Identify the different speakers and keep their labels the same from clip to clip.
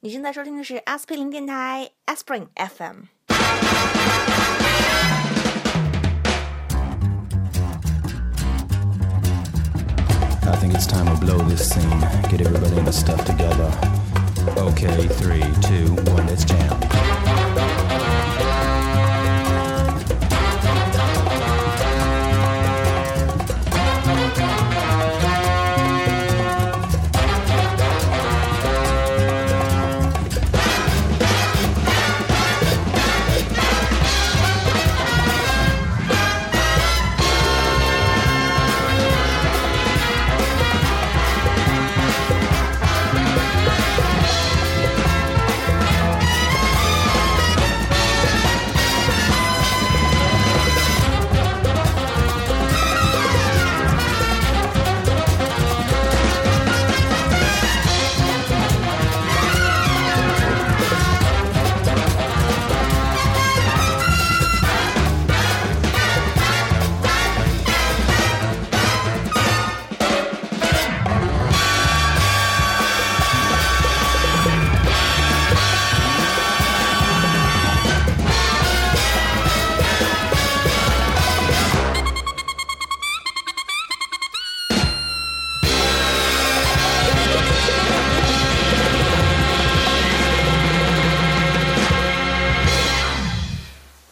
Speaker 1: 你现在收听的是 S P 零电台 Aspirin FM。
Speaker 2: I think it's time to blow this scene. Get everybody in the stuff together. Okay, three, two, one, let's jam.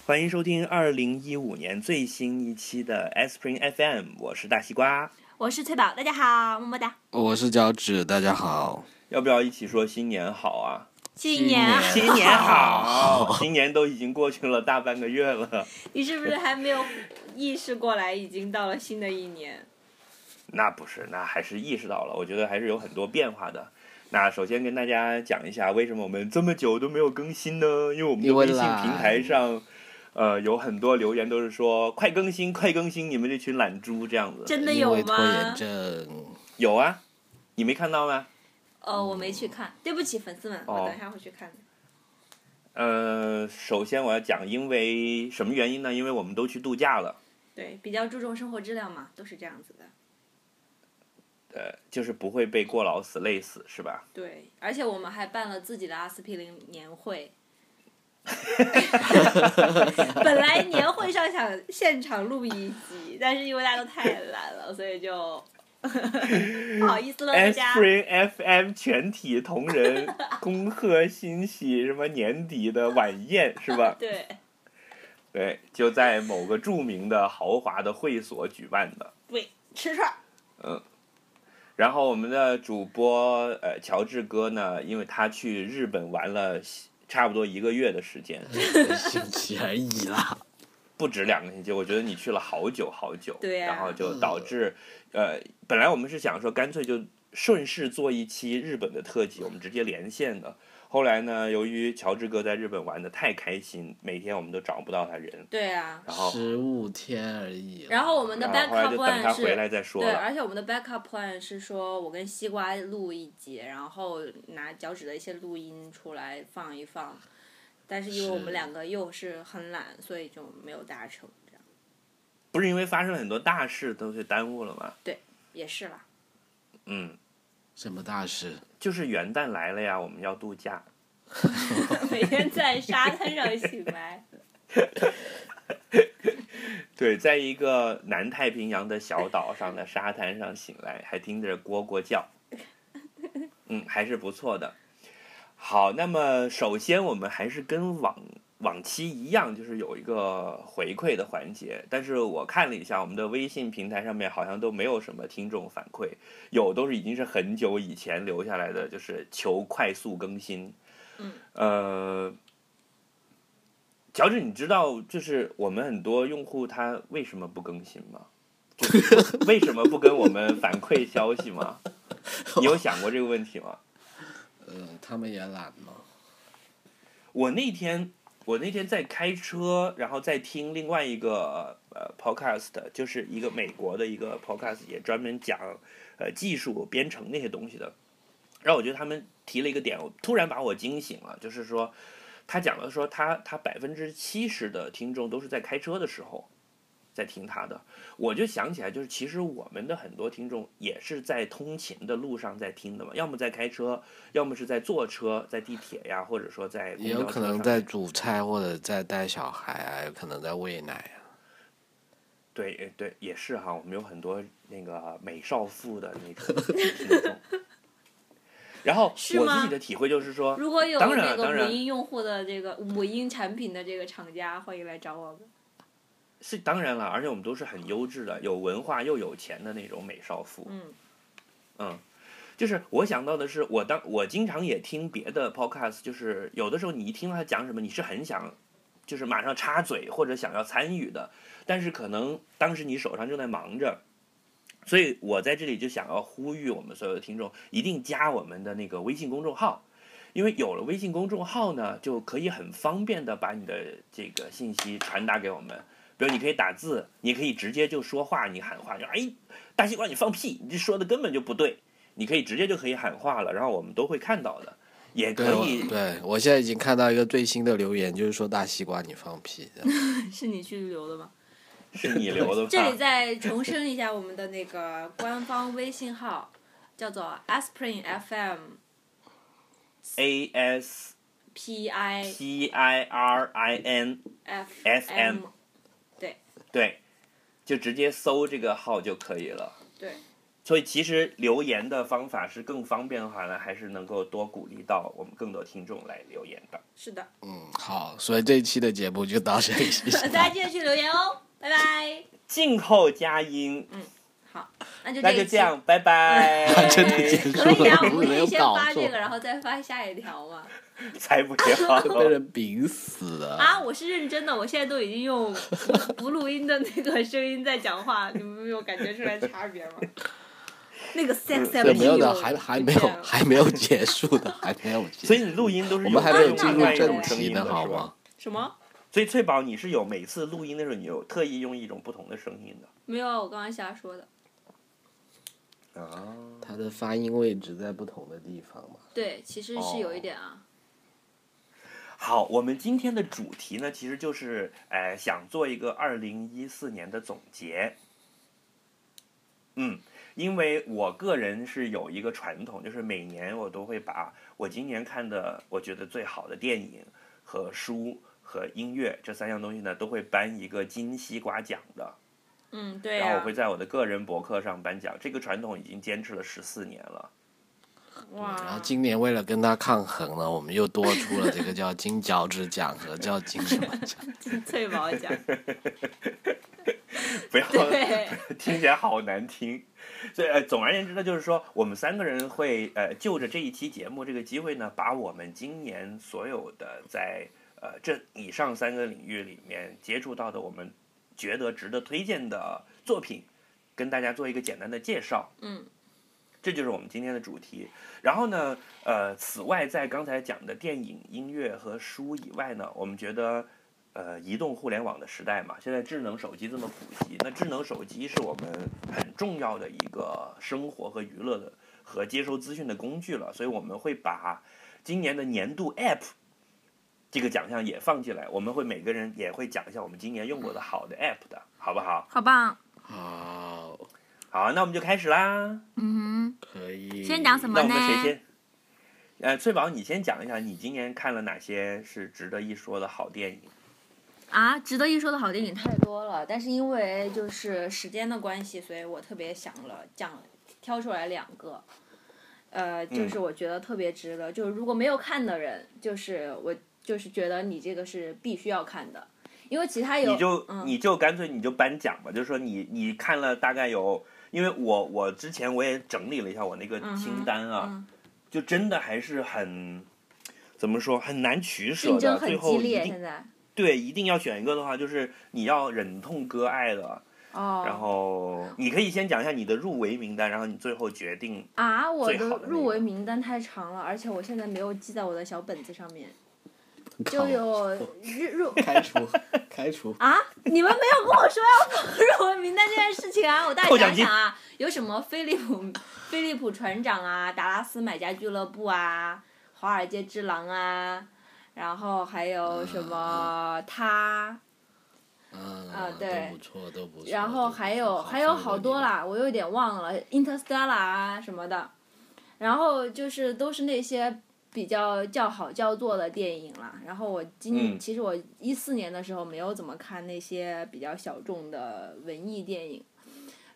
Speaker 3: 欢迎收听二零一五年最新一期的 S p r i n FM，我是大西瓜。
Speaker 1: 我是翠宝，大家好，么么哒，
Speaker 4: 我是脚趾，大家好。
Speaker 3: 要不要一起说新年好啊？
Speaker 1: 新年啊，
Speaker 4: 新
Speaker 3: 新年好！新年都已经过去了大半个月了，
Speaker 1: 你是不是还没有意识过来，已经到了新的一年？
Speaker 3: 那不是，那还是意识到了，我觉得还是有很多变化的。那首先跟大家讲一下，为什么我们这么久都没有更新呢？因为我们的
Speaker 4: 因为
Speaker 3: 微信
Speaker 4: 懒
Speaker 3: 平台上，呃，有很多留言都是说快更新，快更新，你们这群懒猪这样子。
Speaker 1: 真的
Speaker 4: 因
Speaker 1: 有
Speaker 4: 为拖延
Speaker 1: 吗？
Speaker 4: 症，
Speaker 3: 有啊，你没看到吗？
Speaker 1: 哦，我没去看，对不起粉丝们，我
Speaker 3: 哦
Speaker 1: 等一下会去看的。
Speaker 3: 呃，首先我要讲，因为什么原因呢？因为我们都去度假了，
Speaker 1: 对，比较注重生活质量嘛，都是这样子的。
Speaker 3: 呃，就是不会被过劳死累死，是吧？
Speaker 1: 对，而且我们还办了自己的阿司匹林年会。 本来年会上想现场录一集，但是因为大家都太懒了，所以就 不好意思了大
Speaker 3: S
Speaker 1: 家
Speaker 3: p。r i n FM 全体同仁恭贺新喜什么年底的晚宴是吧？
Speaker 1: 对
Speaker 3: 对，就在某个著名的豪华的会所举办的。
Speaker 1: 对，吃串儿
Speaker 3: 然后我们的主播呃乔治哥呢，因为他去日本玩了差不多一个月的时间，
Speaker 4: 兴起而已啦。
Speaker 3: 不止两个星期，我觉得你去了好久好久，
Speaker 1: 对啊呀
Speaker 3: 然后就导致，呃，本来我们是想说干脆就顺势做一期日本的特辑，我们直接连线的。后来呢，由于乔治哥在日本玩的太开心，每天我们都找不到他人，
Speaker 1: 对啊，
Speaker 3: 然后
Speaker 4: 十五天而已。
Speaker 1: 然后我们的
Speaker 3: 然后后来
Speaker 1: backup
Speaker 3: 就等他
Speaker 1: plan
Speaker 3: 回
Speaker 1: 是
Speaker 3: 来再说
Speaker 1: 对，
Speaker 3: 了。
Speaker 1: 而且我们的 backup plan 是说，我跟西瓜录一集，然后拿脚趾的一些录音出来放一放，但是因为我们
Speaker 4: 是
Speaker 1: 两个又是很懒，所以就没有达成。这样
Speaker 3: 不是因为发生了很多大事，都是耽误了嘛。
Speaker 1: 也是啦，
Speaker 3: 嗯，
Speaker 4: 什么大事？
Speaker 3: 就是元旦来了呀，我们要度假。
Speaker 1: 每天在沙滩上醒来，
Speaker 3: 对，在一个南太平洋的小岛上的沙滩上醒来，还听着蝈蝈叫，嗯，还是不错的。好，那么首先我们还是跟往往期一样，就是有一个回馈的环节。但是我看了一下，我们的微信平台上面好像都没有什么听众反馈，有都是已经是很久以前留下来的，就是求快速更新。
Speaker 1: 嗯，
Speaker 3: 呃，乔治，你知道就是我们很多用户他为什么不更新吗？就是为什么不跟我们反馈消息吗？你有想过这个问题吗？
Speaker 4: 嗯，他们也懒嘛。
Speaker 3: 我那天我那天在开车，然后在听另外一个呃 podcast，就是一个美国的一个 podcast，也专门讲呃技术编程那些东西的。然后我觉得他们提了一个点，我突然把我惊醒了，就是说他讲了说他他百分之七十的听众都是在开车的时候。在听他的，我就想起来，就是其实我们的很多听众也是在通勤的路上在听的嘛，要么在开车，要么是在坐车，在地铁呀，或者说在公
Speaker 4: 也有
Speaker 3: 交
Speaker 4: 可
Speaker 3: 车
Speaker 4: 能
Speaker 3: 上
Speaker 4: 在煮菜或者在带小孩啊，有可能在喂奶啊。
Speaker 3: 对呃对，也是哈，我们有很多那个美少妇的那种 听众。然后
Speaker 1: 是
Speaker 3: 我自
Speaker 1: 吗
Speaker 3: 己的体会就是说，
Speaker 1: 如果有
Speaker 3: 当然
Speaker 1: 那
Speaker 3: 了当
Speaker 1: 个
Speaker 3: 然
Speaker 1: 母婴用户的这个母婴产品的这个厂家，欢迎来找我们。
Speaker 3: 是当然了，而且我们都是很优质的、有文化又有钱的那种美少妇。
Speaker 1: 嗯
Speaker 3: 嗯，就是我想到的是，我当我经常也听别的 podcast，就是有的时候你一听到他讲什么，你是很想就是马上插嘴或者想要参与的，但是可能当时你手上正在忙着。所以我在这里就想要呼吁我们所有的听众，一定加我们的那个微信公众号，因为有了微信公众号呢，就可以很方便的把你的这个信息传达给我们。比如你可以打字，你可以直接就说话，你喊话就哎大西瓜，你放屁！你这说的根本就不对。你可以直接就可以喊话了，然后我们都会看到的，也
Speaker 4: 对，
Speaker 3: 可
Speaker 4: 我
Speaker 3: 以。
Speaker 4: 对我现在已经看到一个最新的留言，就是说大西瓜你放屁的。
Speaker 1: 是你去留的吗？
Speaker 3: 是你留的
Speaker 1: 这里
Speaker 3: 吧？
Speaker 1: 再重申一下我们的那个官方微信号，叫做 aspirin FM
Speaker 3: A S
Speaker 1: P I
Speaker 3: P I R I N，
Speaker 1: F
Speaker 3: FM 对，就直接搜这个号就可以了。
Speaker 1: 对，
Speaker 3: 所以其实留言的方法是更方便的话呢，还是能够多鼓励到我们更多听众来留言的。
Speaker 1: 是的，
Speaker 4: 嗯，好，所以这一期的节目就到这里，谢谢
Speaker 1: 大家
Speaker 4: 大家。
Speaker 1: 记得去留言哦，拜拜。
Speaker 3: 静候佳音，
Speaker 1: 好，那就
Speaker 3: 那
Speaker 1: 一
Speaker 3: 就
Speaker 1: 期
Speaker 3: 这样，拜拜。
Speaker 4: 真的结束
Speaker 1: 所以啊，
Speaker 4: 了，
Speaker 1: 我
Speaker 4: 我
Speaker 1: 们可
Speaker 4: 没
Speaker 1: 以
Speaker 4: 有
Speaker 1: 先
Speaker 4: 搞
Speaker 1: 发这
Speaker 4: 错
Speaker 1: 个，，然后再发下一条嘛。
Speaker 3: 才不要。
Speaker 4: 被人丙死了。
Speaker 1: 啊，我是认真的，我现在都已经用不不录音的那个声音在讲话，你们没有感觉出来差别吗？那个 sex
Speaker 4: 嗯对，
Speaker 1: appeal
Speaker 4: 没有的，还还没有，还没有结束的，还没有结
Speaker 3: 所
Speaker 4: 束。
Speaker 3: 以你录音都是
Speaker 4: 我们还没有
Speaker 3: 用
Speaker 4: 进入
Speaker 3: 另外一种
Speaker 4: 正
Speaker 3: 声
Speaker 4: 题
Speaker 3: 音的
Speaker 4: 呢，好
Speaker 3: 是吧
Speaker 4: 吗？
Speaker 1: 什么？
Speaker 3: 所以翠宝，你是有每次录音的时候，你有特意用一种不同的声音的。
Speaker 1: 没有啊，我刚刚瞎说的。
Speaker 3: 啊，
Speaker 4: 它的发音位置在不同的地方嘛。
Speaker 1: 对，其实是有一
Speaker 3: 哦
Speaker 1: 点啊。
Speaker 3: 好，我们今天的主题呢，其实就是呃，想做一个二零一四年的总结。嗯，因为我个人是有一个传统，就是每年我都会把我今年看的我觉得最好的电影和书和音乐这三样东西呢，都会颁一个金西瓜奖的。
Speaker 1: 嗯，对
Speaker 3: 然后我
Speaker 1: 呀、
Speaker 3: 会在我的个人博客上颁奖，这个传统已经坚持了十四年了。
Speaker 4: 然后
Speaker 1: 哇，
Speaker 4: 今年为了跟它抗衡呢，我们又多出了这个叫金脚趾奖和叫金什么奖。
Speaker 1: 翠宝讲，
Speaker 3: 不要
Speaker 1: 对，
Speaker 3: 听起来好难听。所以，呃，总而言之呢，就是说，我们三个人会呃，就着这一期节目这个机会呢，把我们今年所有的在呃这以上三个领域里面接触到的，我们觉得值得推荐的作品，跟大家做一个简单的介绍。
Speaker 1: 嗯，
Speaker 3: 这就是我们今天的主题。然后呢，呃，此外，在刚才讲的电影、音乐和书以外呢，我们觉得，呃，移动互联网的时代嘛，现在智能手机这么普及，那智能手机是我们很重要的一个生活和娱乐的和接收资讯的工具了，所以我们会把今年的年度 App。这个奖项也放进来，我们会每个人也会讲一下我们今年用过的好的 app 的，好不好？
Speaker 1: 好棒，
Speaker 4: 好，
Speaker 3: 好，那我们就开始啦。
Speaker 1: 嗯
Speaker 4: 可以。
Speaker 1: 先讲什么
Speaker 3: 嗯那我们谁
Speaker 1: 呢
Speaker 3: 先？呃，翠宝，你先讲一下，你今年看了哪些是值得一说的好电影？
Speaker 1: 哼，啊，值得一说的好电影太多了，但是因为就是时间的关系，所以我特别想了讲挑出来两个，呃，
Speaker 3: 嗯
Speaker 1: 就是我觉得特别值得，就是如果没有看的人，就是我就是觉得你这个是必须要看的，因为其他有
Speaker 3: 你就、
Speaker 1: 嗯
Speaker 3: 你就干脆你就颁奖吧，就说你你看了大概有，因为我我之前我也整理了一下我那个
Speaker 1: 嗯哼
Speaker 3: 清单啊，
Speaker 1: 嗯
Speaker 3: 就真的还是很怎么说很难取舍
Speaker 1: 竞
Speaker 3: 的，
Speaker 1: 争
Speaker 3: 最
Speaker 1: 很
Speaker 3: 后
Speaker 1: 激
Speaker 3: 一
Speaker 1: 烈，
Speaker 3: 定
Speaker 1: 现在
Speaker 3: 对一定要选一个的话，就是你要忍痛割爱的。
Speaker 1: 哦，
Speaker 3: 然后你可以先讲一下你的入围名单，然后你最后决定
Speaker 1: 啊，我
Speaker 3: 最好的
Speaker 1: 的
Speaker 3: 那
Speaker 1: 入
Speaker 3: 个
Speaker 1: 围名单太长了，而且我现在没有记在我的小本子上面，就
Speaker 4: 靠
Speaker 1: 有日入
Speaker 4: 开除，开除。
Speaker 1: 啊，你们没有跟我说要放入围名单这件事情啊，我大
Speaker 3: 扣
Speaker 1: 家
Speaker 3: 奖
Speaker 1: 想
Speaker 3: 金
Speaker 1: 想啊，有什么菲利普菲利普船长啊，达拉斯买家俱乐部啊，华尔街
Speaker 4: 啊
Speaker 1: 之狼啊，然后还有什么他。
Speaker 4: 嗯，
Speaker 1: 啊对
Speaker 4: 都不错，都不错。
Speaker 1: 然后还有还有好多
Speaker 4: 啦。
Speaker 1: 啦，我有点忘了，Interstellar 啊什么的，然后就是都是那些比较叫好叫座的电影啦。然后我今、
Speaker 3: 嗯
Speaker 1: 其实我一四年的时候没有怎么看那些比较小众的文艺电影，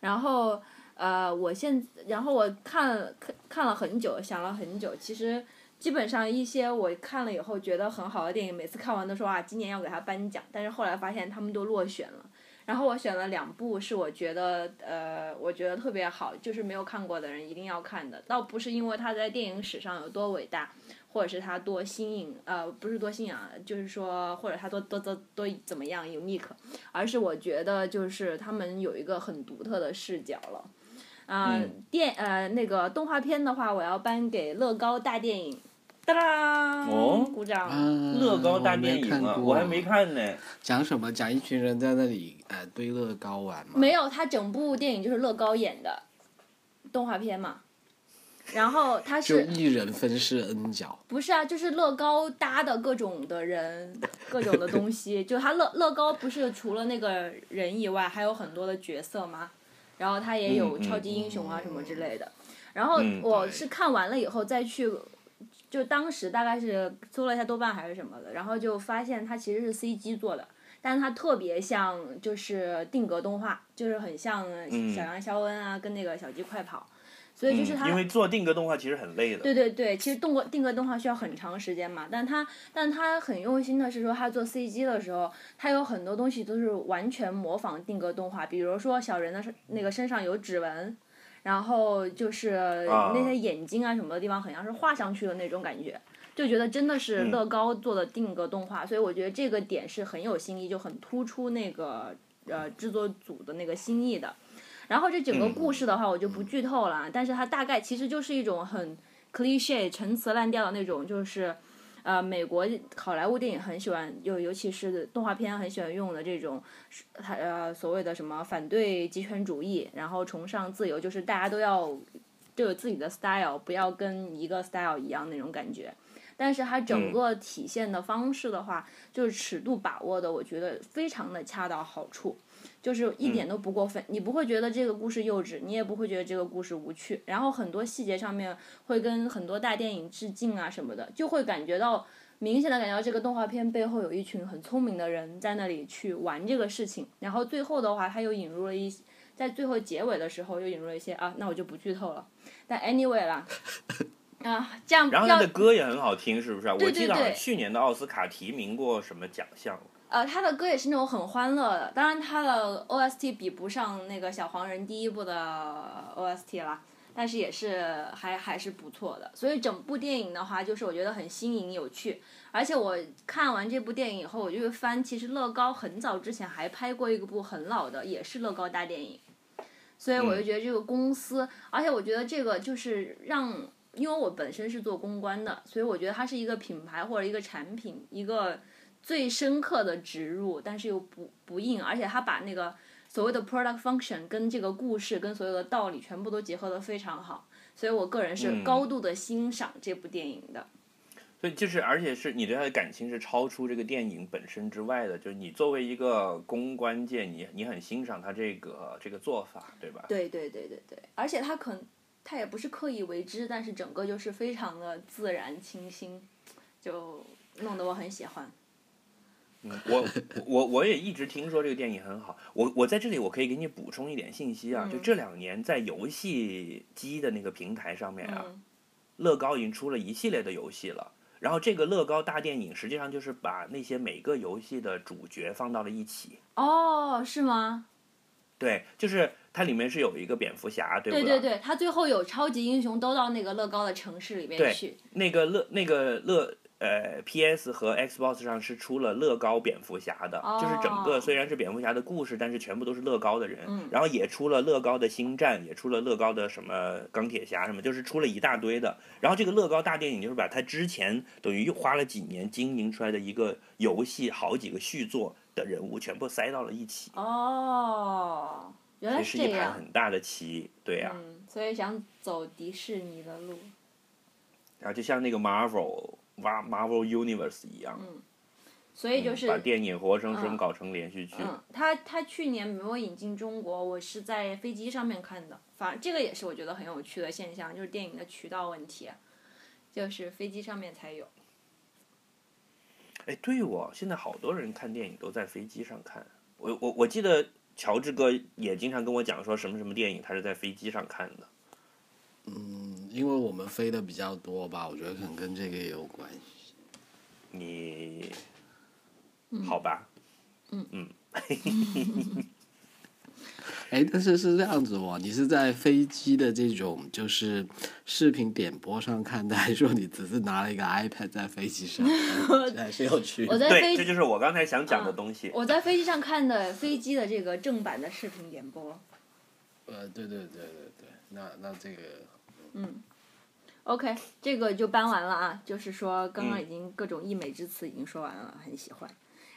Speaker 1: 然后呃，我现然后我看看看了很久，想了很久，其实。基本上一些我看了以后觉得很好的电影，每次看完都说啊，今年要给他颁奖，但是后来发现他们都落选了。然后我选了两部是我觉得呃，我觉得特别好，就是没有看过的人一定要看的。倒不是因为它在电影史上有多伟大，或者是它多新颖，呃，不是多新颖啊，就是说或者它多多多多怎么样 unique，而是我觉得就是他们有一个很独特的视角了。啊、
Speaker 3: 嗯
Speaker 1: 电呃那个动画片的话，我要颁给乐高大电影，哒啦，
Speaker 3: 哦
Speaker 1: 鼓掌。
Speaker 3: 乐高大电影啊，
Speaker 4: 啊嗯我没看
Speaker 3: 我还
Speaker 4: 过
Speaker 3: 没看呢。
Speaker 4: 讲什么？讲一群人在那里呃堆乐高玩嘛。
Speaker 1: 没有，他整部电影就是乐高演的动画片嘛。然后他
Speaker 4: 就是一人分饰 N 角，
Speaker 1: 不是啊？就是乐高搭的各种的人，各种的东西。就他乐乐高不是除了那个人以外，还有很多的角色吗？然后他也有
Speaker 3: 嗯嗯
Speaker 1: 超级英雄啊什么之类的。然后
Speaker 3: 嗯
Speaker 1: 我
Speaker 4: 对
Speaker 1: 是看完了以后再去，就当时大概是搜了一下豆瓣还是什么的，然后就发现它其实是 CG 做的，但是它特别像就是定格动画，就是很像
Speaker 3: 嗯
Speaker 1: 小羊肖恩啊、跟那个小鸡快跑，所以就是
Speaker 3: 嗯，
Speaker 1: 它、
Speaker 3: 因为做定格动画其实很累的。
Speaker 1: 对对对，其实动过定格动画需要很长时间嘛，但他但他很用心的是说，他做 CG 的时候，他有很多东西都是完全模仿定格动画，比如说小人的身那个身上有指纹，然后就是
Speaker 3: 啊
Speaker 1: 那些眼睛啊什么的地方，很像是画上去的那种感觉，就觉得真的是乐高做的定格动画，所以我觉得这个点是很有新意，就很突出那个呃制作组的那个新意的。然后这整个故事的话，我就不剧透了啊，但是它大概其实就是一种很 cliche 陈词滥调的那种，就是呃，美国好莱坞电影很喜欢，尤尤其是动画片很喜欢用的这种，它呃所谓的什么反对极权主义，然后崇尚自由，就是大家都要都有自己的 style，不要跟一个 style 一样那种感觉。但是它
Speaker 3: 嗯
Speaker 1: 整个体现的方式的话，就是尺度把握的，我觉得非常的恰到好处，就是一
Speaker 3: 嗯
Speaker 1: 点都不过分。你不会觉得这个故事幼稚，你也不会觉得这个故事无趣。然后很多细节上面会跟很多大电影致敬啊什么的，就会感觉到明显的感觉到这个动画片背后有一群很聪明的人在那里去玩这个事情。然后最后的话，它又引入了一些。在最后结尾的时候，又引入了一些啊，那我就不剧透了。但 anyway 啦，啊，这样
Speaker 3: 然后
Speaker 1: 要
Speaker 3: 他的歌也很好听，是不是啊？
Speaker 1: 对
Speaker 3: 我记得好像
Speaker 1: 对
Speaker 3: 去年的奥斯卡提名过什么奖项？
Speaker 1: 呃，他的歌也是那种很欢乐的，当然他的 OST 比不上那个小黄人第一部的 OST 啦，但是也是还还是不错的。所以整部电影的话，就是我觉得很新颖有趣，而且我看完这部电影以后，我就翻，其实乐高很早之前还拍过一部很老的，也是乐高大电影，所以我就觉得这个公司，而且我觉得这个就是让。因为我本身是做公关的，所以我觉得它是一个品牌或者一个产品，一个最深刻的植入，但是又不不硬，而且他把那个所谓的 product function 跟这个故事跟所有的道理全部都结合的非常好，所以我个人是
Speaker 3: 嗯
Speaker 1: 高度的欣赏这部电影的。
Speaker 3: 所以就是，而且是你对他的感情是超出这个电影本身之外的。就是你作为一个公关界，你你很欣赏他这个这个做法，对吧？
Speaker 1: 对对对对对，而且他可能他也不是刻意为之，但是整个就是非常的自然清新，就弄得我很喜欢。
Speaker 3: 嗯，我我我也一直听说这个电影很好。我我在这里我可以给你补充一点信息啊，就
Speaker 1: 嗯
Speaker 3: 这两年在游戏机的那个平台上面啊，
Speaker 1: 嗯
Speaker 3: 乐高已经出了一系列的游戏了。然后这个乐高大电影实际上就是把那些每个游戏的主角放到了一起。
Speaker 1: 哦，是吗？
Speaker 3: 对，就是它里面是有一个蝙蝠侠，对不
Speaker 1: 对
Speaker 3: 对
Speaker 1: 对对，他最后有超级英雄都到那个乐高的城市里
Speaker 3: 对
Speaker 1: 边去。
Speaker 3: 那个乐那个乐呃 PS 和 Xbox 上是出了乐高蝙蝠侠的，
Speaker 1: 哦
Speaker 3: 就是整个虽然是蝙蝠侠的故事，但是全部都是乐高的人，
Speaker 1: 嗯
Speaker 3: 然后也出了乐高的星战，也出了乐高的什么钢铁侠什么，就是出了一大堆的。然后这个乐高大电影就是把它之前等于又花了几年经营出来的一个游戏好几个续作的人物全部塞到了一起，
Speaker 1: 哦，原
Speaker 3: 所
Speaker 1: 来
Speaker 3: 以
Speaker 1: 是
Speaker 3: 是
Speaker 1: 这
Speaker 3: 一盘
Speaker 1: 样。
Speaker 3: 很大的棋，对啊呀、
Speaker 1: 嗯，所以想走迪士尼的路。
Speaker 3: 然后就像那个 Marvel。哇，Marvel Universe 一样，
Speaker 1: 所以就
Speaker 3: 嗯
Speaker 1: 是
Speaker 3: 把电影活生生
Speaker 1: 嗯
Speaker 3: 搞成连续剧，
Speaker 1: 嗯，他他去年没有引进中国，我是在飞机上面看的，反这个也是我觉得很有趣的现象，就是电影的渠道问题，就是飞机上面才有。
Speaker 3: 哎，对我现在好多人看电影都在飞机上看。我我我记得乔治哥也经常跟我讲说什么什么电影，他是在飞机上看的。
Speaker 4: 因为我们飞的比较多吧，我觉得可能跟这个也有关系。
Speaker 3: 你，
Speaker 1: 嗯
Speaker 3: 好吧，
Speaker 4: 哎，但是是这样子哦，你是在飞机的这种就是视频点播上看的，还 是说你只是拿了一个 iPad 在飞机 上？这还是有趣
Speaker 1: 我
Speaker 4: 的。
Speaker 1: 在
Speaker 3: 对，
Speaker 1: 飞
Speaker 3: 这就是我刚才想讲的
Speaker 1: 嗯
Speaker 3: 东西。
Speaker 1: 我在飞机上看的飞机的这个正版的视频点播。
Speaker 4: 呃，对对对对对，那那这 个
Speaker 1: OK，这个就搬完了啊，就是说刚刚
Speaker 3: 嗯
Speaker 1: 已经各种溢美之词已经说完了，很喜欢。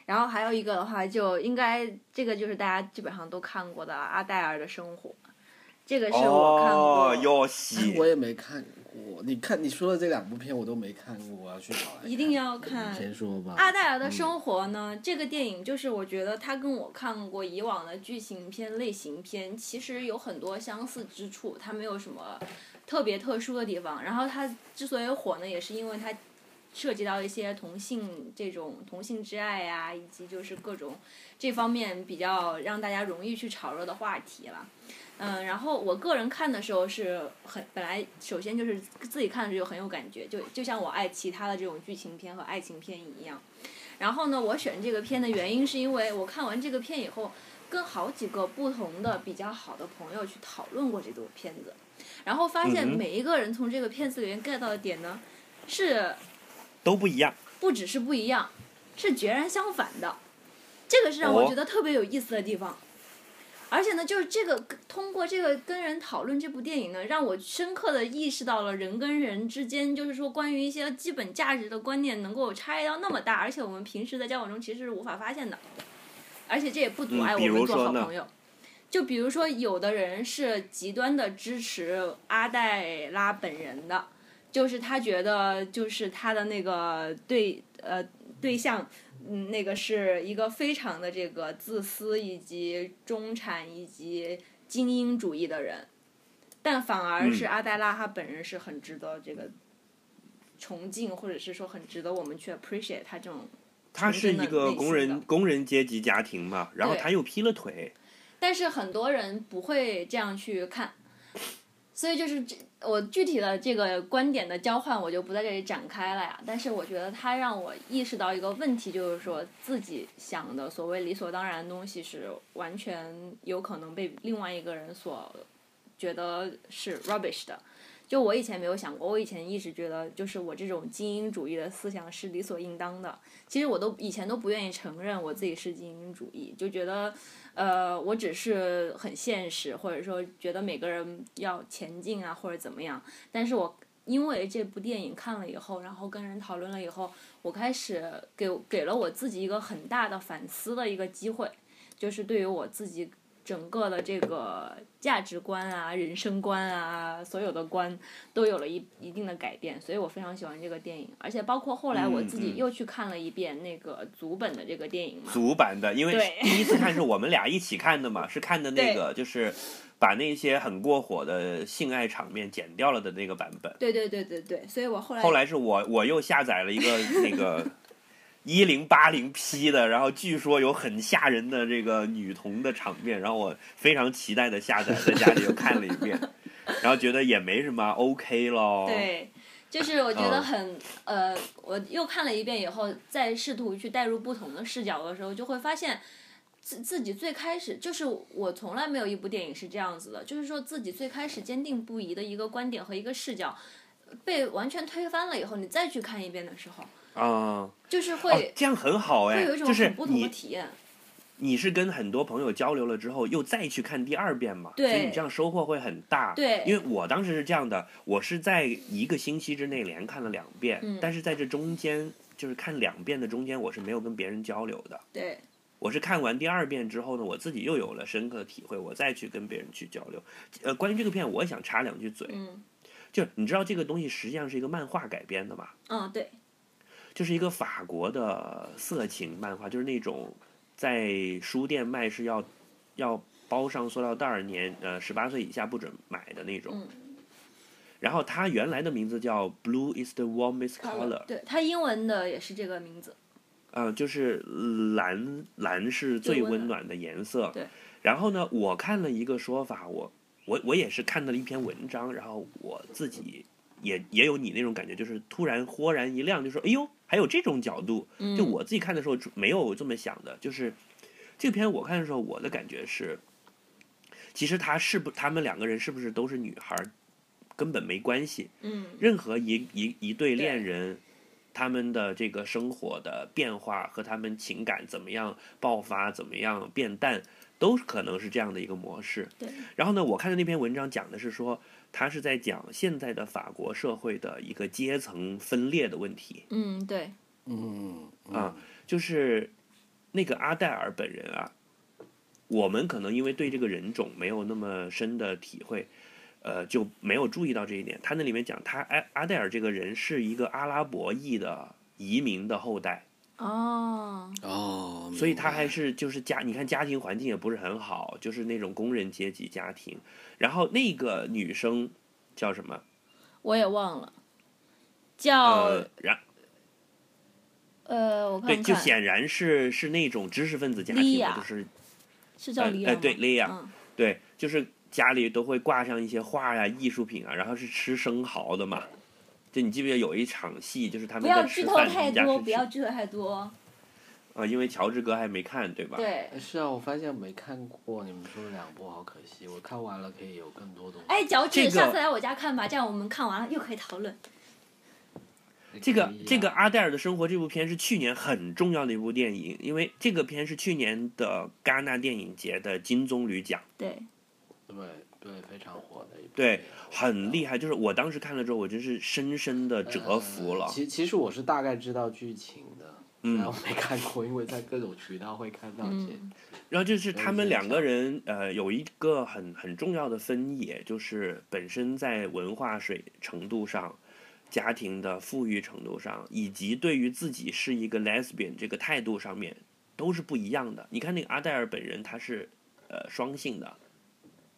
Speaker 1: 然后还有一个的话，就应该这个就是大家基本上都看过的了，《阿黛尔的生活》，这个是我看过。
Speaker 3: 哦，有戏
Speaker 4: 我，也没看过。你看你说的这两部片我都没看过，我要去找来看。
Speaker 1: 一定要
Speaker 4: 你
Speaker 1: 看
Speaker 4: 先说吧。
Speaker 1: 阿黛尔的生活呢？这个电影就是我觉得它跟我看过以往的剧情片、类型片其实有很多相似之处，它没有什么特别特殊的地方。然后它之所以火呢，也是因为它涉及到一些同性这种同性之爱呀、以及就是各种这方面比较让大家容易去炒热的话题了。嗯，然后我个人看的时候是很本来首先就是自己看的时候就很有感觉，就就像我爱其他的这种剧情片和爱情片一样。然后呢，我选这个片的原因是因为我看完这个片以后，跟好几个不同的比较好的朋友去讨论过这部片子，然后发现
Speaker 3: 嗯哼
Speaker 1: 每一个人从这个片子里面 get 到的点呢，是
Speaker 3: 都不一样。
Speaker 1: 不只是不一样，是截然相反的。这个是让
Speaker 3: 哦
Speaker 1: 我觉得特别有意思的地方。而且呢，就是这个通过这个跟人讨论这部电影呢，让我深刻的意识到了人跟人之间，就是说关于一些基本价值的观念能够差异到那么大，而且我们平时在交往中其实是无法发现的。而且这也不阻
Speaker 3: 嗯
Speaker 1: 碍我
Speaker 3: 比
Speaker 1: 们
Speaker 3: 如
Speaker 1: 做
Speaker 3: 说
Speaker 1: 好
Speaker 3: 呢
Speaker 1: 朋友。就比如说，有的人是极端的支持阿黛拉本人的，就是他觉得就是他的那个对呃对象，嗯，那个是一个非常的这个自私以及中产以及精英主义的人，但反而是
Speaker 3: 嗯
Speaker 1: 阿黛拉她本人是很值得这个崇敬，或者是说很值得我们去 appreciate 她这种。
Speaker 3: 他是一个工
Speaker 1: 内心
Speaker 3: 人
Speaker 1: 的
Speaker 3: 工人阶级家庭嘛，然后
Speaker 1: 对
Speaker 3: 他又劈了腿，
Speaker 1: 但是很多人不会这样去看，所以就是这我具体的这个观点的交换，我就不在这里展开了呀。但是我觉得它让我意识到一个问题，就是说自己想的所谓理所当然的东西，是完全有可能被另外一个人所觉得是 rubbish 的。就我以前没有想过，我以前一直觉得就是我这种精英主义的思想是理所应当的。其实我都以前都不愿意承认我自己是精英主义，就觉得呃，我只是很现实，或者说觉得每个人要前进啊，或者怎么样。但是我因为这部电影看了以后，然后跟人讨论了以后，我开始给给了我自己一个很大的反思的一个机会，就是对于我自己整个的这个价值观啊、人生观啊，所有的观都有了一一定的改变。所以我非常喜欢这个电影，而且包括后来我
Speaker 3: 嗯
Speaker 1: 自己
Speaker 3: 嗯
Speaker 1: 又去看了一遍那个足本的这个电影嘛，
Speaker 3: 足版的，因为
Speaker 1: 对
Speaker 3: 第一次看是我们俩一起看的嘛，是看的那
Speaker 1: 对
Speaker 3: 个就是把那些很过火的性爱场面剪掉了的那个版本。
Speaker 1: 对对对对对，所以我后来
Speaker 3: 后来是我我又下载了一个那 个一零八零 P 的，然后据说有很吓人的这个女童的场面，然后我非常期待的下载，在家里又看了一遍，然后觉得也没什么，OK 咯。，
Speaker 1: 对，就是我觉得
Speaker 3: 哦嗯
Speaker 1: 很、呃，我又看了一遍以后，再试图去带入不同的视角的时候，就会发现自自己最开始就是我从来没有一部电影是这样子的，就是说自己最开始坚定不移的一个观点和一个视角被完全推翻了以后，你再去看一遍的时候，
Speaker 3: 嗯，
Speaker 1: 就是会、
Speaker 3: 哦，这样很好哎
Speaker 1: 会有一，种
Speaker 3: 就是
Speaker 1: 很不同的
Speaker 3: 你
Speaker 1: 体验。
Speaker 3: 你是跟很多朋友交流了之后，又再去看第二遍嘛，所
Speaker 1: 对
Speaker 3: 以你这样收获会很大。
Speaker 1: 对
Speaker 3: 因为我当时是这样的，我是在一个星期之内连看了两遍，
Speaker 1: 嗯
Speaker 3: 但是在这中间，就是看两遍的中间，我是没有跟别人交流的。
Speaker 1: 对
Speaker 3: 我是看完第二遍之后呢，我自己又有了深刻的体会，我再去跟别人去交流。呃，关于这个片，我也想插两句嘴，
Speaker 1: 嗯
Speaker 3: 就是你知道这个东西实际上是一个漫画改编的嘛，
Speaker 1: 嗯，对，
Speaker 3: 就是一个法国的色情漫画，就是那种在书店卖是要要包上塑料袋儿，年呃十八岁以下不准买的那种。
Speaker 1: 嗯
Speaker 3: 然后它原来的名字叫 Blue is the warmest color，
Speaker 1: Color，对，它英文的也是这个名字。
Speaker 3: 嗯、就是蓝蓝是
Speaker 1: 最
Speaker 3: 最
Speaker 1: 温
Speaker 3: 温
Speaker 1: 暖
Speaker 3: 暖的颜色。
Speaker 1: 对。
Speaker 3: 然后呢，我看了一个说法，我我我也是看到了一篇文章，然后我自己也也有你那种感觉，就是突然豁然一亮，就说哎呦，还有这种角度。
Speaker 1: 嗯，
Speaker 3: 就我自己看的时候就没有这么想的，就是这篇我看的时候，我的感觉是，其实他是不，他们两个人是不是都是女孩儿，根本没关系。
Speaker 1: 嗯
Speaker 3: 任何一一一对
Speaker 1: 对
Speaker 3: 恋人，他们的这个生活的变化和他们情感怎么样爆发，怎么样变淡，都可能是这样的一个模式。
Speaker 1: 对。
Speaker 3: 然后呢，我看的那篇文章讲的是说，他是在讲现在的法国社会的一个阶层分裂的问题。
Speaker 1: 嗯，对，
Speaker 4: 嗯
Speaker 3: 啊，就是那个阿黛尔本人啊，我们可能因为对这个人种没有那么深的体会，呃，就没有注意到这一点。他那里面讲，他哎阿阿黛尔这个人是一个阿拉伯裔的移民的后代，
Speaker 1: 哦，
Speaker 4: 哦，
Speaker 3: 所以他
Speaker 4: 明白
Speaker 3: 还是就是家，你看家庭环境也不是很好，就是那种工人阶级家庭。然后那个女生叫什么？
Speaker 1: 我也忘了，叫
Speaker 3: 呃，然
Speaker 1: 呃，我看
Speaker 3: 对，
Speaker 1: 看，
Speaker 3: 就显然是是那种知识分子家
Speaker 1: 莉
Speaker 3: 庭嘛，
Speaker 1: 亚
Speaker 3: 就是
Speaker 1: 是叫
Speaker 3: 呃
Speaker 1: 李
Speaker 3: 呃
Speaker 1: 阳吗？
Speaker 3: 对李阳
Speaker 1: 嗯
Speaker 3: 对，就是家里都会挂上一些画呀、艺术品啊，然后是吃生蚝的嘛。就你记不记得有一场戏，就是他
Speaker 1: 不
Speaker 3: 们
Speaker 1: 要
Speaker 3: 在
Speaker 1: 剧
Speaker 3: 吃
Speaker 1: 透
Speaker 3: 饭，他
Speaker 1: 太
Speaker 3: 们家
Speaker 1: 多，
Speaker 3: 是
Speaker 1: 不
Speaker 3: 吃
Speaker 1: 要剧透太多。
Speaker 3: 啊，因为乔治哥还没看，对吧？。
Speaker 1: 对，
Speaker 4: 是啊，我发现没看过你们说的两部，好可惜。我看完了可以有更多东西。
Speaker 1: 哎，脚趾，
Speaker 3: 这个
Speaker 1: 下次来我家看吧，这样我们看完了又可以讨论。
Speaker 4: 也
Speaker 3: 这
Speaker 4: 可
Speaker 3: 个
Speaker 4: 以啊
Speaker 3: 这个阿黛尔的生活这部片是去年很重要的一部电影，因为这个片是去年的戛纳电影节的金棕榈奖，
Speaker 1: 对，
Speaker 4: 对对非常火的一部
Speaker 3: 对
Speaker 4: 电影，
Speaker 3: 很厉害。就是我当时看了之后，我真是深深的折服了
Speaker 4: 呃。其其实我是大概知道剧情的，但我
Speaker 3: 嗯，
Speaker 4: 没看过，因为在各种渠道会看到一些。
Speaker 1: 嗯
Speaker 3: 然后就是
Speaker 4: 我
Speaker 3: 他
Speaker 4: 也
Speaker 3: 们
Speaker 4: 是
Speaker 3: 两
Speaker 4: 这
Speaker 3: 个
Speaker 4: 样
Speaker 3: 人，呃，有一个很很重要的分野，就是本身在文化水程度上、家庭的富裕程度上，以及对于自己是一个 lesbian 这个态度上面，都是不一样的。你看那个阿黛尔本人，他是呃双性的，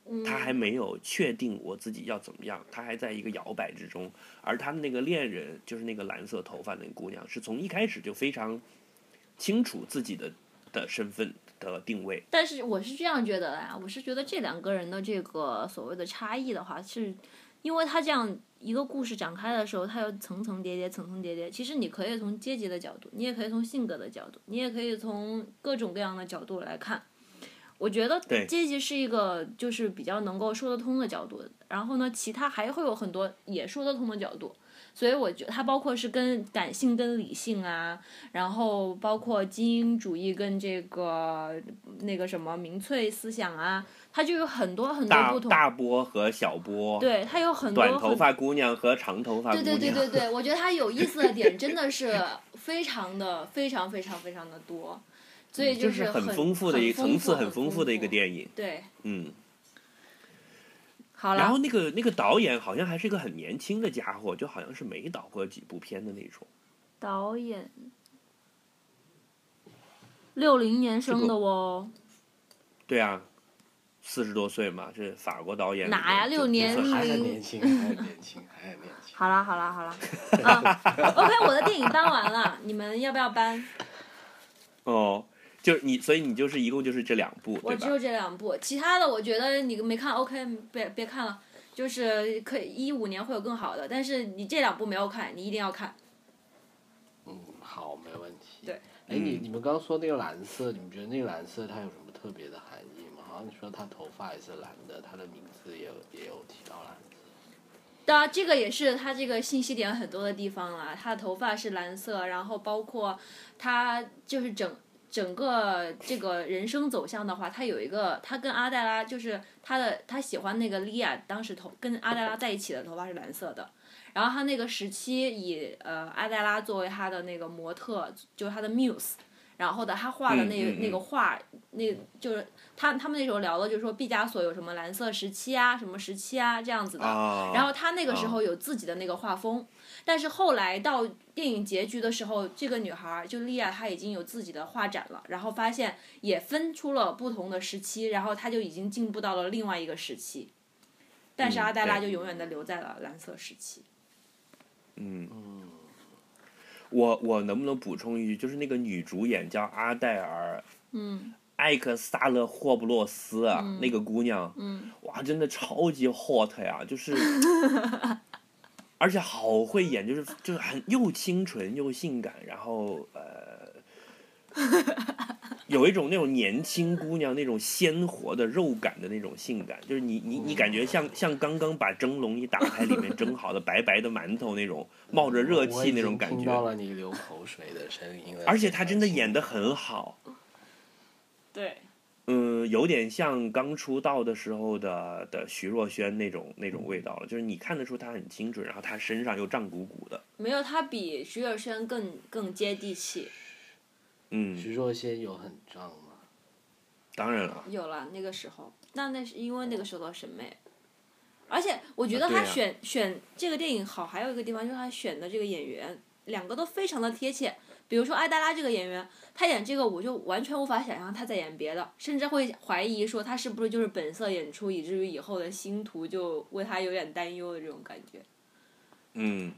Speaker 1: 嗯，
Speaker 3: 他还没有确定我自己要怎么样，他还在一个摇摆之中。而他们那个恋人，就是那个蓝色头发那个姑娘，是从一开始就非常清楚自己的的身份的定位。
Speaker 1: 但是我是这样觉得啦，我是觉得这两个人的这个所谓的差异的话，是因为他这样一个故事展开的时候，它有层层叠叠、层层叠叠。其实你可以从阶级的角度，你也可以从性格的角度，你也可以从各种各样的角度来看。我觉得
Speaker 3: 对
Speaker 1: 阶级是一个就是比较能够说得通的角度，然后呢，其他还会有很多也说得通的角度，所以我觉得它包括是跟感性跟理性啊，然后包括精英主义跟这个那个什么民粹思想啊，它就有很多很多
Speaker 3: 大
Speaker 1: 不同，
Speaker 3: 大波和小波，
Speaker 1: 对，它有很多
Speaker 3: 短头
Speaker 1: 很
Speaker 3: 发姑娘和长头发姑
Speaker 1: 对
Speaker 3: 娘，嗯
Speaker 1: 对对对 对，我觉得它有意思的点真的是非常的非常非常非常的多，所以
Speaker 3: 嗯就是很
Speaker 1: 很
Speaker 3: 丰富的一
Speaker 1: 很
Speaker 3: 个层次，
Speaker 1: 很
Speaker 3: 很丰富的一个
Speaker 1: 影。
Speaker 3: 电影，
Speaker 1: 对，
Speaker 3: 嗯。
Speaker 1: 好
Speaker 3: 然后
Speaker 1: 了，
Speaker 3: 那个那个导演好像还是一个很年轻的家伙，就好像是没导过几部片的那种。
Speaker 1: 导演六零年生的哦，
Speaker 3: 对啊，四十多岁嘛，这法国导演里面
Speaker 1: 哪呀
Speaker 3: 就
Speaker 1: 六年
Speaker 3: 就很
Speaker 4: 还
Speaker 1: 六
Speaker 4: 很
Speaker 1: 一
Speaker 4: 年轻，还很年轻，还很年轻。
Speaker 1: 好啦好啦 好啦，啊，OK，我的电影搬完了，你们要不要搬？
Speaker 3: 哦，就是你，所以你就是一共就是这两部，
Speaker 1: 我
Speaker 3: 对
Speaker 1: 只
Speaker 3: 吧？
Speaker 1: 有这两部，其他的我觉得你没看 OK，别别看了，就是可以一五年会有更好的，但是你这两部没有看，你一定要看。
Speaker 4: 嗯，好，没问题。
Speaker 1: 对
Speaker 4: 哎，你
Speaker 3: 嗯
Speaker 4: 你们刚刚说那个蓝色，你们觉得那个蓝色它有什么特别的含义吗？好像你说他头发也是蓝的，他的名字也有也有提到蓝色。
Speaker 1: 当然，这个也是他这个信息点很多的地方啦。他的头发是蓝色，然后包括他就是整整个这个人生走向的话，他有一个他跟阿黛拉就是他的他喜欢那个莉亚，当时头跟阿黛拉在一起的头发是蓝色的。然后他那个时期以呃阿黛拉作为他的那个模特，就是他的 muse，然后的他画的那、
Speaker 3: 嗯嗯嗯
Speaker 1: 那个画，那就是他他们那时候聊的，就是说毕加索有什么蓝色时期啊，什么时期啊这样子的。
Speaker 3: 啊，
Speaker 1: 然后他那个时候有自己的那个画风，但是后来到电影结局的时候，这个女孩儿就莉亚她已经有自己的画展了，然后发现也分出了不同的时期，然后她就已经进步到了另外一个时期，但是
Speaker 3: 嗯
Speaker 1: 阿黛拉
Speaker 3: 对
Speaker 1: 就永远的留在了蓝色时期。
Speaker 3: 嗯，我我能不能补充一句，就是那个女主演叫阿黛尔，
Speaker 1: 嗯
Speaker 3: 艾克萨勒霍布洛斯啊，那个姑娘，
Speaker 1: 嗯，
Speaker 3: 哇，真的超级 hot 呀，就是，而且好会演，就是就是很又清纯又性感，然后呃， 有一种那种年轻姑娘那种鲜活的肉感的那种性感，就是你你你感觉像像刚刚把蒸笼一打开，里面蒸好的白白的馒头那种冒着热
Speaker 4: 我
Speaker 3: 气
Speaker 4: 已
Speaker 3: 那种
Speaker 4: 经
Speaker 3: 感
Speaker 4: 听到
Speaker 3: 觉，
Speaker 4: 了你流口水的声音了。
Speaker 3: 而且她真的演
Speaker 4: 的，
Speaker 3: 的很好，
Speaker 1: 对，
Speaker 3: 嗯，有点像刚出道的时候的的徐若瑄那种那种味道了，就是你看得出她很精准，然后她身上又胀鼓鼓的，
Speaker 1: 没有她比徐若瑄更更接地气。
Speaker 3: 嗯，
Speaker 4: 徐若瑄有很胀吗？
Speaker 3: 当然了，
Speaker 1: 有了那个时候，那那是因为那个时候的审美，而且我觉
Speaker 3: 啊
Speaker 1: 得
Speaker 3: 对
Speaker 1: 他
Speaker 3: 呀
Speaker 1: 选、选这个电影好，还有一个地方就是他选的这个演员，两个都非常的贴切。比如说艾黛拉这个演员，她演这个我就完全无法想象她在演别的，甚至会怀疑说她是不是就是本色演出，以至于以后的星途就为她有点担忧的这种感觉。
Speaker 3: 嗯，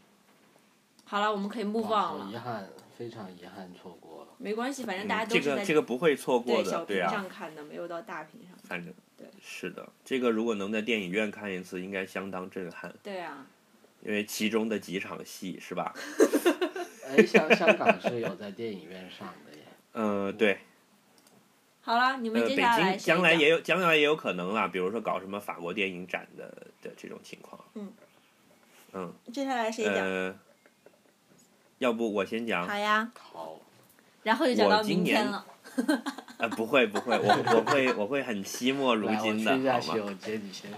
Speaker 1: 好了，我们可以 move
Speaker 4: 哇好
Speaker 3: 啊
Speaker 1: on 了
Speaker 4: 遗，憾，非常遗憾，错过了。
Speaker 1: 没关系，反正
Speaker 3: 嗯
Speaker 1: 大家都
Speaker 3: 这
Speaker 1: 是
Speaker 3: 个
Speaker 1: 在
Speaker 3: 这个不会错过
Speaker 1: 对小
Speaker 3: 的，对
Speaker 1: 屏
Speaker 3: 啊
Speaker 1: 上，看的，没有到大屏上。
Speaker 3: 反正
Speaker 1: 对
Speaker 3: 是的，这个如果能在电影院看一次，应该相当震撼，
Speaker 1: 对啊，
Speaker 3: 因为其中的几场戏是吧？
Speaker 4: 哎，香香港是有在电影院上的耶。
Speaker 3: 嗯、对，
Speaker 1: 好了，你们
Speaker 3: 呃，
Speaker 1: 接
Speaker 3: 北
Speaker 1: 下来
Speaker 3: 京
Speaker 1: 谁
Speaker 3: 将来
Speaker 1: 讲
Speaker 3: 也有将来也有可能啦，比如说搞什么法国电影展的的这种情况，
Speaker 1: 嗯，
Speaker 3: 嗯，
Speaker 1: 接下来谁讲？
Speaker 3: 呃，要不我先讲。
Speaker 1: 好呀，
Speaker 4: 好，
Speaker 1: 然后就讲
Speaker 3: 我
Speaker 1: 到
Speaker 3: 今
Speaker 1: 明天
Speaker 3: 年
Speaker 1: 了。
Speaker 3: 呃，不会不会， 我我会我会很惜墨如
Speaker 4: 来我
Speaker 3: 今
Speaker 4: 去
Speaker 3: 的，
Speaker 4: 一下
Speaker 3: 好
Speaker 4: 洗
Speaker 3: 吗？
Speaker 4: 手间，你先。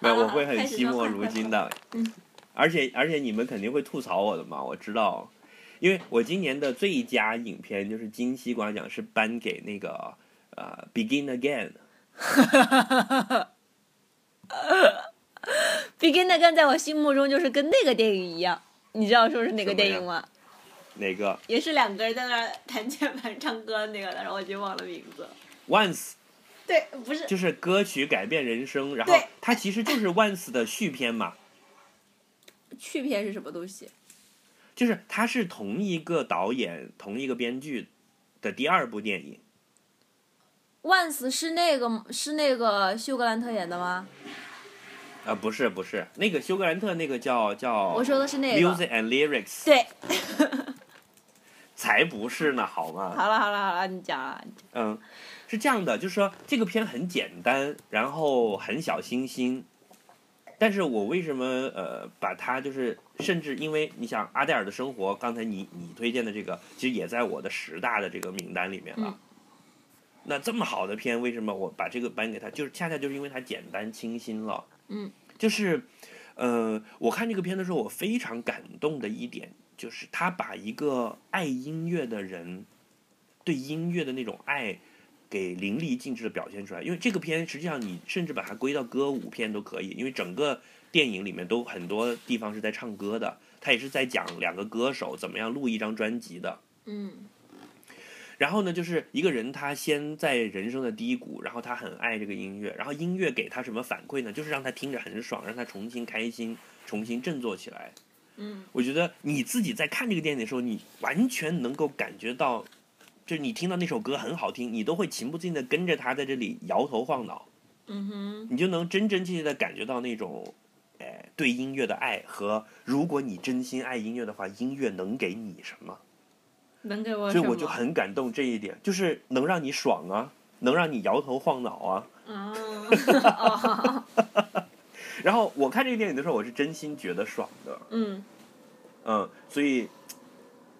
Speaker 3: 没有，
Speaker 1: 好
Speaker 3: 我
Speaker 1: 好
Speaker 3: 会很
Speaker 1: 啊开始
Speaker 3: 惜
Speaker 1: 吧
Speaker 3: 墨
Speaker 1: 快
Speaker 3: 如
Speaker 1: 快
Speaker 3: 今
Speaker 1: 快
Speaker 3: 的。
Speaker 1: 嗯。
Speaker 3: 而且而且你们肯定会吐槽我的嘛，我知道，因为我今年的最佳影片就是金西瓜奖是颁给那个呃《Begin Again》。
Speaker 1: Begin Again 在我心目中就是跟那个电影一样，你知道说是哪个
Speaker 3: 什么
Speaker 1: 电
Speaker 3: 呀
Speaker 1: 影吗？
Speaker 3: 哪个
Speaker 1: 也是两个人在那儿弹键盘唱歌那个的，然后我已经忘了名字。
Speaker 3: Once
Speaker 1: 对，不是，
Speaker 3: 就是歌曲改变人生，然后
Speaker 1: 对
Speaker 3: 它其实就是 Once 的续篇嘛，
Speaker 1: 去片是什么东西？
Speaker 3: 就是它是同一个导演、同一个编剧的第二部电影。
Speaker 1: Once 是那个是那个休格兰特演的吗？
Speaker 3: 啊，不是不是，那个休格兰特那个叫叫，
Speaker 1: 我说的是那个。
Speaker 3: Music and Lyrics
Speaker 1: 对，
Speaker 3: 才不是呢，好吗？
Speaker 1: 好了好了好了，你讲啊了。
Speaker 3: 嗯，是这样的，就是说这个片很简单，然后很小清新，但是我为什么呃把它就是，甚至因为你想阿黛尔的生活，刚才你你推荐的这个，其实也在我的十大的这个名单里面了。
Speaker 1: 嗯
Speaker 3: 那这么好的片，为什么我把这个颁给他？就是恰恰就是因为它简单清新了。
Speaker 1: 嗯，
Speaker 3: 就是，呃，我看这个片的时候，我非常感动的一点就是他把一个爱音乐的人对音乐的那种爱给淋漓尽致的表现出来。因为这个片实际上你甚至把它归到歌舞片都可以，因为整个电影里面都很多地方是在唱歌的，它也是在讲两个歌手怎么样录一张专辑的。
Speaker 1: 嗯
Speaker 3: 然后呢，就是一个人他先在人生的低谷，然后他很爱这个音乐，然后音乐给他什么反馈呢？就是让他听着很爽，让他重新开心，重新振作起来。
Speaker 1: 嗯
Speaker 3: 我觉得你自己在看这个电影的时候，你完全能够感觉到，就是你听到那首歌很好听，你都会情不自禁的跟着他在这里摇头晃脑，
Speaker 1: 嗯哼，
Speaker 3: 你就能真真切切的感觉到那种，哎，对音乐的爱和如果你真心爱音乐的话，音乐能给你什么？
Speaker 1: 能给我
Speaker 3: 所
Speaker 1: 什
Speaker 3: 以
Speaker 1: 么？
Speaker 3: 我就很感动这一点，就是能让你爽啊，能让你摇头晃脑啊。
Speaker 1: 啊哦
Speaker 3: 然后我看这个电影的时候，我是真心觉得爽的，
Speaker 1: 嗯
Speaker 3: 嗯，所以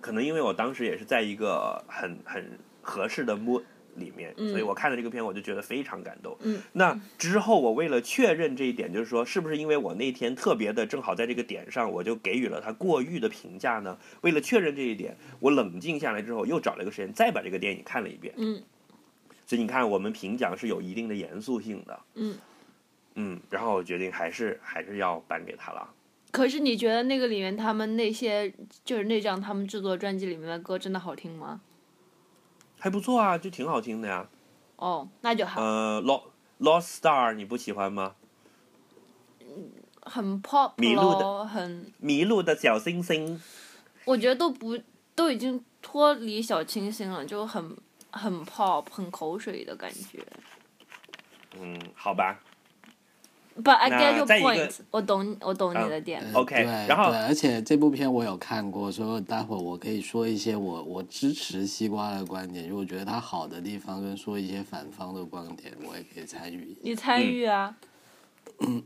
Speaker 3: 可能因为我当时也是在一个很很合适的 mood 里面，
Speaker 1: 嗯
Speaker 3: 所以我看了这个片，我就觉得非常感动。
Speaker 1: 嗯，
Speaker 3: 那之后我为了确认这一点，就是说是不是因为我那天特别的正好在这个点上，我就给予了他过誉的评价呢？为了确认这一点，我冷静下来之后，又找了个时间再把这个电影看了一遍。
Speaker 1: 嗯，
Speaker 3: 所以你看，我们评奖是有一定的严肃性的。
Speaker 1: 嗯
Speaker 3: 嗯，然后我决定还是还是要颁给他了。
Speaker 1: 可是你觉得那个里面他们那些就是那张他们制作专辑里面的歌真的好听吗？
Speaker 3: 还不错啊，就挺好听的呀。
Speaker 1: 哦，那就好，
Speaker 3: 呃，Lost Lost Star 你不喜欢吗？
Speaker 1: 很 pop
Speaker 3: 呃迷路的
Speaker 1: 咯，很，
Speaker 3: 迷路的小星星，
Speaker 1: 我觉得都不都已经脱离小清新了，就很很 pop 很口水的感觉。
Speaker 3: 嗯，好吧
Speaker 1: But I
Speaker 3: 那
Speaker 1: get your
Speaker 3: 再一个
Speaker 1: point，我懂我懂你的点。
Speaker 3: ，OK
Speaker 4: 呃对，。
Speaker 3: 然后
Speaker 4: 对，而且这部片我有看过，所以待会儿我可以说一些我我支持西瓜的观点，如果觉得它好的地方，跟说一些反方的观点，我也可以参与。
Speaker 1: 你参与啊，
Speaker 3: 嗯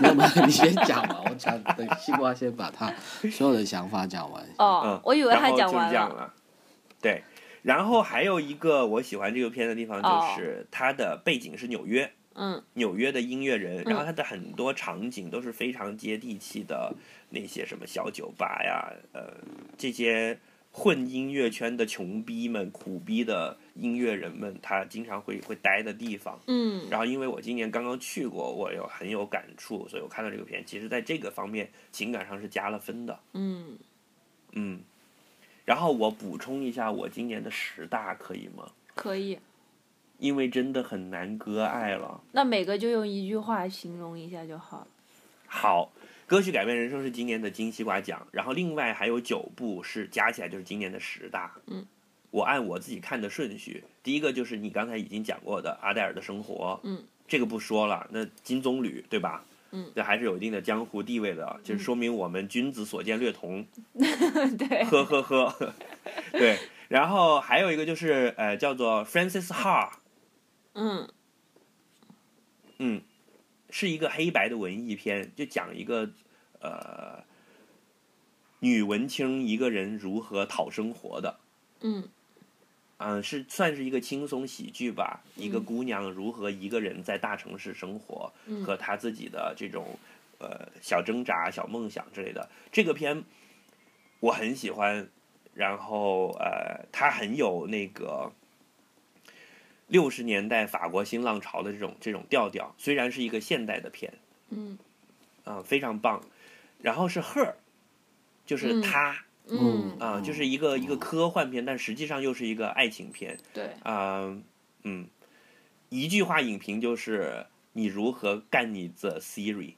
Speaker 4: 那么你先讲吧，我讲等西瓜先把他所有的想法讲完。
Speaker 1: 哦
Speaker 3: 嗯，，
Speaker 1: 我以为
Speaker 3: 然
Speaker 1: 他
Speaker 3: 后
Speaker 1: 讲
Speaker 3: 就
Speaker 1: 完
Speaker 3: 这样
Speaker 1: 了。
Speaker 3: 了。对，然后还有一个我喜欢这个片的地方
Speaker 1: 哦
Speaker 3: 就是它的背景是纽约，
Speaker 1: 嗯
Speaker 3: 纽约的音乐人，然后
Speaker 1: 嗯
Speaker 3: 它的很多场景都是非常接地气的，那些什么小酒吧呀，呃，这些混音乐圈的穷逼们、苦逼的音乐人们，他经常会会待的地方。
Speaker 1: 嗯
Speaker 3: 然后因为我今年刚刚去过，我有很有感触，所以我看到这个片，其实在这个方面情感上是加了分的。
Speaker 1: 嗯，
Speaker 3: 嗯，然后我补充一下我今年的十大可以吗？
Speaker 1: 可以。
Speaker 3: 因为真的很难割爱了。
Speaker 1: 那每个就用一句话形容一下就好了。
Speaker 3: 好，歌曲改变人生是今年的金西瓜奖，然后另外还有九部是加起来就是今年的十大。
Speaker 1: 嗯，
Speaker 3: 我按我自己看的顺序，第一个就是你刚才已经讲过的阿黛尔的生活，
Speaker 1: 嗯，
Speaker 3: 这个不说了。那金棕榈对吧？
Speaker 1: 嗯，
Speaker 3: 这还是有一定的江湖地位的，就是说明我们君子所见略同。
Speaker 1: 对，
Speaker 3: 呵呵呵， 对。然后还有一个就是呃，叫做 Francis Ha，
Speaker 1: 嗯
Speaker 3: 嗯，是一个黑白的文艺片，就讲一个呃女文青一个人如何讨生活的。
Speaker 1: 嗯
Speaker 3: 嗯，是算是一个轻松喜剧吧。一个姑娘如何一个人在大城市生活，
Speaker 1: 嗯
Speaker 3: 和她自己的这种呃小挣扎、小梦想之类的。这个片我很喜欢，然后呃，它很有那个六十年代法国新浪潮的这种这种调调，虽然是一个现代的片，
Speaker 1: 嗯
Speaker 3: 啊、非常棒。然后是《Her》，就是
Speaker 1: 嗯
Speaker 3: 她
Speaker 1: 嗯，
Speaker 3: 啊、就是一个一个科幻片，但实际上又是一个爱情片。
Speaker 1: 对，
Speaker 3: 啊、嗯，一句话影评就是你如何干你的 Siri，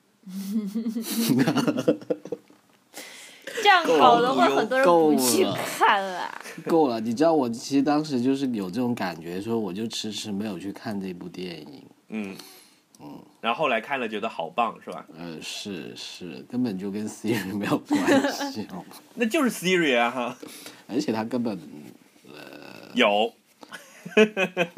Speaker 1: 这样搞的话
Speaker 3: 够了
Speaker 1: 很多人
Speaker 4: 够
Speaker 1: 不
Speaker 4: 了
Speaker 1: 去看啊啦。
Speaker 4: 够了，你知道我其实当时就是有这种感觉，所以我就迟迟没有去看这部电影。
Speaker 3: 嗯然后后来看了觉得好棒，是吧？
Speaker 4: 呃，是是，根本就跟 Siri 没有关系，好吗？
Speaker 3: 那就是 Siri 啊，哈，
Speaker 4: 而且它根本
Speaker 3: 有
Speaker 4: 呃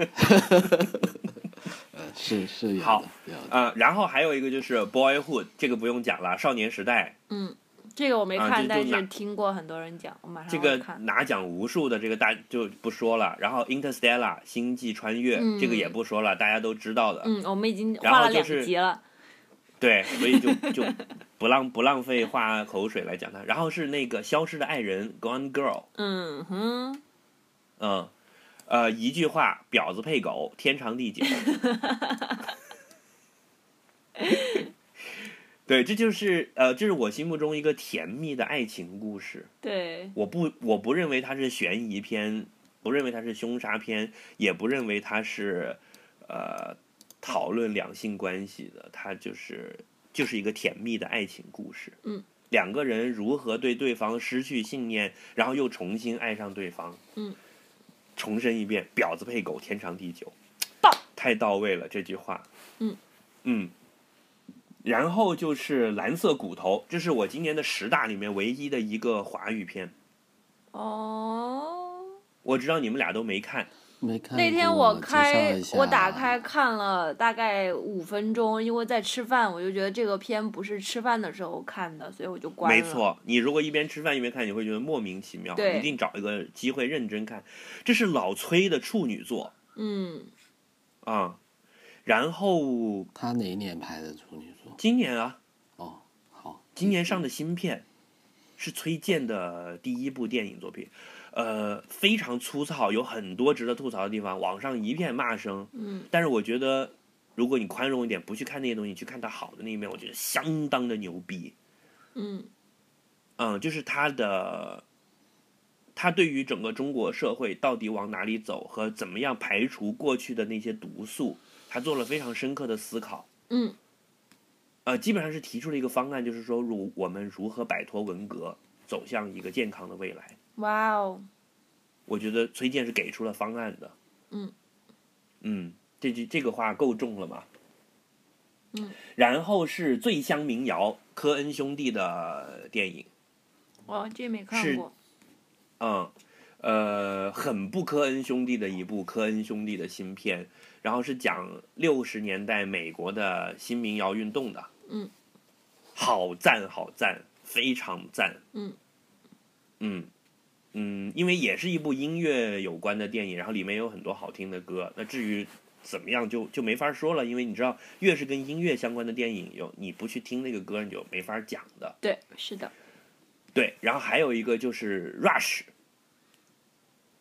Speaker 4: 是是有
Speaker 3: 好
Speaker 4: 的，有的。
Speaker 3: 啊、然后还有一个就是 Boyhood，这个不用讲了，少年时代
Speaker 1: 嗯，这个我没
Speaker 3: 啊
Speaker 1: 看，
Speaker 3: 这
Speaker 1: 但
Speaker 3: 就拿
Speaker 1: 是听过很多人讲，啊我马
Speaker 3: 这
Speaker 1: 上
Speaker 3: 个
Speaker 1: 会看。
Speaker 3: 拿奖无数的这个大就不说了，然后 Interstellar 星际穿越、
Speaker 1: 嗯
Speaker 3: 这个也不说了，大家都知道的，
Speaker 1: 嗯，我们已经
Speaker 3: 然后
Speaker 1: 画了两
Speaker 3: 就是
Speaker 1: 集了。
Speaker 3: 对，所以就就不浪不浪费话口水来讲它。然后是那个消失的爱人 Gone Girl。
Speaker 1: 嗯哼，
Speaker 3: 嗯，呃，一句话，婊子配狗，天长地久。 对，这就是呃，这是我心目中一个甜蜜的爱情故事。
Speaker 1: 对，
Speaker 3: 我不，我不认为它是悬疑片，不认为它是凶杀片，也不认为它是呃讨论两性关系的，它就是就是一个甜蜜的爱情故事。
Speaker 1: 嗯，
Speaker 3: 两个人如何对对方失去信念，然后又重新爱上对方。
Speaker 1: 嗯，
Speaker 3: 重申一遍，婊子配狗，天长地久。
Speaker 1: 棒，
Speaker 3: 太到位了这句话。
Speaker 1: 嗯
Speaker 3: 嗯。然后就是《蓝色骨头》，这是我今年的十大里面唯一的一个华语片。
Speaker 1: 哦，
Speaker 3: 我知道你们俩都没看，
Speaker 4: 没看过。
Speaker 1: 那天我开
Speaker 4: 介绍一下
Speaker 1: 我打开看了大概五分钟，因为在吃饭，我就觉得这个片不是吃饭的时候看的，所以我就关了。
Speaker 3: 没，错，你如果一边吃饭一边看，你会觉得莫名其妙。
Speaker 1: 对
Speaker 3: 一定找一个机会认真看。这是老崔的处女作
Speaker 1: 嗯，
Speaker 3: 啊、然后
Speaker 4: 他哪一年拍的处女座？
Speaker 3: 今年啊，
Speaker 4: 哦，好，
Speaker 3: 今年上的新片是崔健的第一部电影作品，呃，非常粗糙，有很多值得吐槽的地方，网上一片骂声。
Speaker 1: 嗯，
Speaker 3: 但是我觉得，如果你宽容一点，不去看那些东西，你去看他好的那一面，我觉得相当的牛逼。
Speaker 1: 嗯，
Speaker 3: 嗯，就是他的，他对于整个中国社会到底往哪里走和怎么样排除过去的那些毒素，他做了非常深刻的思考。
Speaker 1: 嗯，
Speaker 3: 呃，基本上是提出了一个方案，就是说如我们如何摆脱文革，走向一个健康的未来。
Speaker 1: 哇哦，
Speaker 3: 我觉得崔健是给出了方案的。
Speaker 1: 嗯，
Speaker 3: 嗯，这句这个话够重了吗？
Speaker 1: 嗯，
Speaker 3: 然后是醉乡民谣，科恩兄弟的电影，
Speaker 1: 我这没看
Speaker 3: 是
Speaker 1: 过。
Speaker 3: 嗯，呃，很不科恩兄弟的一部科恩兄弟的新片，然后是讲六十年代美国的新民谣运动的，
Speaker 1: 嗯，
Speaker 3: 好赞好赞，非常赞，
Speaker 1: 嗯，
Speaker 3: 嗯。嗯，因为也是一部音乐有关的电影，然后里面有很多好听的歌。那至于怎么样就，就没法说了，因为你知道，越是跟音乐相关的电影，有你不去听那个歌，你就没法讲的。
Speaker 1: 对，是的，
Speaker 3: 对，然后还有一个就是 Rush，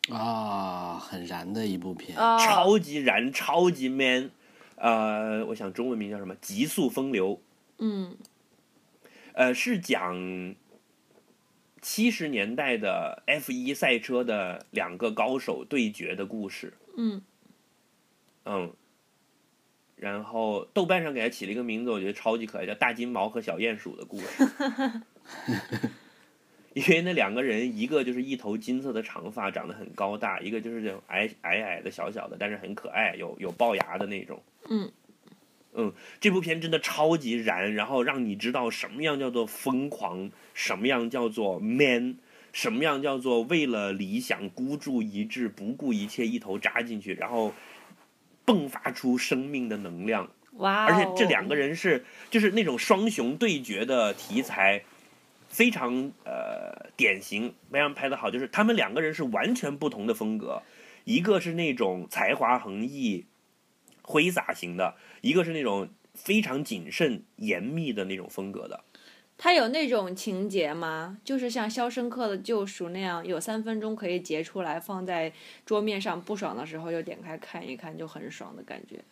Speaker 4: 啊，很燃的一部片。
Speaker 1: 哦，
Speaker 3: 超级燃，超级 man。呃，我想中文名叫什么？极速风流。
Speaker 1: 嗯
Speaker 3: 呃，是讲七十年代的 F 一赛车的两个高手对决的故事。
Speaker 1: 嗯
Speaker 3: 嗯，然后豆瓣上给它起了一个名字，我觉得超级可爱，叫《大金毛和小鼹鼠的故事》。因为那两个人，一个就是一头金色的长发，长得很高大；一个就是这种矮矮矮的、小小的，但是很可爱，有有龅牙的那种。
Speaker 1: 嗯
Speaker 3: 嗯，这部片真的超级燃，然后让你知道什么样叫做疯狂，什么样叫做 man，什么样叫做为了理想孤注一掷、不顾一切一头扎进去，然后迸发出生命的能量。
Speaker 1: 哇哦，
Speaker 3: 而且这两个人是就是那种双雄对决的题材，非常呃典型，非常拍的好，就是他们两个人是完全不同的风格，一个是那种才华横溢、挥洒型的，一个是那种非常谨慎、严密的那种风格的。
Speaker 1: 他有那种情节吗？就是像《肖申克的救赎》那样，有三分钟可以截出来放在桌面上，不爽的时候就点开看一看，就很爽的感觉。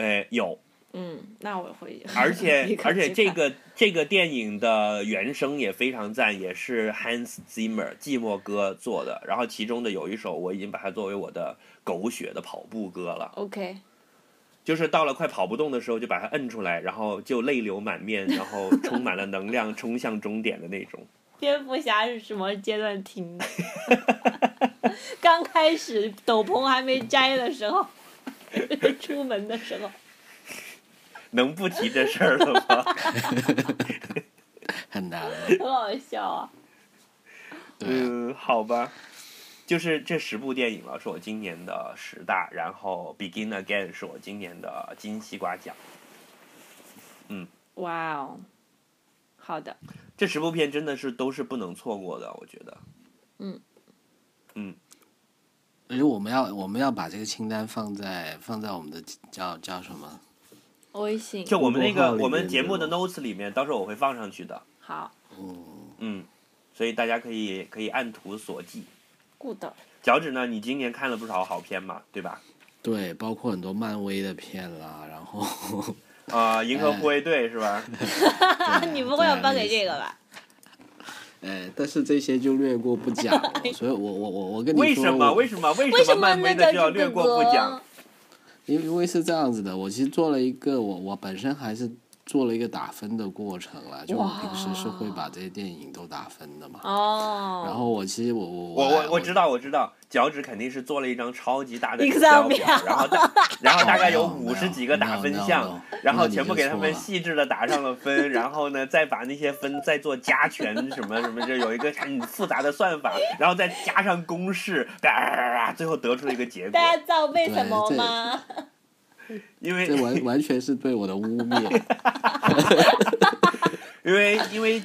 Speaker 3: 呃，有，
Speaker 1: 嗯，那我会。
Speaker 3: 而且
Speaker 1: 立刻
Speaker 3: 而且
Speaker 1: 去
Speaker 3: 这
Speaker 1: 看
Speaker 3: 个这个电影的原声也非常赞，也是 Hans Zimmer 寂寞哥做的。然后其中的有一首，我已经把它作为我的狗血的跑步歌了。
Speaker 1: OK，
Speaker 3: 就是到了快跑不动的时候，就把它摁出来，然后就泪流满面，然后充满了能量， 冲向终点的那种。
Speaker 1: 蝙蝠侠是什么阶段听的？ 刚开始斗篷还没摘的时候，出门的时候，
Speaker 3: 能不提这事儿了吗？
Speaker 4: 很难。
Speaker 1: 很好笑啊。
Speaker 4: 对，啊
Speaker 3: 嗯，好吧。就是这十部电影了，是我今年的十大，然后《Begin Again》是我今年的金西瓜奖。
Speaker 1: 哇哦，好的，
Speaker 3: 这十部片真的是都是不能错过的，我觉得。
Speaker 4: 而且我们要我们要把这个清单放在放在我们的叫叫什么？
Speaker 1: 微信
Speaker 3: 就我们那
Speaker 4: 公众号
Speaker 3: 个
Speaker 4: 里面
Speaker 3: 我们节目的
Speaker 4: 对
Speaker 3: notes 里面，到时候我会放上去的。
Speaker 1: 好
Speaker 4: 嗯，
Speaker 3: 嗯，所以大家可以可以按图索骥。
Speaker 1: ，good，
Speaker 3: 脚趾呢，你今年看了不少好片嘛，对吧？
Speaker 4: 对，包括很多漫威的片啦，然后
Speaker 3: 啊、银河护卫队是吧？
Speaker 4: 对
Speaker 1: 啊你不会要
Speaker 4: 对
Speaker 1: 颁给
Speaker 4: 类
Speaker 1: 这
Speaker 4: 似
Speaker 1: 个吧？
Speaker 4: 哎，但是这些就略过不讲了， 所以我我我我跟你说，
Speaker 3: 为什么？
Speaker 4: 我
Speaker 3: 为什么？为
Speaker 1: 为
Speaker 3: 什
Speaker 1: 什
Speaker 3: 么
Speaker 1: 么
Speaker 3: 漫
Speaker 1: 那
Speaker 3: 威
Speaker 1: 个
Speaker 3: 的
Speaker 1: 这
Speaker 3: 就要略
Speaker 1: 个
Speaker 3: 过不讲？
Speaker 1: 歌
Speaker 4: 因为是这样子的，我其实做了一个，我我本身还是做了一个打分的过程了，就我
Speaker 1: 哇
Speaker 4: 平时是会把这些电影都打分的嘛。
Speaker 1: 哦，
Speaker 4: 然后我其实我我
Speaker 3: 我我我知道我知道，脚趾肯定是做了一张超级大的 Excel
Speaker 1: Excel
Speaker 3: 表
Speaker 1: 表，
Speaker 3: 然后大然后大概有
Speaker 4: 哦没有
Speaker 3: 五十几个打分
Speaker 4: no, no,
Speaker 3: 项
Speaker 4: no，
Speaker 3: 然后
Speaker 4: 那你
Speaker 3: 全部
Speaker 4: 就
Speaker 3: 给他
Speaker 4: 错
Speaker 3: 们
Speaker 4: 了
Speaker 3: 细致的打上了分，然后呢再把那些分再做加权什么什么，就有一个很复杂的算法，然后再加上公式，叭最后得出了一个结果。
Speaker 1: 大家知道为什么
Speaker 4: 对这
Speaker 1: 吗？
Speaker 3: 因为
Speaker 4: 这完完全是对我的污蔑。
Speaker 3: 因为因为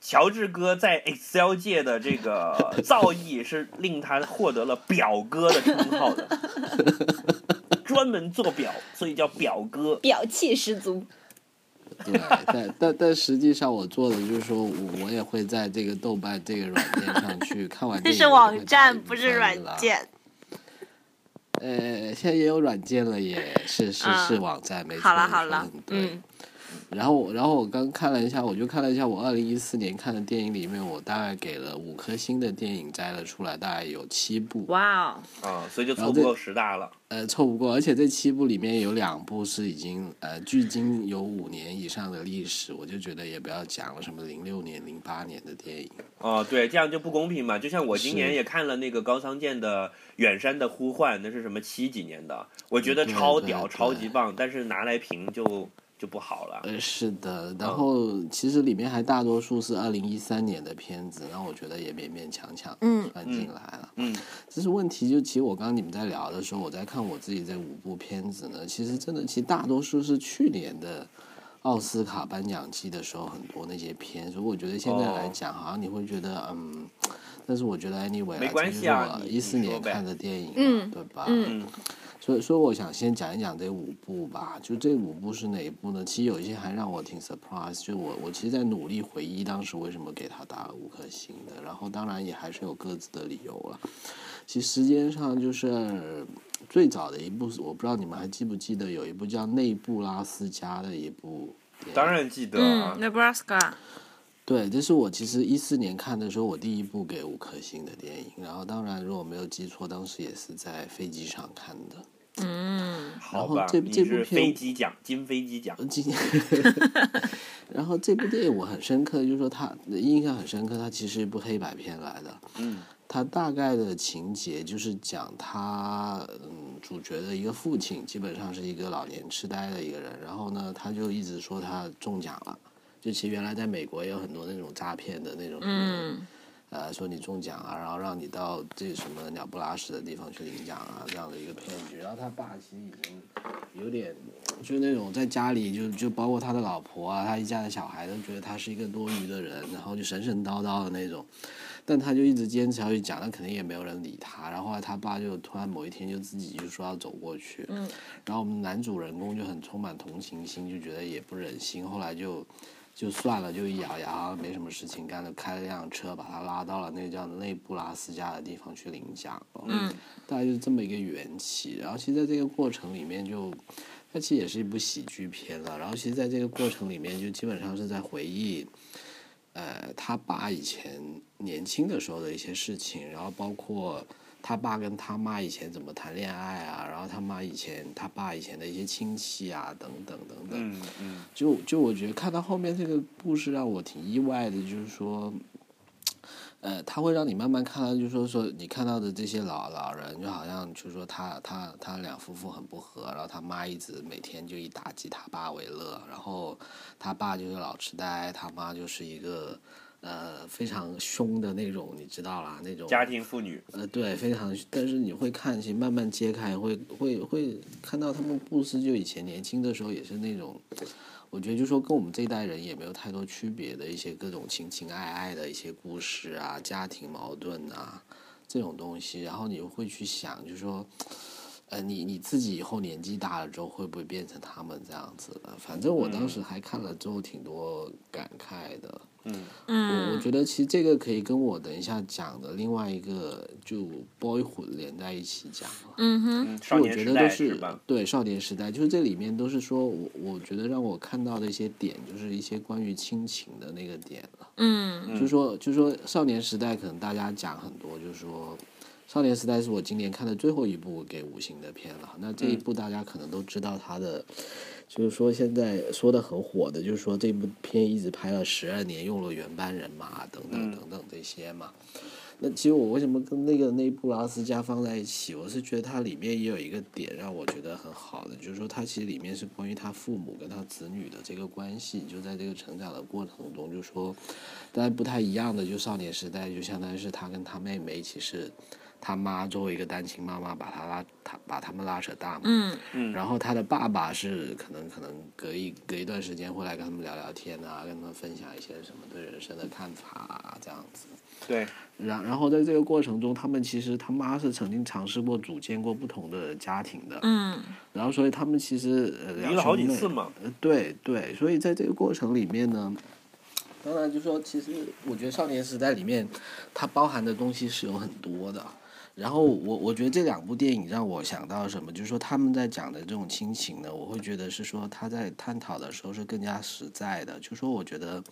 Speaker 3: 乔治哥在 Excel 界的这 个造诣是令他获得了“表哥”的称号的，专门做表，所以叫表哥。
Speaker 1: 表气十足。
Speaker 4: 对，但但但实际上我做的就是说我我也会在这个豆瓣这个软件上去看完电
Speaker 5: 这
Speaker 4: 影。
Speaker 5: 是网站，不
Speaker 4: 我
Speaker 5: 是
Speaker 4: 就会打一
Speaker 5: 软
Speaker 4: 个分了。
Speaker 5: 件。
Speaker 4: 呃，现在也有软件了耶，是是
Speaker 5: 嗯
Speaker 4: 是网站，没错。
Speaker 5: 好了
Speaker 4: 你说
Speaker 5: 好
Speaker 4: 得
Speaker 5: 了
Speaker 4: 很对。
Speaker 1: 嗯，
Speaker 4: 然后然后我刚看了一下，我就看了一下我二零一四年看的电影里面，我大概给了五颗星的电影摘了出来，大概有七部。
Speaker 1: 哇哦，
Speaker 3: 啊、所以就
Speaker 4: 然
Speaker 3: 凑
Speaker 4: 后
Speaker 3: 不
Speaker 4: 这
Speaker 3: 够十大了。
Speaker 4: 呃，凑不过，而且这七部里面有两部是已经呃，距今有五年以上的历史，我就觉得也不要讲了，什么零六年、零八年的电影，
Speaker 3: 哦，对，这样就不公平嘛。就像我今年
Speaker 4: 是
Speaker 3: 也看了那个高仓健的《远山的呼唤》，那是什么七几年的，我觉得
Speaker 4: 嗯对
Speaker 3: 超
Speaker 4: 对
Speaker 3: 屌、
Speaker 4: 对
Speaker 3: 超级棒，但是拿来评就就不好了。
Speaker 4: 呃，是的，然
Speaker 3: 嗯
Speaker 4: 后其实里面还大多数是二零一三年的片子，那我觉得也勉勉强强
Speaker 1: 嗯
Speaker 4: 算进来了。
Speaker 3: 嗯，
Speaker 4: 其实问题就其实我刚刚你们在聊的时候，我在看我自己这五部片子呢，其实真的其实大多数是去年的奥斯卡颁奖季的时候很多那些片，所以我觉得现在来
Speaker 3: 哦
Speaker 4: 讲，好像你会觉得嗯，但是我觉得 anyway
Speaker 3: 没关系啊你
Speaker 4: 一四
Speaker 3: 你说
Speaker 4: 年
Speaker 3: 呗
Speaker 4: 看的电影嘛，
Speaker 1: 嗯
Speaker 4: 对吧？
Speaker 1: 嗯
Speaker 4: 所以，所以我想先讲一讲这五部吧。就这五部是哪一部呢？其实有一些还让我挺 surprise，就我我其实在努力回忆当时为什么给他打了五颗星的，然后当然也还是有各自的理由了。其实时间上就是呃最早的一部是，我不知道你们还记不记得有一部叫《内布拉斯加》的一部电影。
Speaker 3: 当然记得啊
Speaker 5: 嗯。，Nebraska。
Speaker 4: 对，这是我其实一四年看的时候，我第一部给五颗星的电影。然后当然，如果没有记错，当时也是在飞机上看的。
Speaker 1: 嗯，
Speaker 3: 好
Speaker 4: 然后
Speaker 3: 吧，
Speaker 4: 这
Speaker 3: 你
Speaker 4: 这部
Speaker 3: 是
Speaker 4: 片
Speaker 3: 飞机奖，金飞机奖。
Speaker 4: 今年， 然后这部电影我很深刻，就是说它印象很深刻，它其实是一部黑白片来的。
Speaker 3: 嗯，
Speaker 4: 它大概的情节就是讲他，嗯，主角的一个父亲基本上是一个老年痴呆的一个人，然后呢，他就一直说他中奖了，就其实原来在美国也有很多那种诈骗的那种，嗯，呃，说你中奖啊，然后让你到这什么鸟不拉屎的地方去领奖啊，这样的一个骗局。然后他爸其实已经有点，就那种在家里就就包括他的老婆啊，他一家的小孩都觉得他是一个多余的人，然后就神神叨叨的那种。但他就一直坚持要去讲，那肯定也没有人理他。然后后来他爸就突然某一天就自己就说要走过去，嗯、然后我们男主人公就很充满同情心，就觉得也不忍心，后来就就算了，就一咬牙没什么事情干，就开了辆车把他拉到了那叫内布拉斯加的地方去领奖。嗯，大概就是这么一个缘起。然后其实在这个过程里面就。它其实也是一部喜剧片了，然后其实在这个过程里面，就基本上是在回忆，呃，他爸以前年轻的时候的一些事情，然后包括他爸跟他妈以前怎么谈恋爱啊，然后他妈以前他爸以前的一些亲戚啊，等等等等。
Speaker 3: 嗯嗯，
Speaker 4: 就就我觉得看到后面这个故事让我挺意外的，就是说，呃，他会让你慢慢看到，就是说说你看到的这些老老人，就好像就是说他他他两夫妇很不和，然后他妈一直每天就以打击他爸为乐，然后他爸就是老痴呆，他妈就是一个。呃，非常凶的那种，你知道啦，那种
Speaker 3: 家庭妇女。
Speaker 4: 呃，对，非常，但是你会看，其实慢慢揭开，会会会看到他们布斯，就以前年轻的时候也是那种，我觉得就说跟我们这一代人也没有太多区别的一些各种情情爱爱的一些故事啊，家庭矛盾啊这种东西，然后你会去想，就说，呃，你你自己以后年纪大了之后会不会变成他们这样子了？反正我当时还看了之后挺多感慨的。我我觉得其实这个可以跟我等一下讲的另外一个就 boyhood 连在一起讲了。
Speaker 1: 嗯哼，
Speaker 3: 嗯，
Speaker 4: 就
Speaker 3: 少
Speaker 4: 我
Speaker 3: 年
Speaker 4: 觉
Speaker 3: 时
Speaker 4: 得都
Speaker 3: 代
Speaker 4: 是
Speaker 3: 吧？
Speaker 4: 对少年时代，就是这里面都是说我我觉得让我看到的一些点，就是一些关于亲情的那个点了。
Speaker 1: 嗯
Speaker 3: 嗯
Speaker 4: 就说就说少年时代，可能大家讲很多，就是说少年时代》是我今年看的最后一部给五星的片了。那这一部大家可能都知道它的，就是说现在说的很火的，就是说这部片一直拍了十二年，用了原班人马啊等等等等这些嘛。那其实我为什么跟那个内布拉斯加放在一起？我是觉得它里面也有一个点让我觉得很好的，就是说它其实里面是关于他父母跟他子女的这个关系，就在这个成长的过程中，就说，当然不太一样的，就少年时代就相当于是他跟他妹妹，其实他妈作为一个单亲妈妈把他拉他把他们拉扯大嘛，
Speaker 1: 嗯
Speaker 4: 然后他的爸爸是可能可能隔一隔一段时间会来跟他们聊聊天啊，跟他们分享一些什么对人生的看法啊这样子。
Speaker 3: 对，
Speaker 4: 然然后在这个过程中，他们其实他妈是曾经尝试过组建过不同的家庭的，
Speaker 1: 嗯，
Speaker 4: 然后所以他们其实呃
Speaker 3: 离了好几次
Speaker 4: 嘛。
Speaker 3: 嘛，
Speaker 4: 呃，对对，所以在这个过程里面呢，当然就说，其实我觉得少年时代里面它包含的东西是有很多的。然后我我觉得这两部电影让我想到什么，就是说他们在讲的这种亲情呢，我会觉得是说他在探讨的时候是更加实在的。就说我觉得，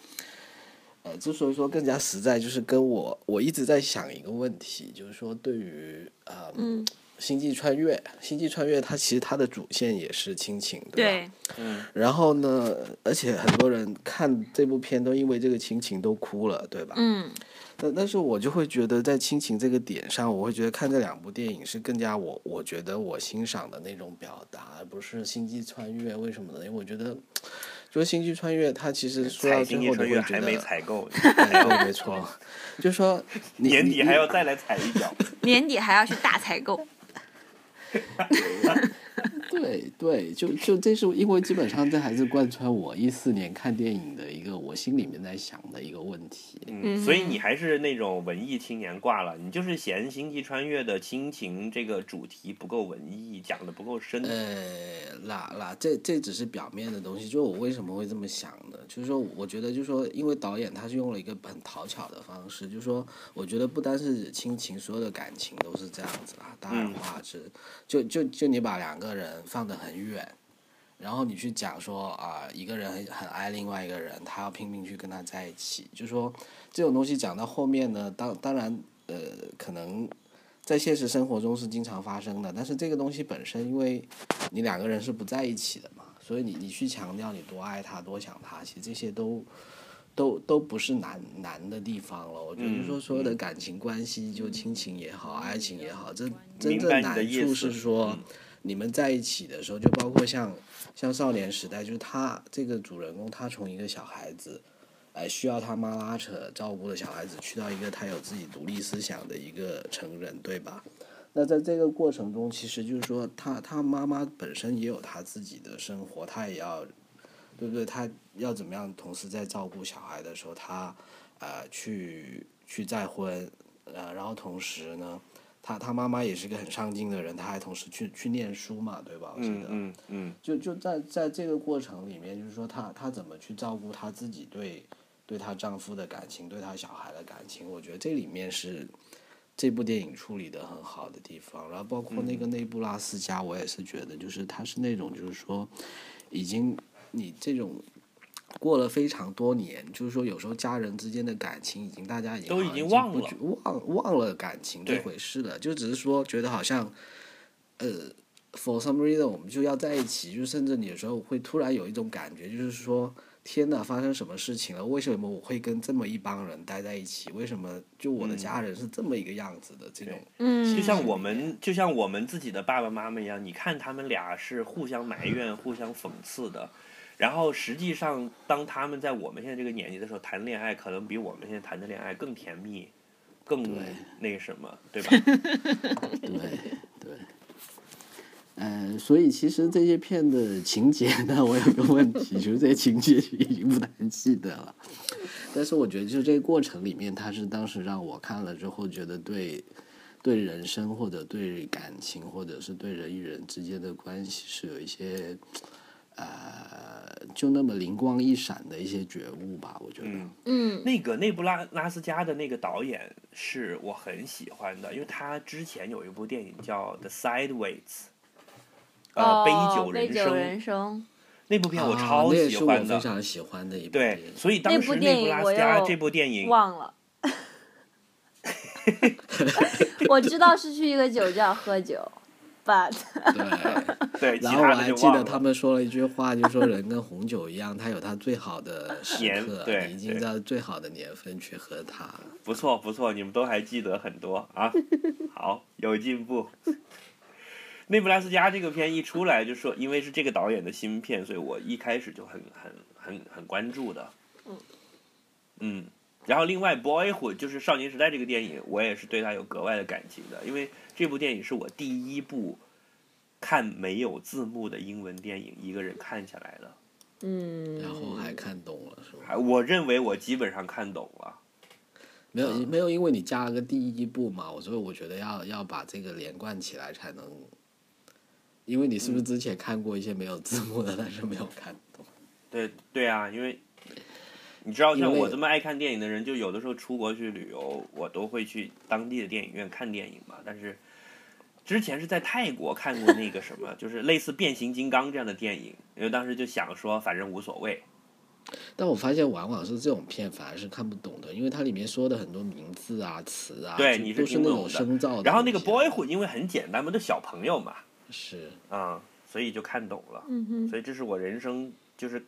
Speaker 4: 呃，之所以说更加实在，就是跟我我一直在想一个问题，就是说对于呃，
Speaker 1: 嗯
Speaker 4: 星际穿越》，《星际穿越》它其实它的主线也是亲情，吧？
Speaker 1: 对，
Speaker 3: 嗯，
Speaker 4: 然后呢，而且很多人看这部片都因为这个亲情都哭了，对吧？
Speaker 1: 嗯
Speaker 4: 但但是我就会觉得在亲情这个点上，我会觉得看这两部电影是更加我我觉得我欣赏的那种表达，而不是《星际穿越》为什么呢？因为我觉得，就是《星际穿越》它其实说到
Speaker 3: 彩
Speaker 4: 最
Speaker 3: 星
Speaker 4: 后
Speaker 3: 际穿
Speaker 4: 你会
Speaker 3: 越
Speaker 4: 觉
Speaker 3: 还
Speaker 4: 得
Speaker 3: 没，采 购，
Speaker 4: 对，没错，就说你
Speaker 3: 年
Speaker 4: 你
Speaker 3: 底
Speaker 4: 你
Speaker 3: 还要再来踩一 脚。
Speaker 1: 年底还要去大采购。
Speaker 4: 对对，就就这是因为基本上这还是贯穿我一四年看电影的一个我心里面在想的一个问题。
Speaker 3: 嗯，所以你还是那种文艺青年挂了，你就是嫌《星际穿越》的亲情这个主题不够文艺，讲的不够深。
Speaker 4: 呃，啦啦，这这只是表面的东西。就我为什么会这么想呢？就是说，我觉得，就是说，因为导演他是用了一个很讨巧的方式，就是说，我觉得不单是亲情，所有的感情都是这样子啊啦。当然
Speaker 3: 嗯
Speaker 4: 的话是，就就就你把两个人放得很远，然后你去讲说啊、一个人很很爱另外一个人，他要拼命去跟他在一起，就说这种东西讲到后面呢，当当然呃，可能在现实生活中是经常发生的，但是这个东西本身，因为你两个人是不在一起的嘛，所以你你去强调你多爱他、多想他，其实这些都。都都不是难难的地方了，我觉得就是
Speaker 3: 嗯
Speaker 4: 说所有的感情关系，就亲情也好，爱情也好，这真
Speaker 3: 明
Speaker 4: 正
Speaker 3: 白你的
Speaker 4: 难
Speaker 3: 意
Speaker 4: 处
Speaker 3: 思
Speaker 4: 是说，
Speaker 3: 嗯
Speaker 4: 你们在一起的时候，就包括像像少年时代，就是他这个主人公，他从一个小孩子，哎，需要他妈拉扯照顾的小孩子，去到一个他有自己独立思想的一个成人，对吧？那在这个过程中，其实就是说他，他妈妈本身也有他自己的生活，他也要，对不对？他要怎么样？同时在照顾小孩的时候，他呃去去再婚，呃，然后同时呢，他他妈妈也是个很上进的人，他还同时去去念书嘛，对吧？我记
Speaker 3: 嗯
Speaker 4: 得，
Speaker 3: 嗯嗯，
Speaker 4: 就就在在这个过程里面，就是说她她怎么去照顾她自己对对她丈夫的感情，对她小孩的感情，我觉得这里面是这部电影处理的很好的地方。然后包括
Speaker 3: 嗯
Speaker 4: 那个内布拉斯加，我也是觉得就是他是那种就是说已经你这种。过了非常多年，就是说，有时候家人之间的感情已经大家已经
Speaker 3: 都
Speaker 4: 好
Speaker 3: 已
Speaker 4: 像
Speaker 3: 经
Speaker 4: 已
Speaker 3: 忘
Speaker 4: 不
Speaker 3: 了
Speaker 4: 觉忘忘了感情这
Speaker 3: 对
Speaker 4: 回事了，就只是说觉得好像，呃，for some reason 我们就要在一起，就甚至你有时候会突然有一种感觉，就是说天哪，发生什么事情了？为什么我会跟这么一帮人待在一起？为什么就我的家人是这么一个样子的？这种
Speaker 1: 嗯
Speaker 3: 嗯就像我们就像我们自己的爸爸妈妈一样，你看他们俩是互相埋怨、互相讽刺的。然后实际上，当他们在我们现在这个年纪的时候谈恋爱，可能比我们现在谈的恋爱更甜蜜，更
Speaker 4: 对
Speaker 3: 那个什么，对吧？
Speaker 4: 对对，呃，所以其实这些片的情节呢，我有个问题，就是这些情节已经不太记得了。但是我觉得，就这个过程里面，它是当时让我看了之后，觉得对 对人生或者对感情，或者是对人与人之间的关系，是有一些呃，就那么灵光一闪的一些觉悟吧。我觉得，
Speaker 3: 嗯
Speaker 1: 嗯
Speaker 3: 那个内布拉拉斯加的那个导演是我很喜欢的，因为他之前有一部电影叫《The Sideways》，呃，
Speaker 1: 哦
Speaker 3: 杯酒
Speaker 1: 杯
Speaker 3: 人
Speaker 1: 酒
Speaker 3: 生
Speaker 1: 人生，
Speaker 3: 那部片我
Speaker 4: 啊
Speaker 3: 超
Speaker 4: 那也
Speaker 3: 喜
Speaker 4: 是我
Speaker 3: 欢的。
Speaker 4: 非常喜欢的一部电
Speaker 3: 对
Speaker 4: 影，。
Speaker 3: 所以
Speaker 1: 那
Speaker 3: 当
Speaker 1: 部
Speaker 3: 时
Speaker 1: 电
Speaker 3: 内布
Speaker 1: 影
Speaker 3: 拉
Speaker 1: 我
Speaker 3: 斯加
Speaker 1: 又
Speaker 3: 这部电影
Speaker 1: 忘了。我知道是去一个酒窖喝酒，but
Speaker 4: 对。
Speaker 3: 对，其
Speaker 4: 然后我
Speaker 3: 他的
Speaker 4: 还
Speaker 3: 就
Speaker 4: 记
Speaker 3: 忘
Speaker 4: 得
Speaker 3: 了
Speaker 4: 他们说了一句话，就说人跟红酒一样，它有它最好的时
Speaker 3: 年
Speaker 4: 刻，
Speaker 3: 对
Speaker 4: 你已经
Speaker 3: 对
Speaker 4: 在最好的年份去喝它。
Speaker 3: 不错不错，你们都还记得很多啊，好，有进步。内布拉斯加这个片一出来就说，因为是这个导演的新片，所以我一开始就很很很很关注的。
Speaker 1: 嗯
Speaker 3: 嗯然后另外《Boyhood》就是《少年时代》这个电影，我也是对它有格外的感情的，因为这部电影是我第一部看没有字幕的英文电影，一个人看下来的。
Speaker 1: 嗯，
Speaker 4: 然后还看懂了，是吗？
Speaker 3: 还我认为我基本上看懂了。
Speaker 4: 没有，
Speaker 3: 嗯
Speaker 4: 没有，因为你加了个第一步嘛，我所以我觉得要要把这个连贯起来才能。因为你是不是
Speaker 3: 嗯
Speaker 4: 之前看过一些没有字幕的，但是没有看懂？
Speaker 3: 对对啊，因为你知道，
Speaker 4: 因为
Speaker 3: 像我这么爱看电影的人，就有的时候出国去旅游，我都会去当地的电影院看电影嘛。但是之前是在泰国看过那个什么，就是类似变形金刚这样的电影，因为当时就想说，反正无所谓。
Speaker 4: 但我发现往往是这种片反而是看不懂的，因为它里面说的很多名字啊、词啊，
Speaker 3: 对
Speaker 4: 就
Speaker 3: 你是
Speaker 4: 都是
Speaker 3: 听
Speaker 4: 那
Speaker 3: 不
Speaker 4: 种
Speaker 3: 懂的
Speaker 4: 生造的东西啊。
Speaker 3: 然后那个 boyhood 因为很简单嘛，都小朋友嘛，
Speaker 4: 是
Speaker 3: 啊、所以就看懂了。
Speaker 1: 嗯哼，
Speaker 3: 所以这是我人生就是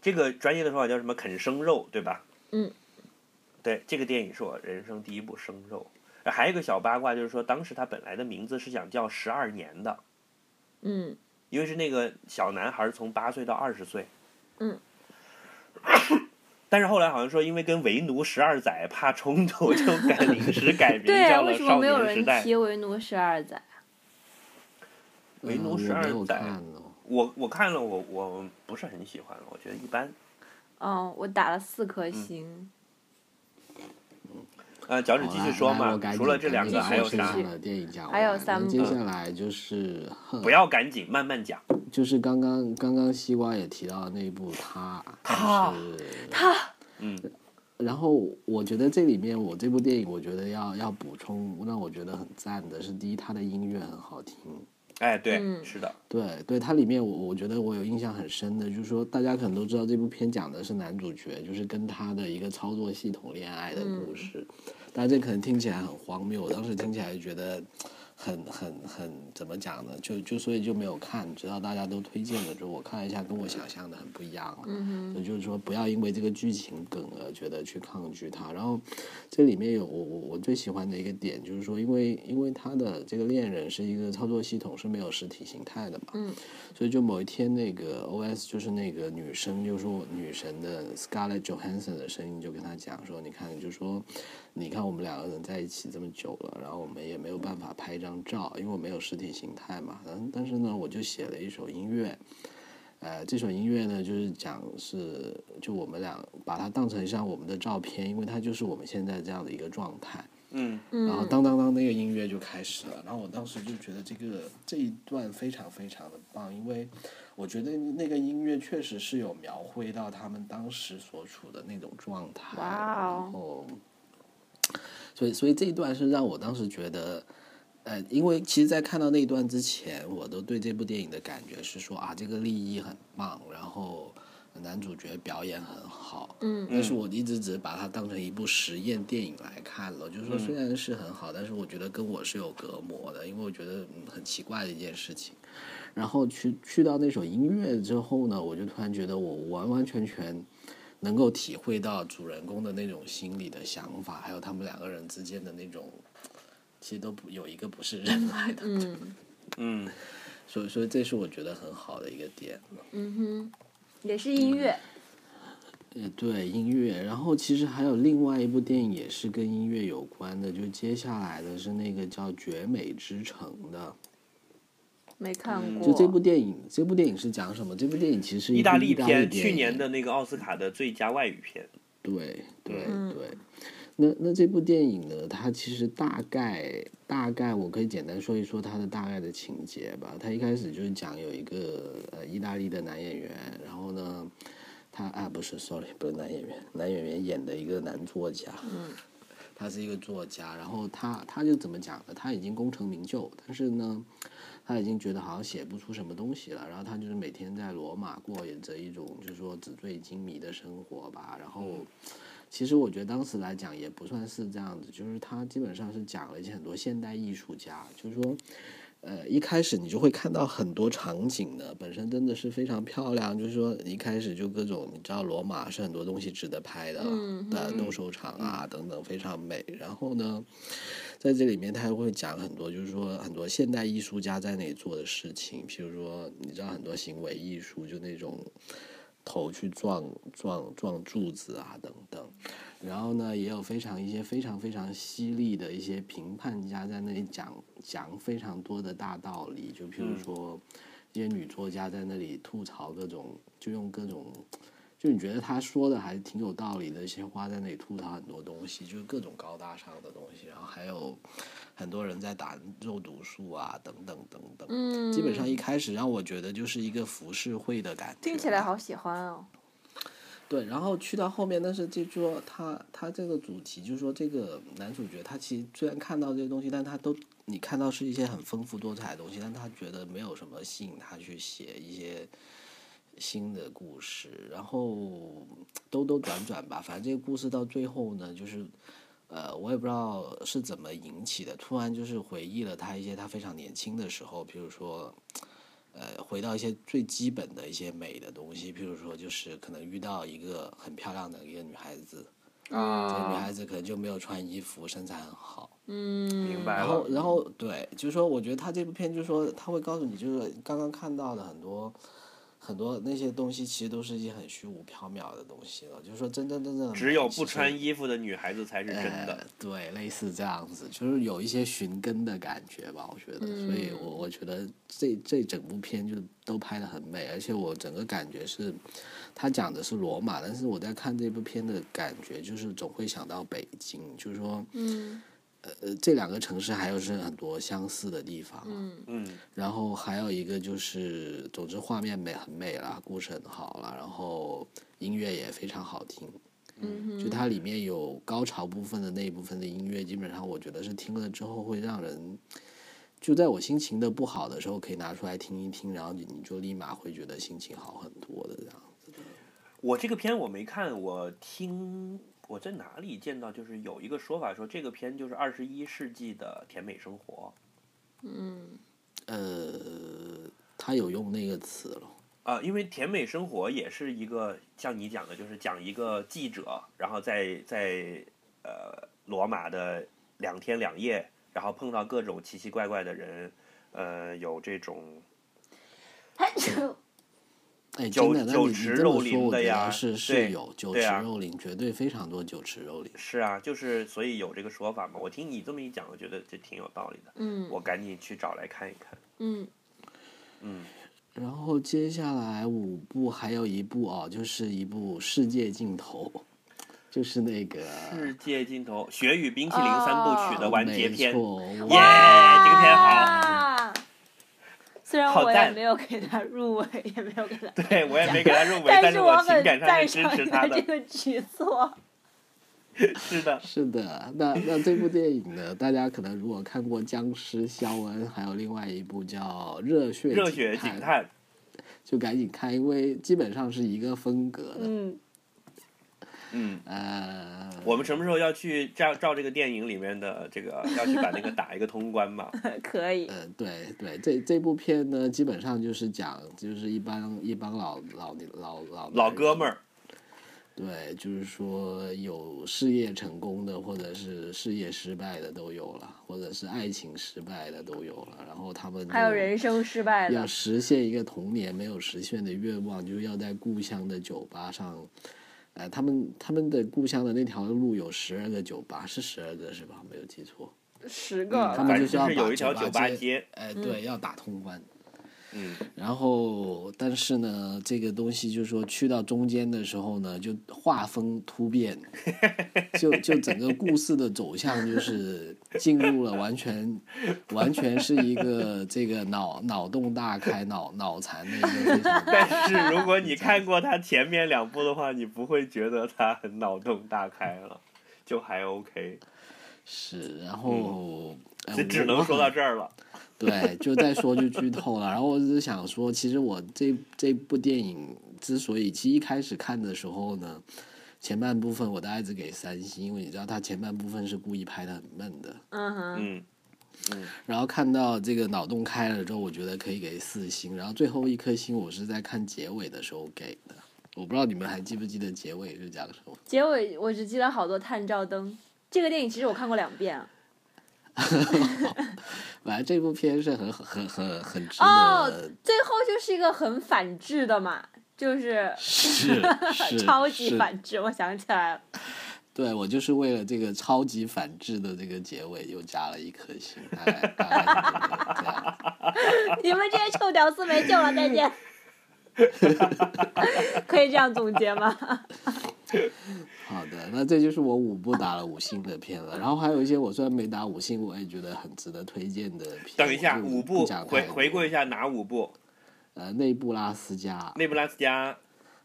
Speaker 3: 这个专业的说法叫什么啃生肉，对吧？
Speaker 1: 嗯，
Speaker 3: 对，这个电影是我人生第一部生肉。啊还有一个小八卦就是说，当时他本来的名字是想叫《十二年》的，
Speaker 1: 嗯
Speaker 3: 因为是那个小男孩从八岁到二十岁。
Speaker 1: 嗯。
Speaker 3: 但是后来好像说，因为跟为奴十二载怕冲突，就改 临时改名
Speaker 1: 对啊，
Speaker 3: 叫
Speaker 1: 为
Speaker 3: 了
Speaker 1: 什么
Speaker 3: 少
Speaker 1: 没有
Speaker 3: 年时
Speaker 1: 人
Speaker 3: 代。
Speaker 1: 提《为奴十二载》？
Speaker 3: 为
Speaker 4: 嗯
Speaker 3: 奴
Speaker 4: 我
Speaker 3: 十二
Speaker 4: 没有
Speaker 3: 载
Speaker 4: 看哦
Speaker 3: 我我看了，我我不是很喜欢，我觉得一般。
Speaker 1: 嗯，我打了四颗星。
Speaker 3: 呃，脚趾继续说
Speaker 4: 好
Speaker 3: 嘛
Speaker 4: 来来我，
Speaker 3: 除了这两
Speaker 1: 继
Speaker 3: 个
Speaker 1: 续
Speaker 3: 还有
Speaker 1: 继
Speaker 3: 啥
Speaker 1: 续？
Speaker 4: 的电影讲完，
Speaker 1: 还有三
Speaker 4: 那
Speaker 1: 部
Speaker 4: 接下来就是
Speaker 3: 不要赶紧，慢慢讲。
Speaker 4: 就是刚刚刚刚西瓜也提到的那一部他，
Speaker 3: 他
Speaker 4: 就是
Speaker 3: 嗯
Speaker 4: 然后我觉得这里面我这部电影我觉得要要补充让我觉得很赞的是，第一它的音乐很好听，
Speaker 3: 哎，对，
Speaker 1: 嗯
Speaker 3: 是的，
Speaker 4: 对对，它里面我我觉得我有印象很深的，就是说大家可能都知道这部片讲的是男主角就是跟他的一个操作系统恋爱的故事，但这可能听起来很荒谬，我当时听起来就觉得很很很怎么讲呢？就就所以就没有看，直到大家都推荐了之后，我看了一下，跟我想象的很不一样。嗯也就是说不要因为这个剧情梗而觉得去抗拒它。然后这里面有我我我最喜欢的一个点，就是说因为因为他的这个恋人是一个操作系统是没有实体形态的嘛，
Speaker 1: 嗯，
Speaker 4: 所以就某一天那个 OS 就是那个女生，就是说女神的 Scarlett Johansson 的声音就跟他讲说，你看就说。你看我们两个人在一起这么久了，然后我们也没有办法拍一张照，因为我没有实体形态嘛。嗯，但是呢，我就写了一首音乐，呃，这首音乐呢，就是讲是就我们俩把它当成像我们的照片，因为它就是我们现在这样的一个状态。
Speaker 3: 嗯，
Speaker 4: 然后
Speaker 1: 嗯
Speaker 4: 当当当那个音乐就开始了，然后我当时就觉得这个这一段非常非常的棒，因为我觉得那个音乐确实是有描绘到他们当时所处的那种状态，
Speaker 1: 哇哦
Speaker 4: 然后，所以所以这一段是让我当时觉得。呃，因为其实，在看到那一段之前，我都对这部电影的感觉是说啊，这个立意很棒，然后男主角表演很好，
Speaker 1: 嗯
Speaker 4: 但是我一直只把它当成一部实验电影来看了，就是说虽然是很好，但是我觉得跟我是有隔膜的，因为我觉得嗯很奇怪的一件事情。然后去去到那首音乐之后呢，我就突然觉得我完完全全能够体会到主人公的那种心理的想法，还有他们两个人之间的那种，其实都不有一个不是人来的，
Speaker 1: 嗯
Speaker 3: 嗯，
Speaker 4: 所以所以这是我觉得很好的一个点。
Speaker 1: 嗯哼，也是音乐。
Speaker 3: 嗯
Speaker 4: 呃，对音乐，然后其实还有另外一部电影也是跟音乐有关的，就接下来的是那个叫《绝美之城》的。
Speaker 1: 没看
Speaker 3: 嗯
Speaker 1: 过，
Speaker 4: 就这部电影，这部电影是讲什么？这部电影其实是一
Speaker 3: 意
Speaker 4: 部
Speaker 3: 大
Speaker 4: 利
Speaker 3: 利片，去
Speaker 4: 电
Speaker 3: 年
Speaker 4: 影
Speaker 3: 的那个奥斯卡的最佳外语片，
Speaker 4: 对对
Speaker 1: 嗯
Speaker 4: 对。那那这部电影呢？它其实大概大概，我可以简单说一说它的大概的情节吧。它一开始就是讲有一个呃意大利的男演员，然后呢，他啊不是，sorry，不是男演员，男演员演的一个男作家，
Speaker 1: 嗯
Speaker 4: 他是一个作家，然后他他就怎么讲呢？他已经功成名就，但是呢，他已经觉得好像写不出什么东西了，然后他就是每
Speaker 1: 嗯
Speaker 4: 天在罗马过着一种就是说纸醉金迷的生活吧，然后其实我觉得当时来讲也不算是这样子，就是他基本上是讲了一些很多现代艺术家，就是说，呃，一开始你就会看到很多场景呢，本身真的是非常漂亮，就是说一开始就各种，你知道罗马是很多东西值得拍的，呃，斗兽场啊等等非常美。然后呢，在这里面他还会讲很多，就是说很多现代艺术家在那里做的事情，譬如说你知道很多行为艺术，就那种。头去撞撞撞柱子啊等等，然后呢，也有非常一些非常非常犀利的一些评判家在那里讲讲非常多的大道理，就譬如
Speaker 1: 嗯
Speaker 4: 说，一些女作家在那里吐槽各种，就用各种，就你觉得她说的还挺有道理的一些话，在那里吐槽很多东西，就是各种高大上的东西，然后还有很多人在打肉毒素啊等等等等，
Speaker 1: 嗯
Speaker 4: 基本上一开始让我觉得就是一个浮世绘的感觉，
Speaker 1: 听起来好喜欢哦。
Speaker 4: 对，然后去到后面，但是就说他他这个主题，就是说这个男主角他其实虽然看到这些东西，但他都你看到是一些很丰富多彩的东西，但他觉得没有什么吸引他去写一些新的故事，然后兜兜转转吧，反正这个故事到最后呢，就是呃，我也不知道是怎么引起的，突然就是回忆了他一些他非常年轻的时候，比如说。呃，回到一些最基本的一些美的东西，譬如说，就是可能遇到一个很漂亮的一个女孩子，这个女
Speaker 3: 啊，
Speaker 4: 孩子可能就没有穿衣服，身材很好，
Speaker 1: 嗯
Speaker 3: 明 白
Speaker 4: 然
Speaker 3: 了
Speaker 4: 后，。然后对，就是说，我觉得他这部片就是说，他会告诉你，就是刚刚看到的很多很多那些东西，其实都是一些很虚无缥缈的东西了。就是说，真真正正的
Speaker 3: 只
Speaker 4: 美
Speaker 3: 有
Speaker 4: 其
Speaker 3: 不
Speaker 4: 实
Speaker 3: 穿衣服的女孩子才是真
Speaker 4: 呃
Speaker 3: 的。。
Speaker 4: 对，类似这样子，就是有一些寻根的感觉吧，我觉得。
Speaker 1: 嗯
Speaker 4: 所以我我觉得这这整部片就都拍的很美，而且我整个感觉是，他讲的是罗马，但是我在看这部片的感觉就是总会想到北京，就是说，
Speaker 1: 嗯
Speaker 4: 呃呃，这两个城市还有是很多相似的地方。
Speaker 1: 嗯
Speaker 3: 嗯，
Speaker 4: 然后还有一个就是，总之画面美很美啦，故事很好啦，然后音乐也非常好听。
Speaker 1: 嗯
Speaker 4: 就它里面有高潮部分的那一部分的音乐，基本上我觉得是听了之后会让人，就在我心情的不好的时候可以拿出来听一听，然后你你就立马会觉得心情好很多的这样。
Speaker 3: 我这个片我没看，我听我在哪里见到，就是有一个说法说这个片就是二十一世纪的甜美生活
Speaker 1: 嗯
Speaker 4: 呃，他有用那个词了，
Speaker 3: 啊、因为甜美生活也是一个像你讲的，就是讲一个记者，然后在在呃罗马的两天两夜，然后碰到各种奇奇怪怪的人，呃，有这种
Speaker 1: 嗯，
Speaker 4: 哎，
Speaker 3: 酒
Speaker 4: 真的，那
Speaker 3: 酒
Speaker 4: 你
Speaker 3: 池
Speaker 4: 你这
Speaker 3: 肉
Speaker 4: 么
Speaker 3: 林
Speaker 4: 说，我
Speaker 3: 的
Speaker 4: 觉
Speaker 3: 呀
Speaker 4: 得是
Speaker 3: 对
Speaker 4: 是有酒池
Speaker 3: 对啊
Speaker 4: 肉林，绝对非常多酒池肉林。
Speaker 3: 是啊，就是所以有这个说法嘛。我听你这么一讲，我觉得这挺有道理的，
Speaker 1: 嗯
Speaker 3: 我赶紧去找来看一看。
Speaker 1: 嗯
Speaker 3: 嗯，
Speaker 4: 然后接下来五部还有一部哦，就是一部世界尽头，就是那个
Speaker 3: 世界尽头，《雪与冰淇淋》三部曲的完结篇，
Speaker 4: 哦没错
Speaker 3: 耶、
Speaker 4: 哇
Speaker 3: 哎这个片好，
Speaker 1: 啊！虽然
Speaker 3: 好
Speaker 1: 我也
Speaker 3: 赞
Speaker 1: 没有给他入围，也没有给他，
Speaker 3: 对我也没给他入围， 但
Speaker 1: 但
Speaker 3: 是
Speaker 1: 我
Speaker 3: 情
Speaker 1: 很
Speaker 3: 感上
Speaker 1: 赞
Speaker 3: 是
Speaker 1: 赏
Speaker 3: 支持他
Speaker 1: 这
Speaker 3: 的，
Speaker 1: 个举措。
Speaker 3: 是 的，
Speaker 4: 是的，那那这部电影呢，大家可能如果看过《僵尸肖恩》，还有另外一部叫《热血
Speaker 3: 热血警
Speaker 4: 探》，
Speaker 3: 探，
Speaker 4: 就赶紧看，因为基本上是一个风格的。
Speaker 1: 嗯，
Speaker 3: 嗯。
Speaker 4: 呃，
Speaker 3: 我们什么时候要去照照这个电影里面的这个，要去把那个打一个通关嘛？
Speaker 1: 可以。
Speaker 4: 呃，对对，这这部片呢，基本上就是讲，就是一帮一帮老老老老
Speaker 3: 老哥们
Speaker 4: 儿。
Speaker 3: 儿，
Speaker 4: 对，就是说有事业成功的，或者是事业失败的都有了，或者是爱情失败的都有了。然后他们
Speaker 1: 还有
Speaker 4: 就
Speaker 1: 人生失败
Speaker 4: 要
Speaker 1: 的，
Speaker 4: 实现一个童年没有实现的愿望，就是要在故乡的酒吧上，呃，他们他们的故乡的那条路有十二个酒吧，是十二个是吧？没有记错。
Speaker 1: 十
Speaker 4: 嗯
Speaker 1: 个
Speaker 4: 他们
Speaker 3: 反
Speaker 4: 就
Speaker 3: 正
Speaker 4: 是要
Speaker 3: 就是有
Speaker 4: 把
Speaker 3: 一条
Speaker 4: 酒
Speaker 3: 酒
Speaker 4: 吧
Speaker 3: 吧
Speaker 4: 街
Speaker 3: 街，
Speaker 4: 哎，对，要打通关。
Speaker 3: 嗯，
Speaker 4: 然后，但是呢，这个东西就是说去到中间的时候呢，就画风突变，就就整个故事的走向就是进入了完全完全是一个这个脑脑洞大开、脑脑残的一个非常
Speaker 3: 但是如果你看过他前面两部的话，你不会觉得他很脑洞大开了，就还 OK。
Speaker 4: 是，然后。哎
Speaker 3: 这
Speaker 4: 我
Speaker 3: 嗯只
Speaker 4: 我
Speaker 3: 能说
Speaker 4: 很
Speaker 3: 到这儿了。
Speaker 4: 对，就再说就剧透了。然后我只是想说，其实我这这部电影之所以其实一开始看的时候呢，前半部分我大概只给三星，因为你知道它前半部分是故意拍的很闷的。
Speaker 1: 嗯哼，
Speaker 3: 嗯
Speaker 4: 然后看到这个脑洞开了之后，我觉得可以给四星。然后最后一颗星我是在看结尾的时候给的，我不知道你们还记不记得结尾是讲什么。
Speaker 1: 结尾我只记得好多探照灯。这个电影其实我看过两遍。啊
Speaker 4: 反正这部片是很很很很值
Speaker 1: 哦
Speaker 4: 得，
Speaker 1: 最后就是一个很反制的嘛，就是
Speaker 4: 是是
Speaker 1: 超级
Speaker 4: 是
Speaker 1: 反制。我想起来了，
Speaker 4: 对我就是为了这个超级反制的这个结尾又加了一颗星，大概大概是这个这样。
Speaker 1: 你们这些臭屌丝没救了，再见。可以这样总结吗？
Speaker 4: 好的，那这就是我五部打了五星的片了，然后还有一些我虽然没打五星，我也觉得很值得推荐的片。
Speaker 3: 等一下，
Speaker 4: 我就
Speaker 3: 五
Speaker 4: 不
Speaker 3: 部
Speaker 4: 讲
Speaker 3: 回
Speaker 4: 太多
Speaker 3: 回顾一下哪五部？
Speaker 4: 呃，内布拉斯加，
Speaker 3: 内布拉斯加、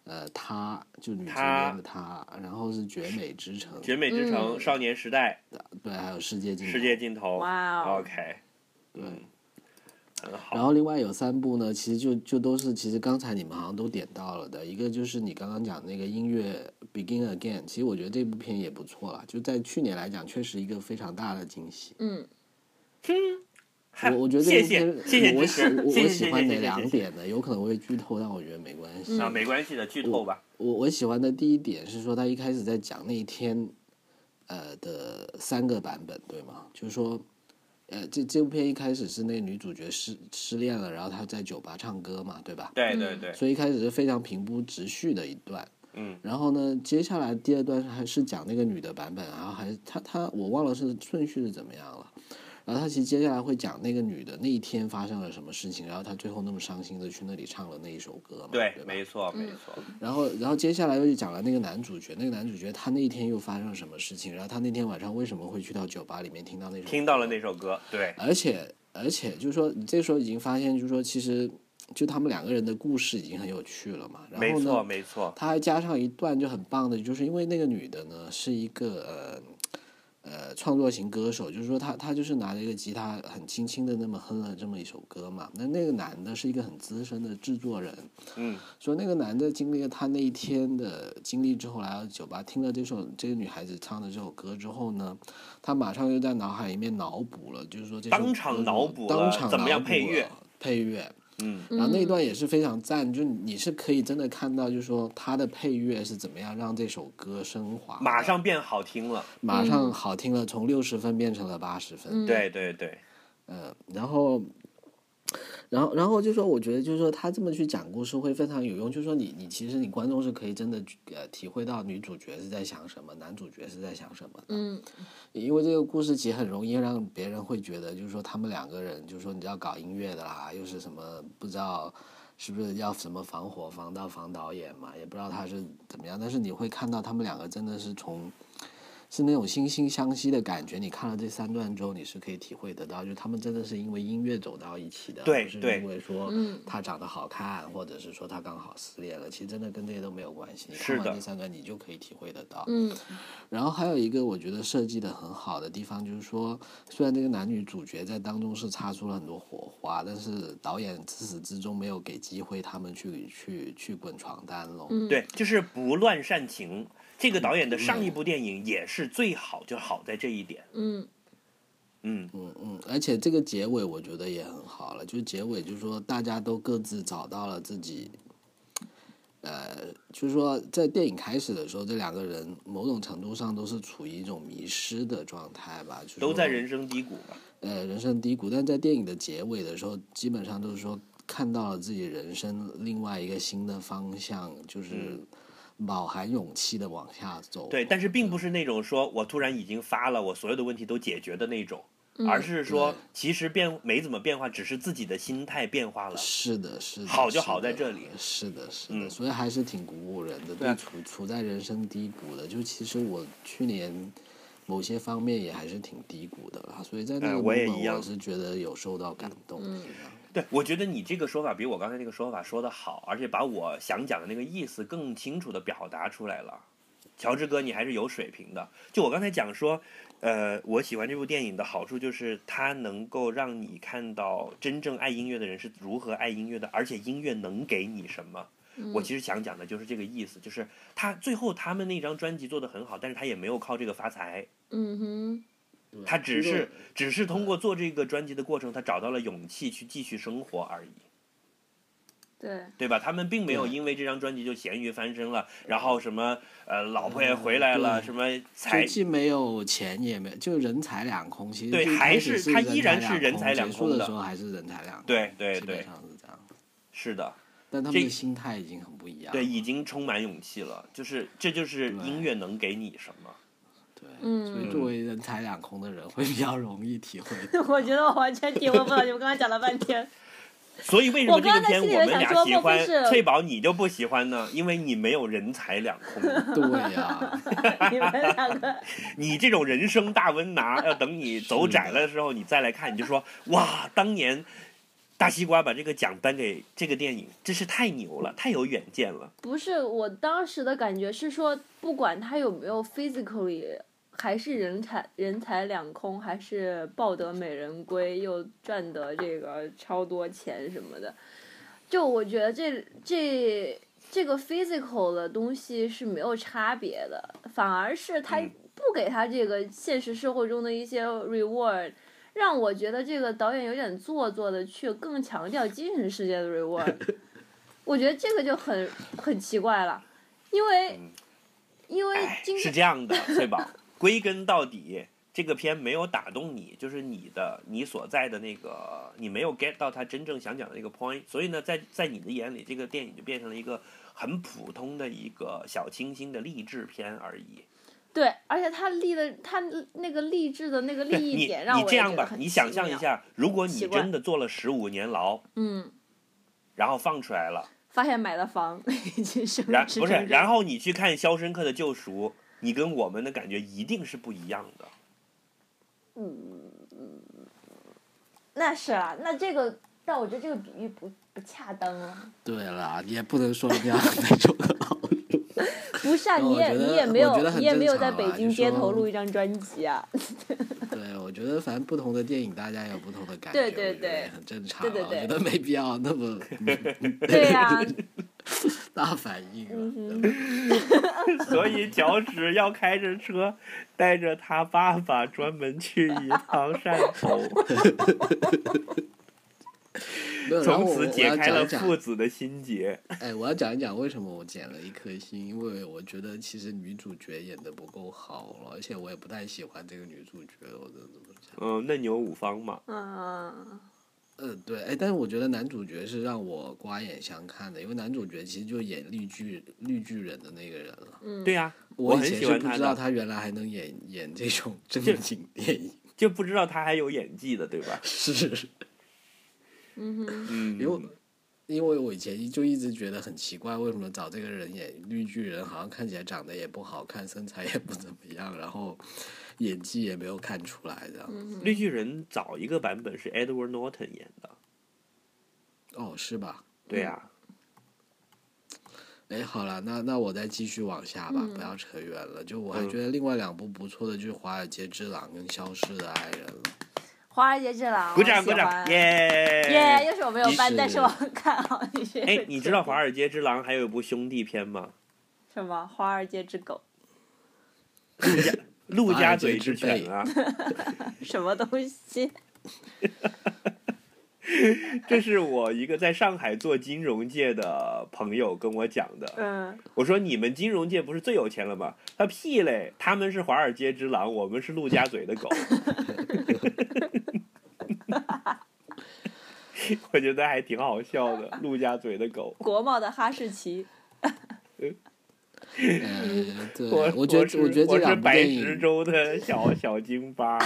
Speaker 4: 呃，她就女主
Speaker 3: 她
Speaker 4: 编的她，然后是绝美之城，
Speaker 3: 绝美之城、
Speaker 1: 嗯
Speaker 3: 少年时代、
Speaker 4: 对，还有世界尽头，
Speaker 3: 世界尽头。
Speaker 1: 哇哦
Speaker 3: OK，嗯
Speaker 4: 嗯对。
Speaker 3: 很好。
Speaker 4: 然后另外有三部呢，其实就就都是其实刚才你们好像都点到了的，一个就是你刚刚讲那个音乐《Begin Again》，其实我觉得这部片也不错啦，就在去年来讲，确实一个非常大的惊喜。
Speaker 1: 嗯，
Speaker 4: 嗯我我觉得
Speaker 3: 谢
Speaker 4: 这部
Speaker 3: 谢
Speaker 4: 片
Speaker 3: 谢谢
Speaker 4: 我
Speaker 3: 支
Speaker 4: 喜
Speaker 3: 持
Speaker 4: 我
Speaker 3: 谢
Speaker 4: 我
Speaker 3: 谢谢
Speaker 4: 喜
Speaker 3: 谢
Speaker 4: 欢
Speaker 3: 谢
Speaker 4: 哪
Speaker 3: 谢
Speaker 4: 两
Speaker 3: 谢
Speaker 4: 点呢？有可能会剧透，但我觉得没关系。
Speaker 3: 啊，没关系的，剧透吧。
Speaker 4: 我我喜欢的第一点是说，他一开始在讲那一天，呃的三个版本，对吗？就是说，呃，这这部片一开始是那女主角失失恋了，然后她在酒吧唱歌嘛，对吧？
Speaker 3: 对对对，
Speaker 4: 所以一开始是非常平铺直叙的一段。
Speaker 3: 嗯，
Speaker 4: 然后呢，接下来第二段还是讲那个女的版本，然后还她她我忘了是顺序是怎么样了。然后她其实接下来会讲那个女的那一天发生了什么事情，然后她最后那么伤心的去那里唱了那一首歌嘛，
Speaker 3: 对，
Speaker 4: 吧？嗯
Speaker 3: 没错没错。
Speaker 4: 然后，然后接下来又去讲了那个男主角，那个男主角他那一天又发生了什么事情，然后他那天晚上为什么会去到酒吧里面听到那首歌，
Speaker 3: 听到了那首歌，对，
Speaker 4: 而且而且就是说，你这时候已经发现，就是说，其实就他们两个人的故事已经很有趣了嘛。然
Speaker 3: 没
Speaker 4: 后
Speaker 3: 错
Speaker 4: 呢，
Speaker 3: 没错，
Speaker 4: 他还加上一段就很棒的，就是因为那个女的呢是一个呃呃创作型歌手，就是说她她就是拿着一个吉他很轻轻的那么哼了这么一首歌嘛。那那个男的是一个很资深的制作人，
Speaker 3: 嗯，
Speaker 4: 说那个男的经历了他那一天的经历之后，来到酒吧听了这首这个女孩子唱的这首歌之后呢，他马上又在脑海里面脑补了，就是说这首
Speaker 3: 当场
Speaker 4: 歌呢
Speaker 3: 脑补了
Speaker 4: 当场
Speaker 3: 怎么样
Speaker 4: 脑补
Speaker 3: 配乐
Speaker 4: 了配乐，
Speaker 3: 嗯，
Speaker 4: 然后那一段也是非常赞，就你是可以真的看到，就是说他的配乐是怎么样让这首歌升华的，
Speaker 3: 马上变好听了，
Speaker 4: 马上好听了，从六十分变成了八十分，
Speaker 3: 对对对，
Speaker 4: 呃，然后，然后，然后就说，我觉得就是说，他这么去讲故事会非常有用。就是说你，你其实你观众是可以真的去呃体会到女主角是在想什么，男主角是在想什么的。
Speaker 1: 嗯，
Speaker 4: 因为这个故事其实很容易让别人会觉得，就是说他们两个人，就是说你知道搞音乐的啦，又是什么不知道是不是要什么防火防盗防导演嘛，也不知道他是怎么样。但是你会看到他们两个真的是从。是那种惺惺相惜的感觉，你看了这三段之后，你是可以体会得到，就他们真的是因为音乐走到一起的，
Speaker 3: 对
Speaker 4: 不是
Speaker 3: 对
Speaker 4: 因为说
Speaker 1: 嗯
Speaker 4: 他长得好看，或者是说他刚好失恋了，其实真的跟这些都没有关系。你
Speaker 3: 是
Speaker 4: 看完
Speaker 3: 的
Speaker 4: 这三段，你就可以体会得到。
Speaker 1: 嗯
Speaker 4: 然后还有一个我觉得设计的很好的地方，就是说虽然这个男女主角在当中是擦出了很多火花，但是导演自始至终没有给机会他们去去去滚床单笼。
Speaker 1: 嗯，
Speaker 3: 对，就是不乱煽情。这个导演的
Speaker 4: 嗯
Speaker 3: 上一部电影也是最好，就好在这一点。
Speaker 1: 嗯
Speaker 3: 嗯，
Speaker 4: 嗯嗯，而且这个结尾我觉得也很好了，就是结尾就是说大家都各自找到了自己，呃，就是说在电影开始的时候，这两个人某种程度上都是处于一种迷失的状态吧，就是
Speaker 3: 都在
Speaker 4: 说
Speaker 3: 人生低谷嘛。
Speaker 4: 呃人生低谷，但在电影的结尾的时候，基本上都是说看到了自己人生另外一个新的方向，就是饱含勇气的往下走。
Speaker 3: 嗯对，但是并
Speaker 4: 嗯
Speaker 3: 不是那种说我突然已经发了，我所有的问题都解决的那种，而是说
Speaker 4: 嗯对
Speaker 3: 其实变没怎么变化，只是自己的心态变化了。
Speaker 4: 是的，是的，
Speaker 3: 好就是好在
Speaker 4: 的
Speaker 3: 这里
Speaker 4: 是的，是的，
Speaker 3: 嗯
Speaker 4: 所以还是挺鼓舞人的。
Speaker 3: 对啊
Speaker 4: 处处在人生低谷的，就其实我去年某些方面也还是挺低谷的啦，所以在那
Speaker 3: 哎
Speaker 4: 个
Speaker 3: 我也
Speaker 4: moment
Speaker 3: 一样嗯
Speaker 4: 我是觉得有受到感动。这样
Speaker 3: 对，我觉得你这个说法比我刚才那个说法说的好，而且把我想讲的那个意思更清楚的表达出来了。乔治哥，你还是有水平的。就我刚才讲说，呃，我喜欢这部电影的好处就是它能够让你看到真正爱音乐的人是如何爱音乐的，而且音乐能给你什么。我其实想讲的就是这个意思，就是他最后他们那张专辑做的很好，但是他也没有靠这个发财，
Speaker 1: 嗯哼，
Speaker 4: 对
Speaker 3: 他只
Speaker 4: 这
Speaker 3: 是
Speaker 4: 个
Speaker 3: 只是通过做这个专辑的过程，他找到了勇气去继续生活而已。
Speaker 1: 对，
Speaker 3: 对吧？他们并没有
Speaker 4: 对
Speaker 3: 因为这张专辑就咸鱼翻身了，然后什么呃，老婆也回来了，
Speaker 4: 嗯对
Speaker 3: 什么才
Speaker 4: 就既没有钱也没就人财两空，其实
Speaker 3: 对
Speaker 4: 最
Speaker 3: 还
Speaker 4: 开
Speaker 3: 是
Speaker 4: 始
Speaker 3: 他依然是
Speaker 4: 是
Speaker 3: 人财两空
Speaker 4: 结束
Speaker 3: 的
Speaker 4: 的时候还是人财两空，
Speaker 3: 对对
Speaker 4: 基本
Speaker 3: 对，
Speaker 4: 上是这样。
Speaker 3: 是的，
Speaker 4: 但他
Speaker 3: 这
Speaker 4: 们的心态已经很不一样了，
Speaker 3: 对，已经充满勇气了，就是这就是
Speaker 4: 对
Speaker 3: 音乐能给你什么。
Speaker 4: 对，所
Speaker 1: 嗯
Speaker 4: 以，作为人财两空的人会比较容易体会。
Speaker 1: 我觉得我完全体会不到你们刚刚讲了半 天，
Speaker 3: 所以为什么
Speaker 1: 我
Speaker 3: 这
Speaker 1: 刚
Speaker 3: 个
Speaker 1: 刚在
Speaker 3: 片
Speaker 1: 心里
Speaker 3: 我们
Speaker 1: 面
Speaker 3: 俩
Speaker 1: 想说
Speaker 3: 喜
Speaker 1: 莫非
Speaker 3: 欢，
Speaker 1: 是
Speaker 3: 翠宝你就不喜欢呢？因为你没有人财两空，
Speaker 4: 对呀、
Speaker 1: 你们两个，
Speaker 3: 你这种人生大温拿，要等你走窄了的时候，你再来看，你就说哇，当年大西瓜把这个奖颁给这个电影，真是太牛了，太有远见了。
Speaker 1: 不是我当时的感觉是说，不管他有没有 physically，还是人财人财两空，还是抱得美人归，又赚得这个超多钱什么的，就我觉得这这这个 physical 的东西是没有差别的，反而是他
Speaker 3: 嗯
Speaker 1: 不给他这个现实社会中的一些 reward。让我觉得这个导演有点做作的去更强调精神世界的 reward，我觉得这个就很很奇怪了，因为、
Speaker 3: 嗯
Speaker 1: 因为
Speaker 3: 哎
Speaker 1: 今
Speaker 3: 是
Speaker 1: 天
Speaker 3: 这样的， 翠宝，归根到底，这个片没有打动你，就是你的你所在的那个，你没有 get 到他真正想讲的那个 point，所以呢，在在你的眼里，这个电影就变成了一个很普通的一个小清新的励志片而已。
Speaker 1: 对，而且他立的他那个励志的那个
Speaker 3: 对
Speaker 1: 利益
Speaker 3: 你，
Speaker 1: 点让
Speaker 3: 你
Speaker 1: 我
Speaker 3: 这
Speaker 1: 也
Speaker 3: 样
Speaker 1: 觉得
Speaker 3: 吧，
Speaker 1: 很
Speaker 3: 你
Speaker 1: 奇
Speaker 3: 想象一
Speaker 1: 妙，
Speaker 3: 下，如果你
Speaker 1: 奇怪
Speaker 3: 真的坐了十五年牢，
Speaker 1: 嗯，
Speaker 3: 然后放出来了，
Speaker 1: 发现买的房 已经升
Speaker 3: 然
Speaker 1: 值
Speaker 3: 不是，
Speaker 1: 成这
Speaker 3: 然
Speaker 1: 样
Speaker 3: 后你去看《肖申克的救赎》，你跟我们的感觉一定是不一样的。
Speaker 1: 那是啊，那这个但我觉得这个比喻不不恰当啊了，
Speaker 4: 对啦，你也不能说人家那种 很好。
Speaker 1: 不是啊，
Speaker 4: 那
Speaker 1: 你
Speaker 4: 我
Speaker 1: 也
Speaker 4: 觉得
Speaker 1: 你也没
Speaker 4: 我觉
Speaker 1: 有
Speaker 4: 得
Speaker 1: 你
Speaker 4: 很
Speaker 1: 也没有
Speaker 4: 正
Speaker 1: 在
Speaker 4: 常
Speaker 1: 北
Speaker 4: 啊
Speaker 1: 京
Speaker 4: 就
Speaker 1: 街头
Speaker 4: 说
Speaker 1: 录一张专辑 啊，
Speaker 4: 对，我觉得反正不同的电影，大家有不同的感觉，
Speaker 1: 对对
Speaker 4: 我觉得
Speaker 1: 对
Speaker 4: 也很正常
Speaker 1: 对
Speaker 4: 啊。
Speaker 1: 对对
Speaker 4: 我觉得没必要 那么嗯
Speaker 1: 对呀、
Speaker 4: 大反应啊
Speaker 1: 嗯
Speaker 4: 了。
Speaker 3: 所以脚趾要开着车，带着他爸爸专门去一趟汕 头，
Speaker 4: 没有然后
Speaker 3: 从
Speaker 4: 我
Speaker 3: 此
Speaker 4: 我
Speaker 3: 解
Speaker 4: 要
Speaker 3: 开
Speaker 4: 讲
Speaker 3: 了
Speaker 4: 一讲
Speaker 3: 父子的心结。
Speaker 4: 哎，我要讲一讲为什么我捡了一颗星，因为我觉得其实女主角演的不够好了，而且我也不太喜欢这个女主角，我真的怎么讲？
Speaker 3: 嗯，嫩牛五方嘛，
Speaker 1: 嗯，
Speaker 4: 嗯，对，哎，但是我觉得男主角是让我刮眼相看的，因为男主角其实就演绿巨绿巨人的那个人了。
Speaker 3: 对呀、
Speaker 4: 我
Speaker 3: 很
Speaker 4: 以前
Speaker 3: 喜
Speaker 4: 是
Speaker 3: 欢
Speaker 4: 不
Speaker 3: 他
Speaker 4: 知道
Speaker 3: 的，
Speaker 4: 他原来还能演演这 种正
Speaker 3: 就
Speaker 4: 经电影，
Speaker 3: 就不知道他还有演技的，对 吧？
Speaker 4: 是
Speaker 1: 嗯哼，
Speaker 3: 嗯，
Speaker 4: 因为因为我以前就一直觉得很奇怪，为什么找这个人演绿巨人，好像看起来长得也不好看，身材也不怎么样，然后演技也没有看出来这样。
Speaker 1: 嗯哼
Speaker 3: 绿巨人早一个版本是 Edward Norton 演的，
Speaker 4: 哦，是吧？
Speaker 3: 对呀、
Speaker 4: 嗯哎，好了，那那我再继续往下吧，不要扯远了。就我
Speaker 3: 嗯
Speaker 4: 还觉得另外两部不错的，就是《华尔街之狼》跟《消失的爱人》了。
Speaker 1: 华尔街之狼，
Speaker 3: 鼓掌
Speaker 1: 我喜
Speaker 3: 鼓掌，
Speaker 1: 欢
Speaker 3: 耶
Speaker 1: 耶！又是我没有
Speaker 4: 你
Speaker 1: 搬，但
Speaker 4: 是
Speaker 1: 是我看好你是。
Speaker 3: 哎，你知道《华尔街之狼》还有一部兄弟片吗？
Speaker 1: 什么？华尔街之狗？
Speaker 3: 陆
Speaker 4: 华
Speaker 3: 家
Speaker 4: 尔街
Speaker 3: 嘴
Speaker 4: 之
Speaker 3: 犬
Speaker 4: 背
Speaker 3: 啊，
Speaker 1: 什么东西？
Speaker 3: 这是我一个在上海做金融界的朋友跟我讲的。
Speaker 1: 嗯，
Speaker 3: 我说你们金融界不是最有钱了吗？他屁嘞，他们是华尔街之狼，我们是陆家嘴的狗。 我觉得还挺好笑的，陆家嘴的狗。
Speaker 1: 国贸的哈士奇。
Speaker 4: 呃，对，
Speaker 3: 我
Speaker 4: 我觉
Speaker 3: 是
Speaker 4: 得觉得这
Speaker 3: 我是
Speaker 4: 两部
Speaker 3: 白
Speaker 4: 电
Speaker 3: 石
Speaker 4: 影，
Speaker 3: 洲的小小京巴。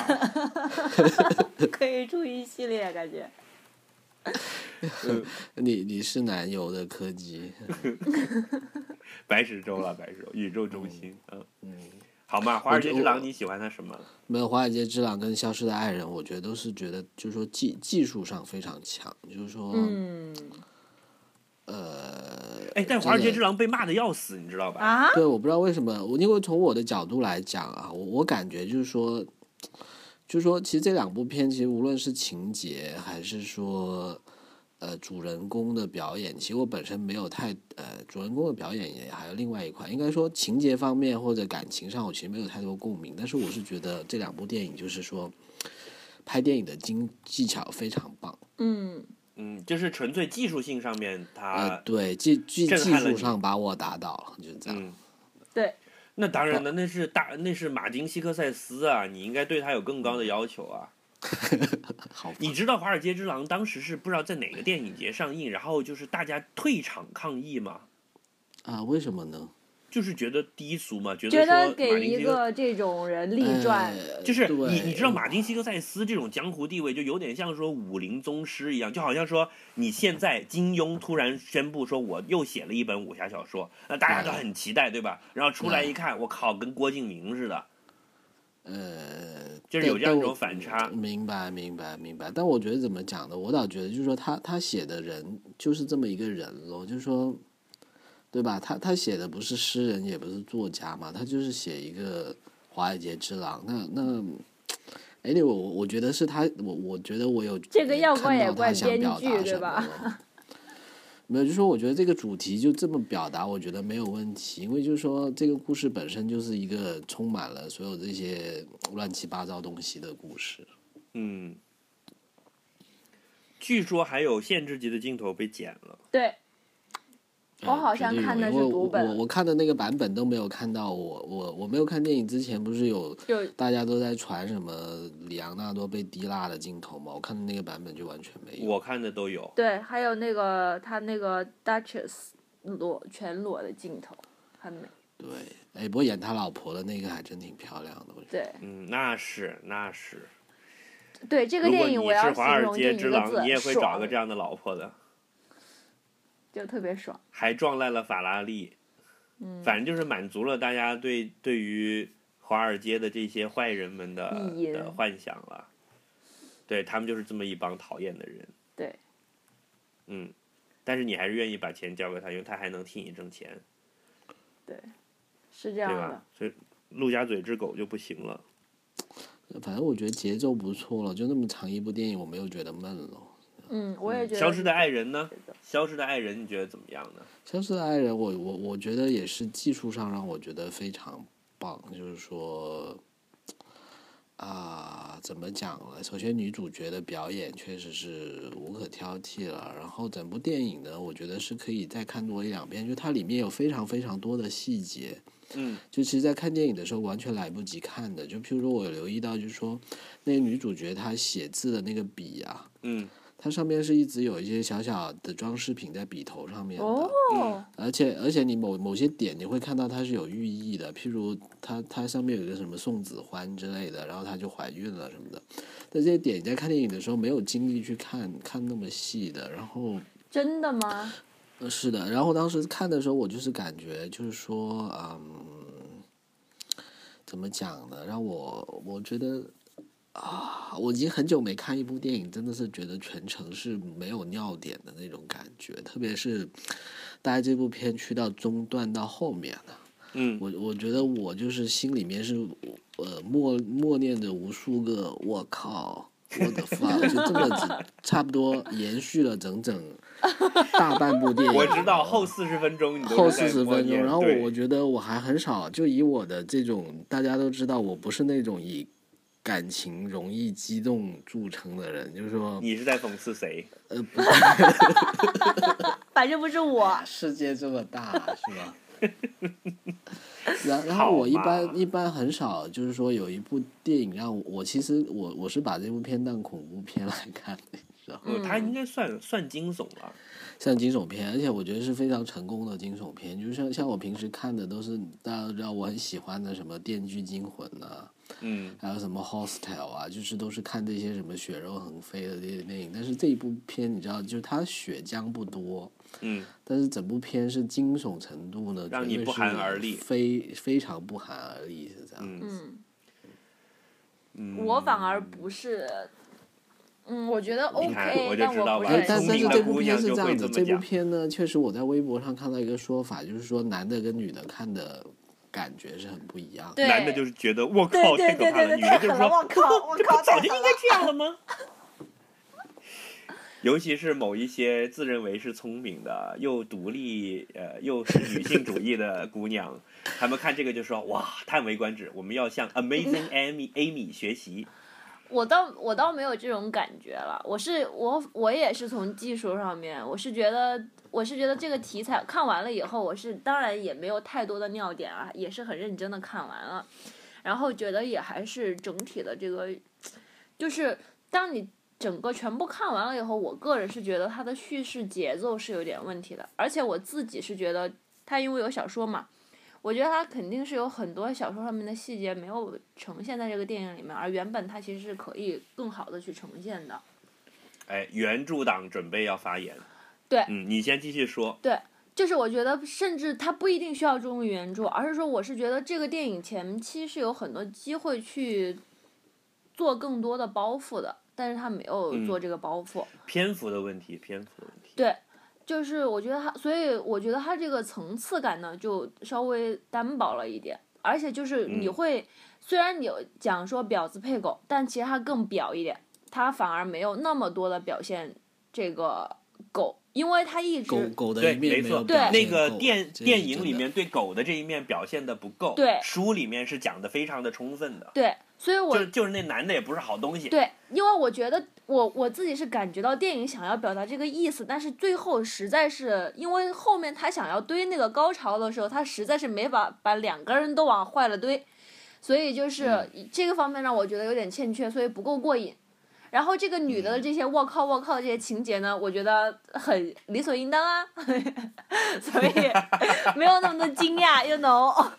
Speaker 1: 可以出一系列感觉，
Speaker 3: 嗯，
Speaker 4: 你你是男友的柯基，
Speaker 3: 白石洲了，白石洲宇宙中心。嗯，
Speaker 4: 嗯。
Speaker 3: 好嘛，华尔街之
Speaker 4: 我
Speaker 3: 狼，你喜欢他什么？
Speaker 4: 没有《华尔街之狼》跟《消失的爱人》，我觉得都是觉得，就是说技技术上非常强，就是说，
Speaker 1: 嗯
Speaker 4: 呃，
Speaker 3: 哎，但
Speaker 4: 这
Speaker 3: 华尔街
Speaker 4: 个
Speaker 3: 之狼被骂的要死，你知道吧？
Speaker 1: 啊，
Speaker 4: 对，我不知道为什么，我因为从我的角度来讲啊，我我感觉就是说，就是说，其实这两部片，其实无论是情节还是说，呃主人公的表演，其实我本身没有太呃主人公的表演也还有另外一块，应该说情节方面或者感情上，我其实没有太多共鸣。但是我是觉得这两部电影就是说，拍电影的经技巧非常棒。
Speaker 1: 嗯，
Speaker 3: 嗯，就是纯粹技术性上面它，，
Speaker 4: 呃对技技
Speaker 3: 啊震
Speaker 4: 技
Speaker 3: 撼了
Speaker 4: 术
Speaker 3: 你
Speaker 4: 上把我打倒了，就是这样。
Speaker 3: 嗯，
Speaker 1: 对，
Speaker 3: 那当然了，那是大那是马丁西克塞斯啊，你应该对他有更高的要求啊。
Speaker 4: 嗯 好吧，
Speaker 3: 你知道《华尔街之狼》当时是不知道在哪个电影节上映，然后就是大家退场抗议嘛，
Speaker 4: 啊，为什么呢？
Speaker 3: 就是觉得低俗嘛，觉
Speaker 1: 觉
Speaker 3: 说
Speaker 1: 得
Speaker 3: 马
Speaker 1: 给
Speaker 3: 丁
Speaker 1: 一
Speaker 3: 西克
Speaker 1: 个这种人立传，
Speaker 4: 呃
Speaker 3: 就是你
Speaker 4: 对
Speaker 3: 你知道马丁西克塞斯这种江湖地位，就有点像说武林宗师一样，就好像说你现在金庸突然宣布说我又写了一本武侠小说，那大家
Speaker 4: 嗯
Speaker 3: 都很期待，对吧？然后出来一看，我靠，跟郭敬明似的。
Speaker 4: 呃，
Speaker 3: 就是
Speaker 4: 但
Speaker 3: 有这样一
Speaker 4: 但
Speaker 3: 种
Speaker 4: 我
Speaker 3: 反差
Speaker 4: 明白，明白，明白。但我觉得怎么讲呢？我倒觉得就是说他他写的人就是这么一个人咯，就是说，对吧？他他写的不是诗人，也不是作家嘛，他就是写一个华尔街之狼。那那。哎，我我我觉得是他，我我觉得我有
Speaker 1: 这个要怪也
Speaker 4: 看到他
Speaker 1: 怪
Speaker 4: 想
Speaker 1: 编
Speaker 4: 表达
Speaker 1: 剧对
Speaker 4: 什么
Speaker 1: 吧
Speaker 4: 咯？没有，就说我觉得这个主题就这么表达，我觉得没有问题，因为就是说这个故事本身就是一个充满了所有这些呃乱七八糟东西的故事。
Speaker 3: 嗯，据说还有限制级的镜头被剪了。
Speaker 1: 对，我
Speaker 4: 呃
Speaker 1: 好像
Speaker 4: 绝对有
Speaker 1: 看的
Speaker 4: 因
Speaker 1: 是
Speaker 4: 为
Speaker 1: 读本
Speaker 4: 我我我看的那个版本都没有看到我我我没有看电影之前不是有
Speaker 1: 就
Speaker 4: 大家都在传什么里昂纳多被滴蜡的镜头嘛？我看的那个版本就完全没有。
Speaker 3: 我看的都有，
Speaker 1: 对，还有那个他那个 Duchess 裸全裸的镜头很美，
Speaker 4: 对，哎，不过演他老婆的那个还真挺漂亮的，我觉得。
Speaker 1: 对
Speaker 3: 嗯，那是那是。
Speaker 1: 对，这个
Speaker 3: 如果
Speaker 1: 电
Speaker 3: 你
Speaker 1: 影我要
Speaker 3: 是华
Speaker 1: 形
Speaker 3: 尔
Speaker 1: 容就
Speaker 3: 街
Speaker 1: 一
Speaker 3: 之
Speaker 1: 个
Speaker 3: 狼，
Speaker 1: 字，
Speaker 3: 你也会找
Speaker 1: 爽，
Speaker 3: 个这样的老婆的，
Speaker 1: 就特别爽。
Speaker 3: 还撞烂了法拉利。
Speaker 1: 嗯，
Speaker 3: 反正就是满足了大家对对于华尔街的这些坏人们的
Speaker 1: 意淫
Speaker 3: 的幻想了。对他们就是这么一帮讨厌的人。
Speaker 1: 对。
Speaker 3: 嗯，但是你还是愿意把钱交给他，因为他还能替你挣钱，
Speaker 1: 是这样
Speaker 3: 对
Speaker 1: 的
Speaker 3: 吧。？所以陆家嘴之狗就不行了。
Speaker 4: 反正我觉得节奏不错了，就那么长一部电影，我没有觉得闷了。
Speaker 1: 嗯，我也觉得。
Speaker 3: 消失的爱人呢
Speaker 1: 觉？得
Speaker 3: 消失的爱人，你觉得怎么样呢？
Speaker 4: 消失的爱人，我我我觉得也是技术上让我觉得非常棒，就是说，啊、怎么讲呢？首先女主角的表演确实是无可挑剔了，然后整部电影呢，我觉得是可以再看多一两遍，就它里面有非常非常多的细节，
Speaker 3: 嗯
Speaker 4: 就其实，在看电影的时候完全来不及看的。就譬如说我有留意到，就是说那个女主角她写字的那个笔啊，
Speaker 3: 嗯
Speaker 4: 它上面是一直有一些小小的装饰品在笔头上面的。
Speaker 3: 嗯
Speaker 1: 哦，
Speaker 4: 而且而且你某某些点你会看到它是有寓意的，譬如它它上面有一个什么送子欢之类的，然后她就怀孕了什么的。但这些点你在看电影的时候没有精力去看看那么细的，然后
Speaker 1: 真的吗？
Speaker 4: 呃是的，然后当时看的时候我就是感觉就是说，嗯，怎么讲呢？让我我觉得啊，我已经很久没看一部电影，真的是觉得全程是没有尿点的那种感觉，特别是大概这部片去到中段到后面了。
Speaker 3: 嗯，
Speaker 4: 我我觉得我就是心里面是呃默默念着无数个我靠，我的 fuck，就这么子，差不多延续了整整大半部电影。
Speaker 3: 我知道后四十分钟你都
Speaker 4: 后
Speaker 3: 是在
Speaker 4: 四十
Speaker 3: 默
Speaker 4: 分钟，
Speaker 3: 念
Speaker 4: 然后
Speaker 3: 对
Speaker 4: 我我觉得我还很少，就以我的这种大家都知道，我不是那种以感情容易激动著称的人，就是说
Speaker 3: 你是在讽刺谁？
Speaker 4: 呃不是
Speaker 1: 反正不是
Speaker 3: 哎
Speaker 1: 我。
Speaker 4: 世界这么大，是吧？然然
Speaker 3: 好
Speaker 4: 后我一
Speaker 3: 吧
Speaker 4: 般一般很少，就是说有一部电影让我，我其实我我是把这部片当恐怖片来看的，你知道吗？
Speaker 3: 嗯，他应该算算惊悚了。
Speaker 4: 像惊悚片，而且我觉得是非常成功的惊悚片，就像像我平时看的都是大家都知道我很喜欢的什么《电锯惊魂》啊呐，
Speaker 3: 嗯
Speaker 4: 还有什么《Hostel》啊，就是都是看这些什么血肉横飞的这些电影。但是这一部片你知道，就是它血浆不多，
Speaker 3: 嗯，
Speaker 4: 但是整部片是惊悚程度呢，
Speaker 3: 让
Speaker 4: 绝
Speaker 3: 你
Speaker 4: 对
Speaker 3: 不
Speaker 4: 是
Speaker 3: 寒而栗
Speaker 4: 非非常不寒而栗是这样。
Speaker 3: 嗯
Speaker 1: 嗯，
Speaker 3: 嗯
Speaker 1: 我反而不是。嗯，我觉得
Speaker 3: 你
Speaker 1: OK，
Speaker 3: 看我就
Speaker 1: 但
Speaker 3: 知道
Speaker 1: 我不
Speaker 3: 吧
Speaker 1: 是
Speaker 4: 哎
Speaker 1: 很，
Speaker 4: 但
Speaker 3: 聪
Speaker 4: 但
Speaker 1: 喜
Speaker 3: 明
Speaker 4: 是
Speaker 1: 欢
Speaker 3: 的
Speaker 4: 这部
Speaker 3: 姑
Speaker 4: 片
Speaker 3: 娘就会
Speaker 4: 是这
Speaker 3: 这
Speaker 4: 样子，
Speaker 3: 么
Speaker 4: 这部
Speaker 3: 讲
Speaker 4: 片呢，确实我在微博上看到一个说法，就是说男的跟女的看的感觉是很不一样的。
Speaker 1: 对
Speaker 3: 男的就是觉得我
Speaker 1: 对
Speaker 3: 靠
Speaker 1: 对
Speaker 3: 太可
Speaker 1: 对
Speaker 3: 怕
Speaker 1: 对
Speaker 3: 了，
Speaker 1: 对，
Speaker 3: 女
Speaker 1: 太
Speaker 3: 的就
Speaker 1: 狠
Speaker 3: 是
Speaker 1: 了！
Speaker 3: 说
Speaker 1: 我靠，我靠，
Speaker 3: 早
Speaker 1: 太
Speaker 3: 就应
Speaker 1: 狠了！
Speaker 3: 该这样了吗？ 尤其是某一些自认为是聪明的、又独立、呃又是女性主义的姑娘，她们看这个就说：“哇，叹为观止！我们要向 Amazing Amy Amy 学习。
Speaker 1: 我倒我倒没有这种感觉了，我是我我也是从技术上面，我是觉得我是觉得这个题材看完了以后，我是当然也没有太多的尿点啊，也是很认真的看完了，然后觉得也还是整体的这个，就是当你整个全部看完了以后，我个人是觉得它的叙事节奏是有点问题的，而且我自己是觉得它因为有小说嘛，我觉得它肯定是有很多小说上面的细节没有呈现在这个电影里面，而原本它其实是可以更好的去呈现的。”
Speaker 3: 哎，原著党准备要发言。
Speaker 1: 对
Speaker 3: 嗯，你先继续说。
Speaker 1: 就是我觉得，甚至它不一定需要忠于原著，而是说，我是觉得这个电影前期是有很多机会去做更多的包袱的，但是他没有做这个包袱。
Speaker 3: 篇幅的问题，篇幅的问题。
Speaker 1: 对就是我觉得它，所以我觉得它这个层次感呢就稍微单薄了一点，而且就是你
Speaker 3: 嗯
Speaker 1: 会、虽然有讲说婊子配狗，但其实它更婊一点，它反而没有那么多的表现这个狗，因为它一直
Speaker 4: 狗狗的
Speaker 3: 对，
Speaker 4: 一面
Speaker 3: 没
Speaker 4: 没
Speaker 3: 错，
Speaker 4: 有
Speaker 1: 对
Speaker 4: 表
Speaker 3: 那
Speaker 4: 现
Speaker 3: 个
Speaker 4: 够
Speaker 3: 电
Speaker 4: 这是
Speaker 3: 电影
Speaker 4: 真
Speaker 3: 里
Speaker 4: 的
Speaker 3: 面对狗的这一面表现的不够，
Speaker 1: 对
Speaker 3: 书里面是讲的非常的充分的，
Speaker 1: 对，所以我
Speaker 3: 就就是那男的也不是好东西，
Speaker 1: 对，因为我觉得我我自己是感觉到电影想要表达这个意思，但是最后实在是因为后面他想要堆那个高潮的时候，他实在是没把把两个人都往坏了堆，所以就是这个方面让我觉得有点欠缺，所以不够过瘾。然后这个女的的这些我靠我靠这些情节呢，我觉得很理所应当啊， 所 以没有那么多惊讶，you know。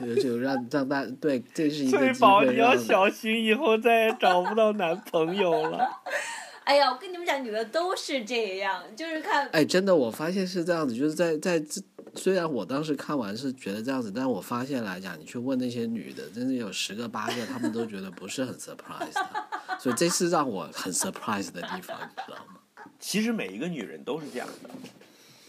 Speaker 4: 就就让让大对，这是一个
Speaker 3: 翠
Speaker 4: 机
Speaker 3: 宝，
Speaker 4: 会
Speaker 3: 你要
Speaker 4: 让
Speaker 3: 小心，以后再也找不到男朋友了。
Speaker 1: 哎呀，我跟你们讲，女的都是这样，就是看
Speaker 4: 哎，真的，我发现是这样子，就是在在这虽然我当时看完是觉得这样子，但我发现来讲，你去问那些女的，真的有十个八个，她们都觉得不是很 surprise 的，所以这是让我很 surprise 的地方，你知道吗？
Speaker 3: 其实每一个女人都是这样的。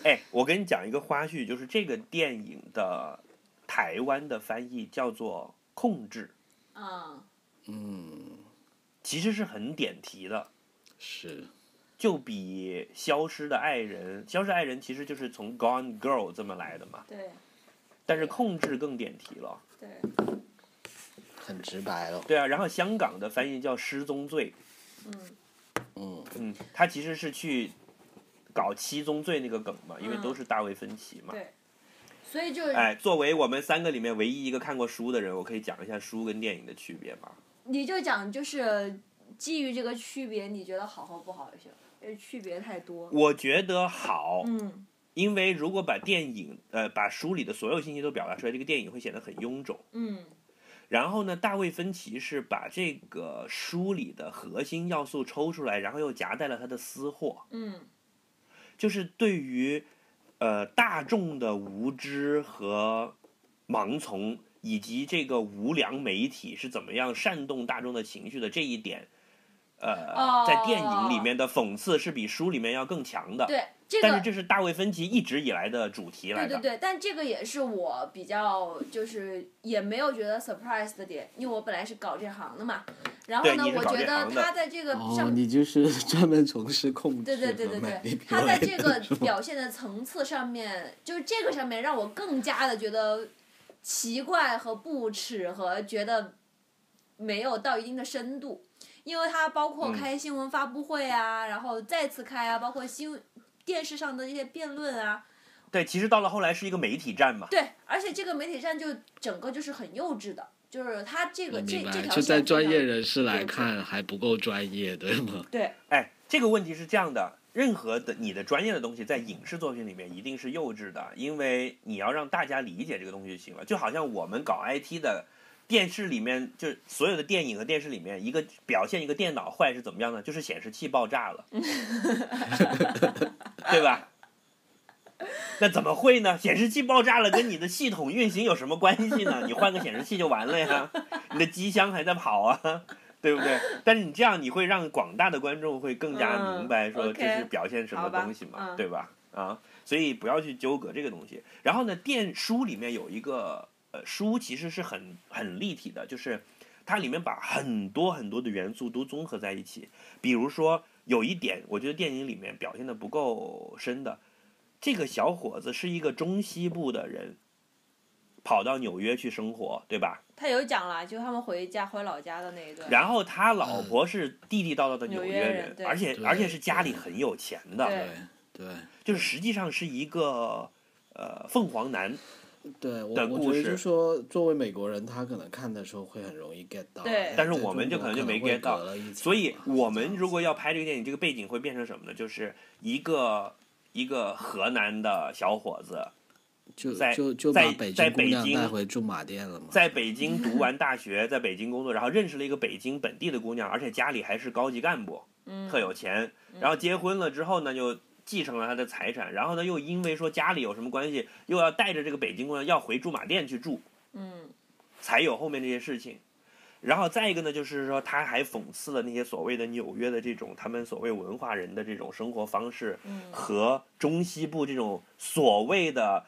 Speaker 3: 哎，我跟你讲一个花絮，就是这个电影的台湾的翻译叫做《控制
Speaker 1: 嗯。
Speaker 4: 嗯，》，
Speaker 3: 其实是很点题的。
Speaker 4: 是，
Speaker 3: 就比《消失的爱人》，《消失的爱人》其实就是从《Gone Girl》这么来的嘛，
Speaker 1: 对
Speaker 3: 但是控制更点题了。
Speaker 1: 对，
Speaker 4: 很直白了，
Speaker 3: 对啊，然后香港的翻译叫《失踪罪》，
Speaker 1: 嗯
Speaker 4: 嗯，
Speaker 3: 嗯，他其实是去搞七宗罪那个梗嘛，因为
Speaker 1: 嗯
Speaker 3: 都是大卫芬奇嘛。
Speaker 1: 对，所以就是
Speaker 3: 哎，作为我们三个里面唯一一个看过书的人，我可以讲一下书跟电影的区别吗？
Speaker 1: 你就讲就是基于这个区别，你觉得好和不好就行，因为区别太多。
Speaker 3: 我觉得好，
Speaker 1: 嗯
Speaker 3: 因为如果把电影呃把书里的所有信息都表达出来，这个电影会显得很臃肿。
Speaker 1: 嗯
Speaker 3: 然后呢，大卫芬奇是把这个书里的核心要素抽出来，然后又夹带了他的私货，
Speaker 1: 嗯
Speaker 3: 就是对于呃大众的无知和盲从，以及这个无良媒体是怎么样煽动大众的情绪的这一点，呃，
Speaker 1: 哦
Speaker 3: 在电影里面的讽刺是比书里面要更强的。
Speaker 1: 对，这
Speaker 3: 但是
Speaker 1: 个
Speaker 3: 这是大卫芬奇一直以来的主题来
Speaker 1: 对
Speaker 3: 的
Speaker 1: 对。对，但这个也是我比较就是也没有觉得 surprise 的点，因为我本来是搞这行的嘛。然后
Speaker 3: 对
Speaker 1: 呢，
Speaker 3: 你是
Speaker 1: 我
Speaker 3: 搞
Speaker 1: 觉
Speaker 3: 这
Speaker 1: 得
Speaker 3: 行的
Speaker 1: 他在这个
Speaker 4: 哦，
Speaker 1: 上
Speaker 4: 你就是 专门从事控制
Speaker 1: 对对对
Speaker 4: 和
Speaker 1: 对
Speaker 4: 买
Speaker 1: 对，
Speaker 4: PUA
Speaker 1: 他在这个
Speaker 4: 的是吧
Speaker 1: 表现的层次上面，就是这个上面让我更加的觉得奇怪和不耻和觉得没有到一定的深度，因为他包括
Speaker 3: 嗯
Speaker 1: 开新闻发布会啊，然后再次开啊，包括新电视上的一些辩论啊，
Speaker 3: 对，其实到了后来是一个媒体战嘛。
Speaker 1: 对，而且这个媒体站就整个就是很幼稚的，就是他这
Speaker 4: 我
Speaker 1: 个这
Speaker 4: 嗯明
Speaker 1: 这
Speaker 4: 白，
Speaker 1: 条
Speaker 4: 就
Speaker 1: 线
Speaker 4: 在
Speaker 1: 非
Speaker 4: 专
Speaker 1: 常
Speaker 4: 业人士来
Speaker 1: 对对
Speaker 4: 看还不够专业，对吗？
Speaker 1: 对
Speaker 3: 哎，这个问题是这样的：任何的你的专业的东西，在影视作品里面一定是幼稚的，因为你要让大家理解这个东西就行了。就好像我们搞 IT 的，电视里面就是所有的电影和电视里面，一个表现一个电脑坏是怎么样呢？就是显示器爆炸了，对吧？那怎么会呢？显示器爆炸了，跟你的系统运行有什么关系呢？你换个显示器就完了呀，你的机箱还在跑啊，对不对？但是你这样，你会让广大的观众会更加
Speaker 1: 嗯
Speaker 3: 明白说
Speaker 1: OK
Speaker 3: 这是表现什么
Speaker 1: 好吧
Speaker 3: 东西嘛，
Speaker 1: 嗯
Speaker 3: 对吧？啊，所以不要去纠葛这个东西。然后呢，电书里面有一个呃书其实是很很立体的，就是它里面把很多很多的元素都综合在一起。比如说，有一点我觉得电影里面表现的不够深的，这个小伙子是一个中西部的人，跑到纽约去生活，对吧？
Speaker 1: 他有讲了，就他们回家回老家的那一段。
Speaker 3: 然后他老婆是地地道道的纽
Speaker 1: 纽
Speaker 3: 约
Speaker 1: 约人
Speaker 3: 人，
Speaker 1: 对
Speaker 3: 而且
Speaker 4: 嗯对
Speaker 3: 而且是家里很有钱的，
Speaker 1: 对
Speaker 4: 对对。
Speaker 3: 就是实际上是一个呃凤凰男。
Speaker 4: 对我
Speaker 3: 的，
Speaker 4: 我
Speaker 3: 故
Speaker 4: 觉得
Speaker 3: 事
Speaker 4: 就说作为美国人，他可能看的时候会很容易 get 到，啊
Speaker 1: 对
Speaker 3: 但是我们就可能就没 get 到所以我们如
Speaker 4: 果
Speaker 3: 果要拍这个电影，这个背景会变成什么呢？就是一个一个河南的小伙子
Speaker 4: 就
Speaker 3: 在
Speaker 4: 就就
Speaker 3: 在
Speaker 4: 把北
Speaker 3: 在
Speaker 4: 京姑
Speaker 3: 北
Speaker 4: 娘
Speaker 3: 京
Speaker 4: 带回驻马店了嘛，
Speaker 3: 在北京读完大学，在北京工作，然后认识了一个北京本地的姑娘，而且家里还是高级干部，
Speaker 1: 嗯，
Speaker 3: 特有钱。然后结婚了之后呢，就继承了他的财产，然后呢又因为说家里有什么关系，又要带着这个北京姑娘要回驻马店去住，
Speaker 1: 嗯
Speaker 3: 才有后面这些事情。然后再一个呢，就是说他还讽刺了那些所谓的纽约的这种他们所谓文化人的这种生活方式，
Speaker 1: 嗯
Speaker 3: 和中西部这种所谓的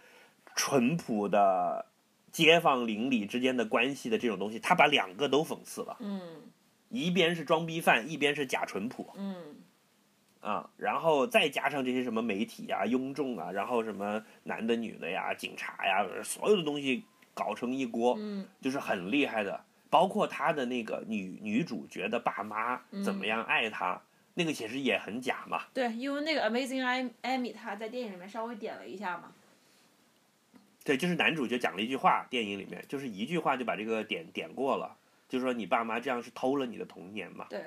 Speaker 3: 淳朴的街坊邻里之间的关系的这种东西，他把两个都讽刺了，
Speaker 1: 嗯
Speaker 3: 一边是装逼犯，一边是假淳朴
Speaker 1: 嗯
Speaker 3: 啊，然后再加上这些什么媒体啊、庸众啊，然后什么男的、女的呀、警察呀，所有的东西搞成一锅，
Speaker 1: 嗯
Speaker 3: 就是很厉害的。包括他的那个女女主角的爸妈怎么样爱他，那个其实也很假嘛。
Speaker 1: 对，因为那个 Amazing Am- Amy 她在电影里面稍微点了一下嘛，
Speaker 3: 对，就是男主角讲了一句话，电影里面就是一句话就把这个点点过了，就是说你爸妈这样是偷了你的童年嘛，
Speaker 1: 对，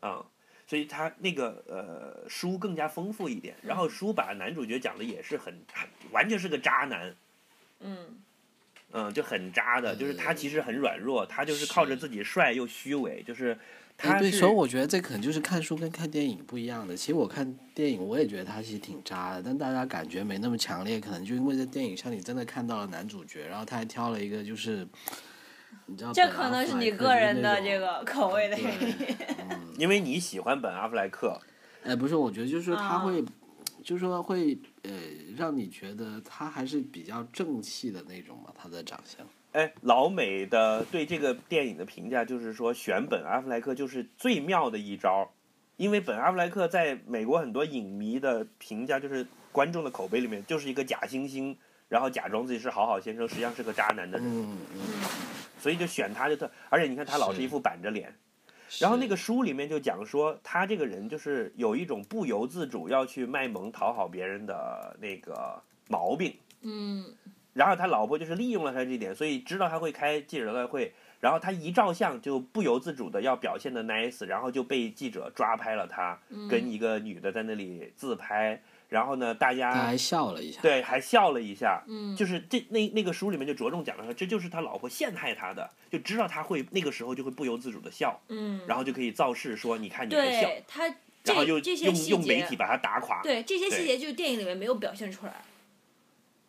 Speaker 3: 嗯，所以他那个呃书更加丰富一点，然后书把男主角讲的也是很很完全是个渣男，
Speaker 1: 嗯
Speaker 3: 嗯，就很渣的，就是
Speaker 4: 嗯
Speaker 3: 他其实很软弱，他就是靠着自己帅又虚伪，就是
Speaker 4: 哎
Speaker 3: 他
Speaker 4: 对，
Speaker 3: 是
Speaker 4: 所以我觉得这可能就是看书跟看电影不一样的。其实我看电影，我也觉得它其实挺渣的，但大家感觉没那么强烈，可能就因为在电影上你真的看到了男主角，然后他还挑了一个就是，你知道，
Speaker 1: 这
Speaker 4: 本
Speaker 1: 可
Speaker 4: 阿
Speaker 1: 能
Speaker 4: 弗
Speaker 1: 是
Speaker 4: 莱
Speaker 1: 你
Speaker 4: 克
Speaker 1: 个
Speaker 4: 就是
Speaker 1: 人
Speaker 4: 那
Speaker 1: 的
Speaker 4: 种
Speaker 1: 这个口味的原因。
Speaker 4: 对
Speaker 3: 因为你喜欢本阿弗莱克，
Speaker 4: 哎，不是，我觉得就是说他
Speaker 1: 啊
Speaker 4: 会，就是说会呃，让你觉得他还是比较正气的那种嘛，他的长相。
Speaker 3: 哎，老美的对这个电影的评价就是说，选本阿弗莱克就是最妙的一招，因为本阿弗莱克在美国很多影迷的评价就是观众的口碑里面就是一个假惺惺，然后假装自己是好好先生，实际上是个渣男的人，
Speaker 4: 嗯嗯。
Speaker 3: 所以就选他就特，而且你看他老是一副板着脸。然后那个书里面就讲说，他这个人就是有一种不由自主要去卖萌讨好别人的那个毛病，
Speaker 1: 嗯
Speaker 3: 然后他老婆就是利用了他这一点，所以知道他会开记者招待会，然后他一照相就不由自主的要表现的 nice，然后就被记者抓拍了他跟一个女的在那里自拍，然后呢，大
Speaker 4: 他
Speaker 3: 家
Speaker 4: 还笑了一下。
Speaker 3: 对还笑了一下，
Speaker 1: 嗯，
Speaker 3: 就是这那那个书里面就着重讲了说，这就是他老婆陷害他的，就知道他会那个时候就会不由自主的笑，
Speaker 1: 嗯，
Speaker 3: 然后就可以造势说你看你还笑，
Speaker 1: 对他
Speaker 3: 然后又
Speaker 1: 这这些
Speaker 3: 用
Speaker 1: 细
Speaker 3: 用媒体
Speaker 1: 节，
Speaker 3: 把他打垮，
Speaker 1: 对这些
Speaker 3: 对
Speaker 1: 细节就是电影里面没有表现出来，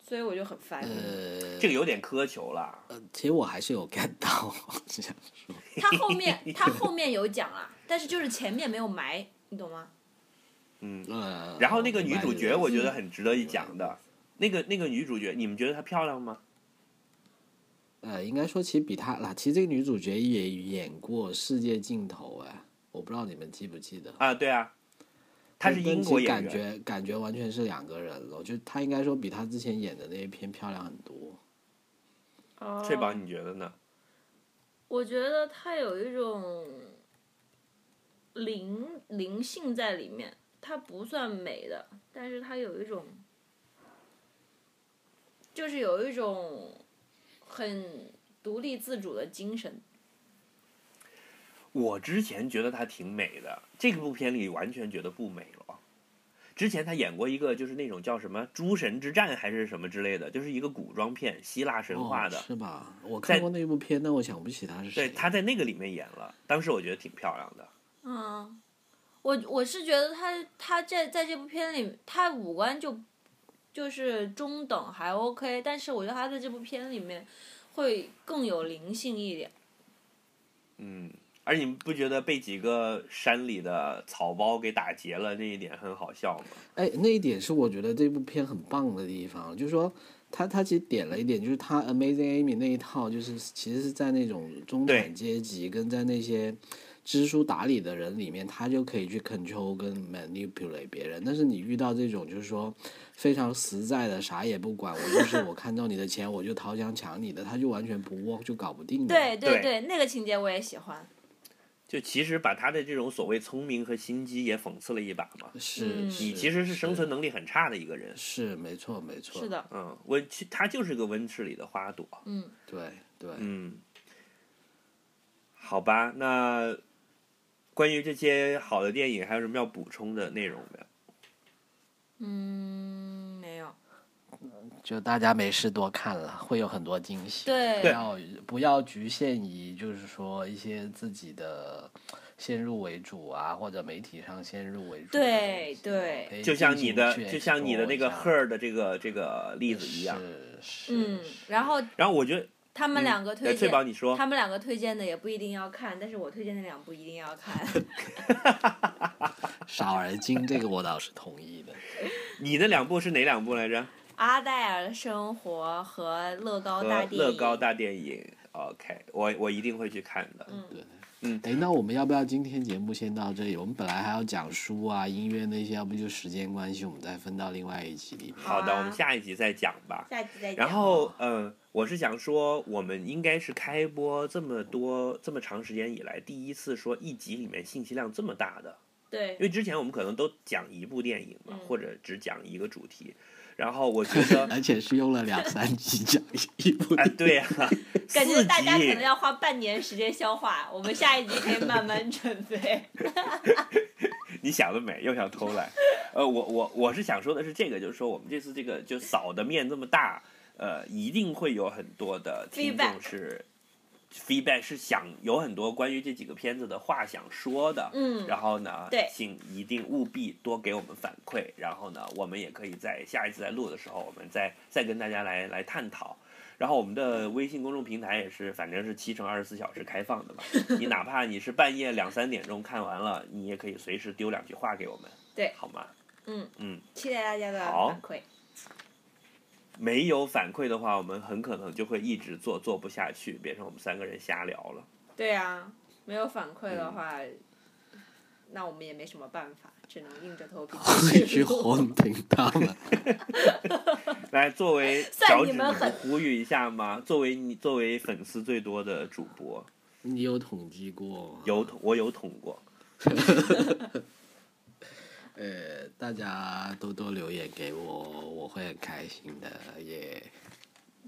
Speaker 1: 所以我就很烦。
Speaker 3: 嗯
Speaker 4: 呃，
Speaker 3: 这个有点苛求了。
Speaker 4: 其实我还是有 get 到，是这样说。
Speaker 1: 他后 面他后面有讲啊，但是就是前面没有埋，你懂吗？
Speaker 4: 呃，
Speaker 3: 然后那个
Speaker 4: 我
Speaker 3: 女
Speaker 4: 明白
Speaker 3: 主
Speaker 4: 你的
Speaker 3: 角，
Speaker 4: 意
Speaker 3: 我
Speaker 4: 思
Speaker 3: 觉得很值得一讲的。那个那个女主角，你们觉得她漂亮吗？
Speaker 4: 呃，应该说其实比她啦，其实这个女主角也演过《世界尽头》哎，我不知道你们记不记得。
Speaker 3: 啊，对啊，她是
Speaker 4: 但但
Speaker 3: 英
Speaker 4: 其
Speaker 3: 国
Speaker 4: 实
Speaker 3: 演
Speaker 4: 感
Speaker 3: 员。
Speaker 4: 觉感觉完全是两个人了。我觉得她应该说比她之前演的那一篇漂亮很多。
Speaker 1: 哦
Speaker 3: 翠宝，你觉得呢？
Speaker 1: 我觉得他有一种灵灵性在里面，它不算美的，但是它有一种，就是有一种很独立自主的精神。
Speaker 3: 我之前觉得她挺美的，这个部片里完全觉得不美了。之前她演过一个，就是那种叫什么《诸神之战》还是什么之类的，就是一个古装片，希腊神话的
Speaker 4: 哦、。是吧？我
Speaker 3: 在
Speaker 4: 看过那部片，但我想不起她是谁。
Speaker 3: 对，她在那个里面演了，当时我觉得挺漂亮的。
Speaker 1: 嗯，我我是觉得他他这在这部片里，他五官就就是中等还 OK，但是我觉得他在这部片里面会更有灵性一点。
Speaker 3: 嗯，而你们不觉得被几个山里的草包给打劫了那一点很好笑吗？
Speaker 4: 哎，那一点是我觉得这部片很棒的地方，就是说他他其实点了一点，就是他 Amazing Amy 那一套，就是其实是在那种中
Speaker 3: 对
Speaker 4: 产阶级跟在那些知书达理的人里面，他就可以去 control 跟 manipulate 别人。但是你遇到这种就是说非常实在的，啥也不管，我就是我看中你的钱我就掏枪抢你的，他就完全不 work 就搞不定的。
Speaker 1: 对
Speaker 3: 对
Speaker 1: 对对，那个情节我也喜欢。
Speaker 3: 就其实把他的这种所谓聪明和心机也讽刺了一把嘛。
Speaker 4: 是，
Speaker 1: 嗯
Speaker 4: 是
Speaker 3: 你其实是生存能力很差的一个人，
Speaker 4: 是没错没错，
Speaker 1: 是，的，
Speaker 3: 嗯，温其他就是个温室里的花朵，
Speaker 1: 嗯，
Speaker 4: 对对，
Speaker 3: 嗯，好吧，那关于这些好的电影，还有什么要补充的内容没
Speaker 4: 哎
Speaker 3: 有？
Speaker 1: 嗯，没有。
Speaker 4: 就大家没事多看了，会有很多惊喜。
Speaker 1: 对
Speaker 4: 不要不要局限于就是说一些自己的先入为主啊，或者媒体上先入为主的东
Speaker 1: 对
Speaker 4: 西。啊
Speaker 1: 对
Speaker 4: 可以
Speaker 3: 就像你的
Speaker 4: 进，行去
Speaker 3: 就像你的那个
Speaker 4: explore 一下
Speaker 3: her 的这个这个例子一样。
Speaker 4: 是是。
Speaker 1: 嗯
Speaker 4: 是，
Speaker 1: 然后
Speaker 3: 然后我觉得，
Speaker 1: 他们两个
Speaker 3: 呃，
Speaker 1: 推
Speaker 3: 翠
Speaker 1: 荐，
Speaker 3: 宝你说，
Speaker 1: 他们两个推荐的也不一定要看，但是我推荐的两部一定要 看。
Speaker 4: 少而精这个我倒是同意的。
Speaker 3: 你的两部是哪两部来着？
Speaker 1: 阿黛尔的生活和乐高大
Speaker 3: 和
Speaker 1: 电影。
Speaker 3: 呃乐高大电影。OK，我我一定会去看的。
Speaker 1: 嗯
Speaker 4: 哎，那我们要不要今天节目先到这里？我们本来还要讲书啊、音乐那些，要不就时间关系，我们再分到另外一集里面。
Speaker 3: 好的，
Speaker 1: 好啊
Speaker 3: 我们下一集再讲吧。
Speaker 1: 下期再见。
Speaker 3: 然后，嗯、我是想说，我们应该是开播这么多这么长时间以来，第一次说一集里面信息量这么大的，因
Speaker 1: 对，
Speaker 3: 为之前我们可能都讲一部电影嘛，
Speaker 1: 嗯
Speaker 3: 或者只讲一个主题。然后我觉得，
Speaker 4: 而且是用了两三集讲一部
Speaker 3: 哎，对呀、
Speaker 1: 感觉
Speaker 3: 四
Speaker 1: 大家可
Speaker 3: 集
Speaker 1: 能要花半年时间消化，我们下一集可以慢慢准 备。
Speaker 3: 你想得美，又想偷懒。呃，我我我是想说的是这个，就是说我们这次这个就扫的面这么大，呃，一定会有很多的听众
Speaker 1: Feedback
Speaker 3: 是 feedback 是想有很多关于这几个片子的话想说的。
Speaker 1: 嗯，
Speaker 3: 然后呢，
Speaker 1: 对
Speaker 3: 请一定务必多给我们反馈。然后呢，我们也可以在下一次再录的时候，我们再再跟大家来来探讨。然后我们的微信公众平台也是，反正是七乘二十四小时开放 的嘛。你哪怕你是半夜两三点钟看完了，你也可以随时丢两句话给我们，
Speaker 1: 对
Speaker 3: 好吗？
Speaker 1: 嗯
Speaker 3: 嗯，
Speaker 1: 期待大家的
Speaker 3: 好
Speaker 1: 反馈。
Speaker 3: 没有反馈的话，我们很可能就会一直做做不下去，变成我们三个人瞎聊了。
Speaker 1: 对啊，没有反馈的话，
Speaker 3: 嗯
Speaker 1: 那我们也没什么办法，只能硬着头 皮
Speaker 4: 会去轰听到了。
Speaker 3: 来，作为
Speaker 1: 算
Speaker 3: 脚
Speaker 1: 你
Speaker 3: 趾，
Speaker 1: 们狠
Speaker 3: 呼吁一下吗？作为你作为粉丝最多的主播，
Speaker 4: 你有统计过？
Speaker 3: 有捅我有捅过，
Speaker 4: 呃，大家多多留言给我，我会很开心的耶。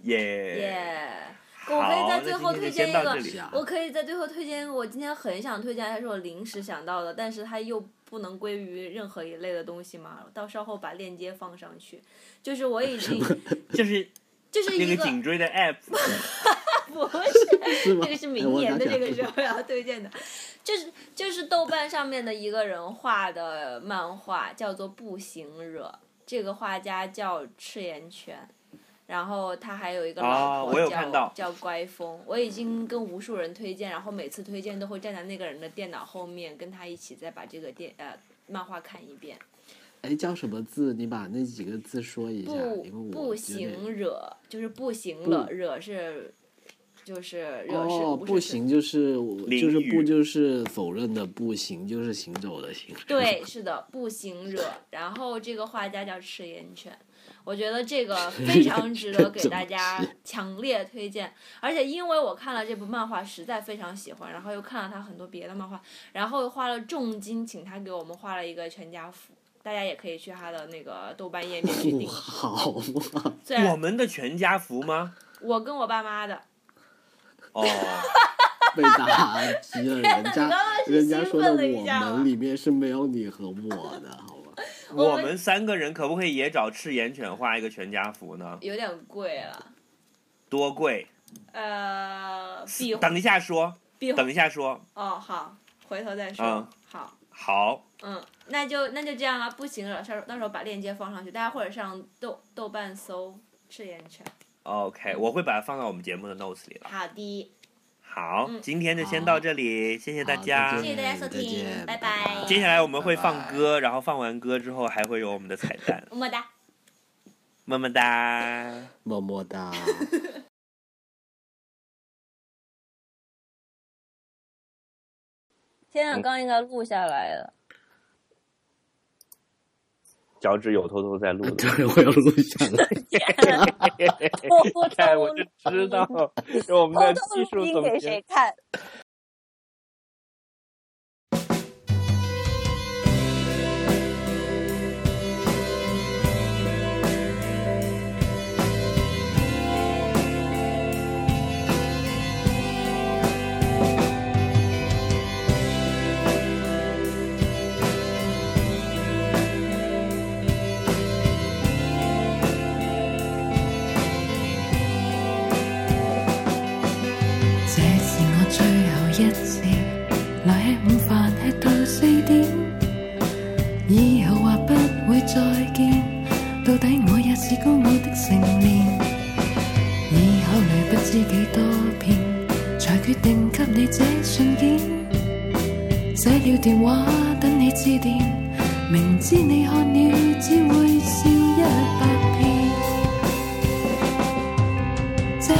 Speaker 3: 耶、
Speaker 1: 耶！
Speaker 3: 好，
Speaker 1: 我可以
Speaker 3: 那
Speaker 1: 在
Speaker 3: 今
Speaker 1: 最
Speaker 3: 天
Speaker 1: 后
Speaker 3: 就
Speaker 1: 推荐
Speaker 3: 先
Speaker 1: 一
Speaker 3: 到
Speaker 1: 个
Speaker 3: 这里
Speaker 4: 啊
Speaker 1: 我可以在最后推荐一个，我今天很想推荐，但是我临时想到的，但是它又不能归于任何一类的东西嘛。到稍后把链接放上去，就是我已经
Speaker 3: 就是
Speaker 1: 就是
Speaker 3: 那
Speaker 1: 一
Speaker 3: 个颈椎的 app，
Speaker 1: 不是。
Speaker 4: 是 吗？
Speaker 1: 这个是
Speaker 4: 哎
Speaker 1: 明
Speaker 4: 我
Speaker 1: 年的
Speaker 4: 想
Speaker 1: 这个
Speaker 4: 起
Speaker 1: 时
Speaker 4: 来了
Speaker 1: 候要推荐的，就是就是豆瓣上面的一个人画的漫画，叫做《步行者》，这个画家叫赤岩泉，然后他还有一个
Speaker 3: 啊
Speaker 1: 老
Speaker 3: 我有
Speaker 1: 婆
Speaker 3: 看
Speaker 1: 叫、
Speaker 3: 到
Speaker 1: 叫乖风，我已经跟无数人推荐，然后每次推荐都会站在那个人的电脑后面，跟他一起再把这个电呃漫画看一遍，
Speaker 4: 哎，叫什么字？你把那几个字说一下，
Speaker 1: 步
Speaker 4: 因为我
Speaker 1: 步
Speaker 4: 有点
Speaker 1: 行惹就是步行了，
Speaker 4: 步
Speaker 1: 惹是。就是惹是
Speaker 4: 哦，
Speaker 1: 不是
Speaker 4: 步行就是我
Speaker 3: 淋
Speaker 4: 就是
Speaker 3: 雨
Speaker 4: 不就是否认的不行，就是行走的行。
Speaker 1: 对，是的，步行者。然后这个画家叫赤岩泉，我觉得这个非常值得给大家强烈推荐。而且因为我看了这部漫画，实在非常喜欢，然后又看了他很多别的漫画，然后又花了重金请他给我们画了一个全家福。大家也可以去他的那个豆瓣页面去
Speaker 4: 不
Speaker 1: 订。
Speaker 4: 好嘛，
Speaker 1: 虽然
Speaker 3: 我们的全家福吗？
Speaker 1: 我跟我爸妈的，
Speaker 3: 哦，
Speaker 4: 被打击 了，人
Speaker 1: 刚
Speaker 4: 家
Speaker 1: 刚是
Speaker 4: 人家
Speaker 1: 兴
Speaker 4: 说的
Speaker 1: 奋了一
Speaker 4: 我
Speaker 1: 下吗
Speaker 4: 们里面是没有你和我的，好吧？
Speaker 1: 我
Speaker 3: 我
Speaker 1: 们
Speaker 3: 们三个人可不可以也找赤岩犬画一个全家福呢？
Speaker 1: 有点贵了，
Speaker 3: 多贵！
Speaker 1: 呃，比
Speaker 3: 等一下说，
Speaker 1: 比
Speaker 3: 等一下说，
Speaker 1: 哦好，回头再说，
Speaker 3: 嗯
Speaker 1: 好。
Speaker 3: 好，
Speaker 1: 嗯，那就那就这样啊，不行了，到时候到时候把链接放上去，大家或者上豆豆瓣搜誓言权。
Speaker 3: OK，我会把它放到我们节目的 notes 里了。
Speaker 1: 好的，
Speaker 3: 好，
Speaker 1: 嗯
Speaker 3: 今天就先到这里，谢谢大家
Speaker 4: 好。
Speaker 1: 谢谢大家收
Speaker 4: 再
Speaker 1: 听
Speaker 4: 见
Speaker 1: 拜
Speaker 4: 拜
Speaker 1: 拜
Speaker 3: 接下来我们会
Speaker 4: 拜
Speaker 3: 放
Speaker 4: 拜
Speaker 3: 歌，然后放完歌之后还会有我们的彩蛋。
Speaker 1: 么么哒。
Speaker 3: 么么哒。
Speaker 4: 么么 哒。
Speaker 6: 现在啊刚应该录下来了。
Speaker 3: 脚趾有偷偷在录的，
Speaker 4: 对，我有录下来。
Speaker 6: 天啊！ 我
Speaker 3: 看哎我就知 道，是我们的技术
Speaker 6: 音
Speaker 3: 总
Speaker 6: 给
Speaker 3: 监
Speaker 6: 谁。看？
Speaker 5: 这是我最后一次留喺午饭吃到四點，以後話不會再見。到底我也是高傲的成年，已考慮不知幾多遍，才決定給你這信件。寫了電話等你致電，明知你看了只會笑一百遍。這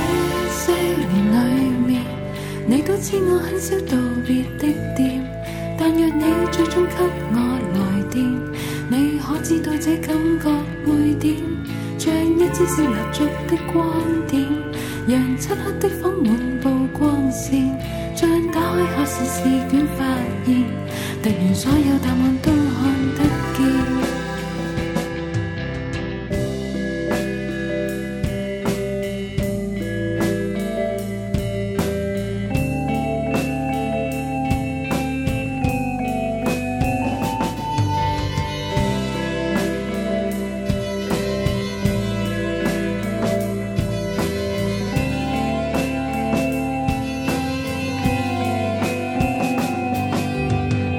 Speaker 5: 些年裏面，你都知我很少道別的店，但若你最終給我來電，你可知道這感覺會點？像一支燒蠟燭的光點，讓漆黑的房滿布光線，將打開考試試卷發現，突然所有答案都看得見。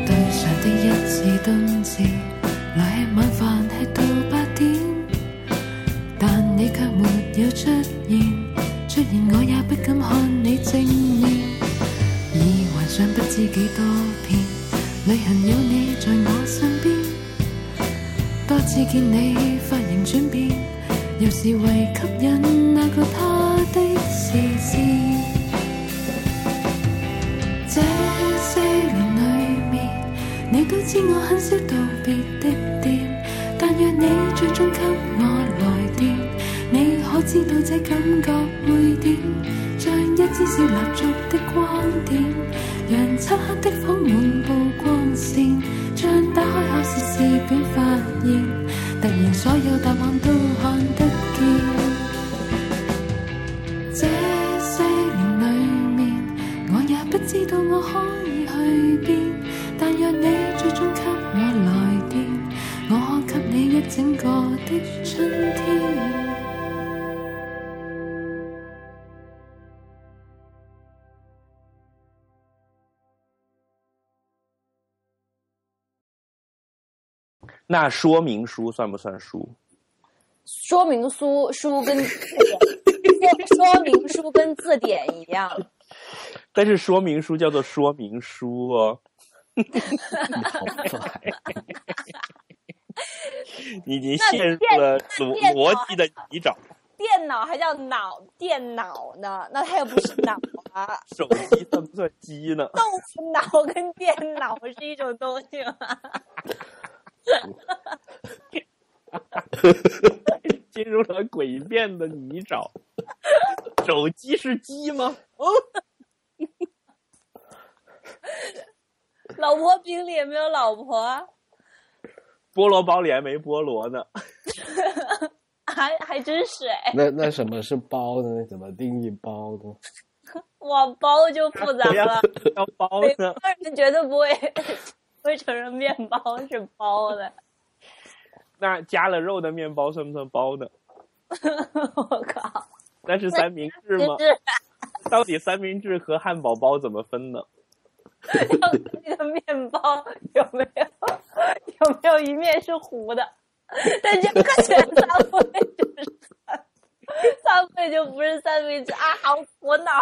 Speaker 5: 對上的一次冬至，留吃晚飯吃到八點，但你卻沒有出現，出現我也不敢看你正面，已幻想不知幾多遍，旅行有你在我身邊，多次見你髮型轉變，又是為吸引那個他的視線。這些年裏面，你都知我很少道別的店，但若你最終給我來電，你可知道這感覺會點？像一支小蠟燭的光點，讓漆黑的房滿布光線，將打開考試試卷發現，突然所有答案都看得見。這些年裏面，我也不知道我可以去邊。但若你最終給我來電，我可給你一整個的春天。
Speaker 3: 那说明书算不算书？
Speaker 6: 说明书书跟说明书跟字典一样，
Speaker 3: 但是说明书叫做说明书 哦。
Speaker 4: 好烦。
Speaker 3: 你已经
Speaker 6: 那
Speaker 3: 陷入
Speaker 6: 电
Speaker 3: 了逻
Speaker 6: 电脑
Speaker 3: 逻辑的泥沼，
Speaker 6: 电脑还叫脑电脑呢，那它又不是脑啊。
Speaker 3: 手机算不算机呢？
Speaker 6: 豆腐脑跟电脑是一种东西吗？
Speaker 3: 进入了诡辩的泥沼。手机是鸡吗？
Speaker 6: 老婆饼里也没有老婆，啊
Speaker 3: 菠萝包里还没菠萝呢。
Speaker 6: 还还真是哎，
Speaker 4: 那那什么是包呢？怎么定义包呢？
Speaker 6: 哇，包就复杂
Speaker 3: 怎样
Speaker 6: 了。
Speaker 3: 要包
Speaker 6: 北
Speaker 3: 呢
Speaker 6: 方？人绝对不会 不会承认面包是包的，
Speaker 3: 那加了肉的面包算不算包呢？
Speaker 6: 我靠，
Speaker 3: 那是三明治
Speaker 6: 真
Speaker 3: 吗？
Speaker 6: 是
Speaker 3: 到底三明治和汉堡包怎么分呢？
Speaker 6: 要看 那个面包有没有有没有一面是糊的，但这看起来 三味就是三三味就不是三明治啊，好苦恼。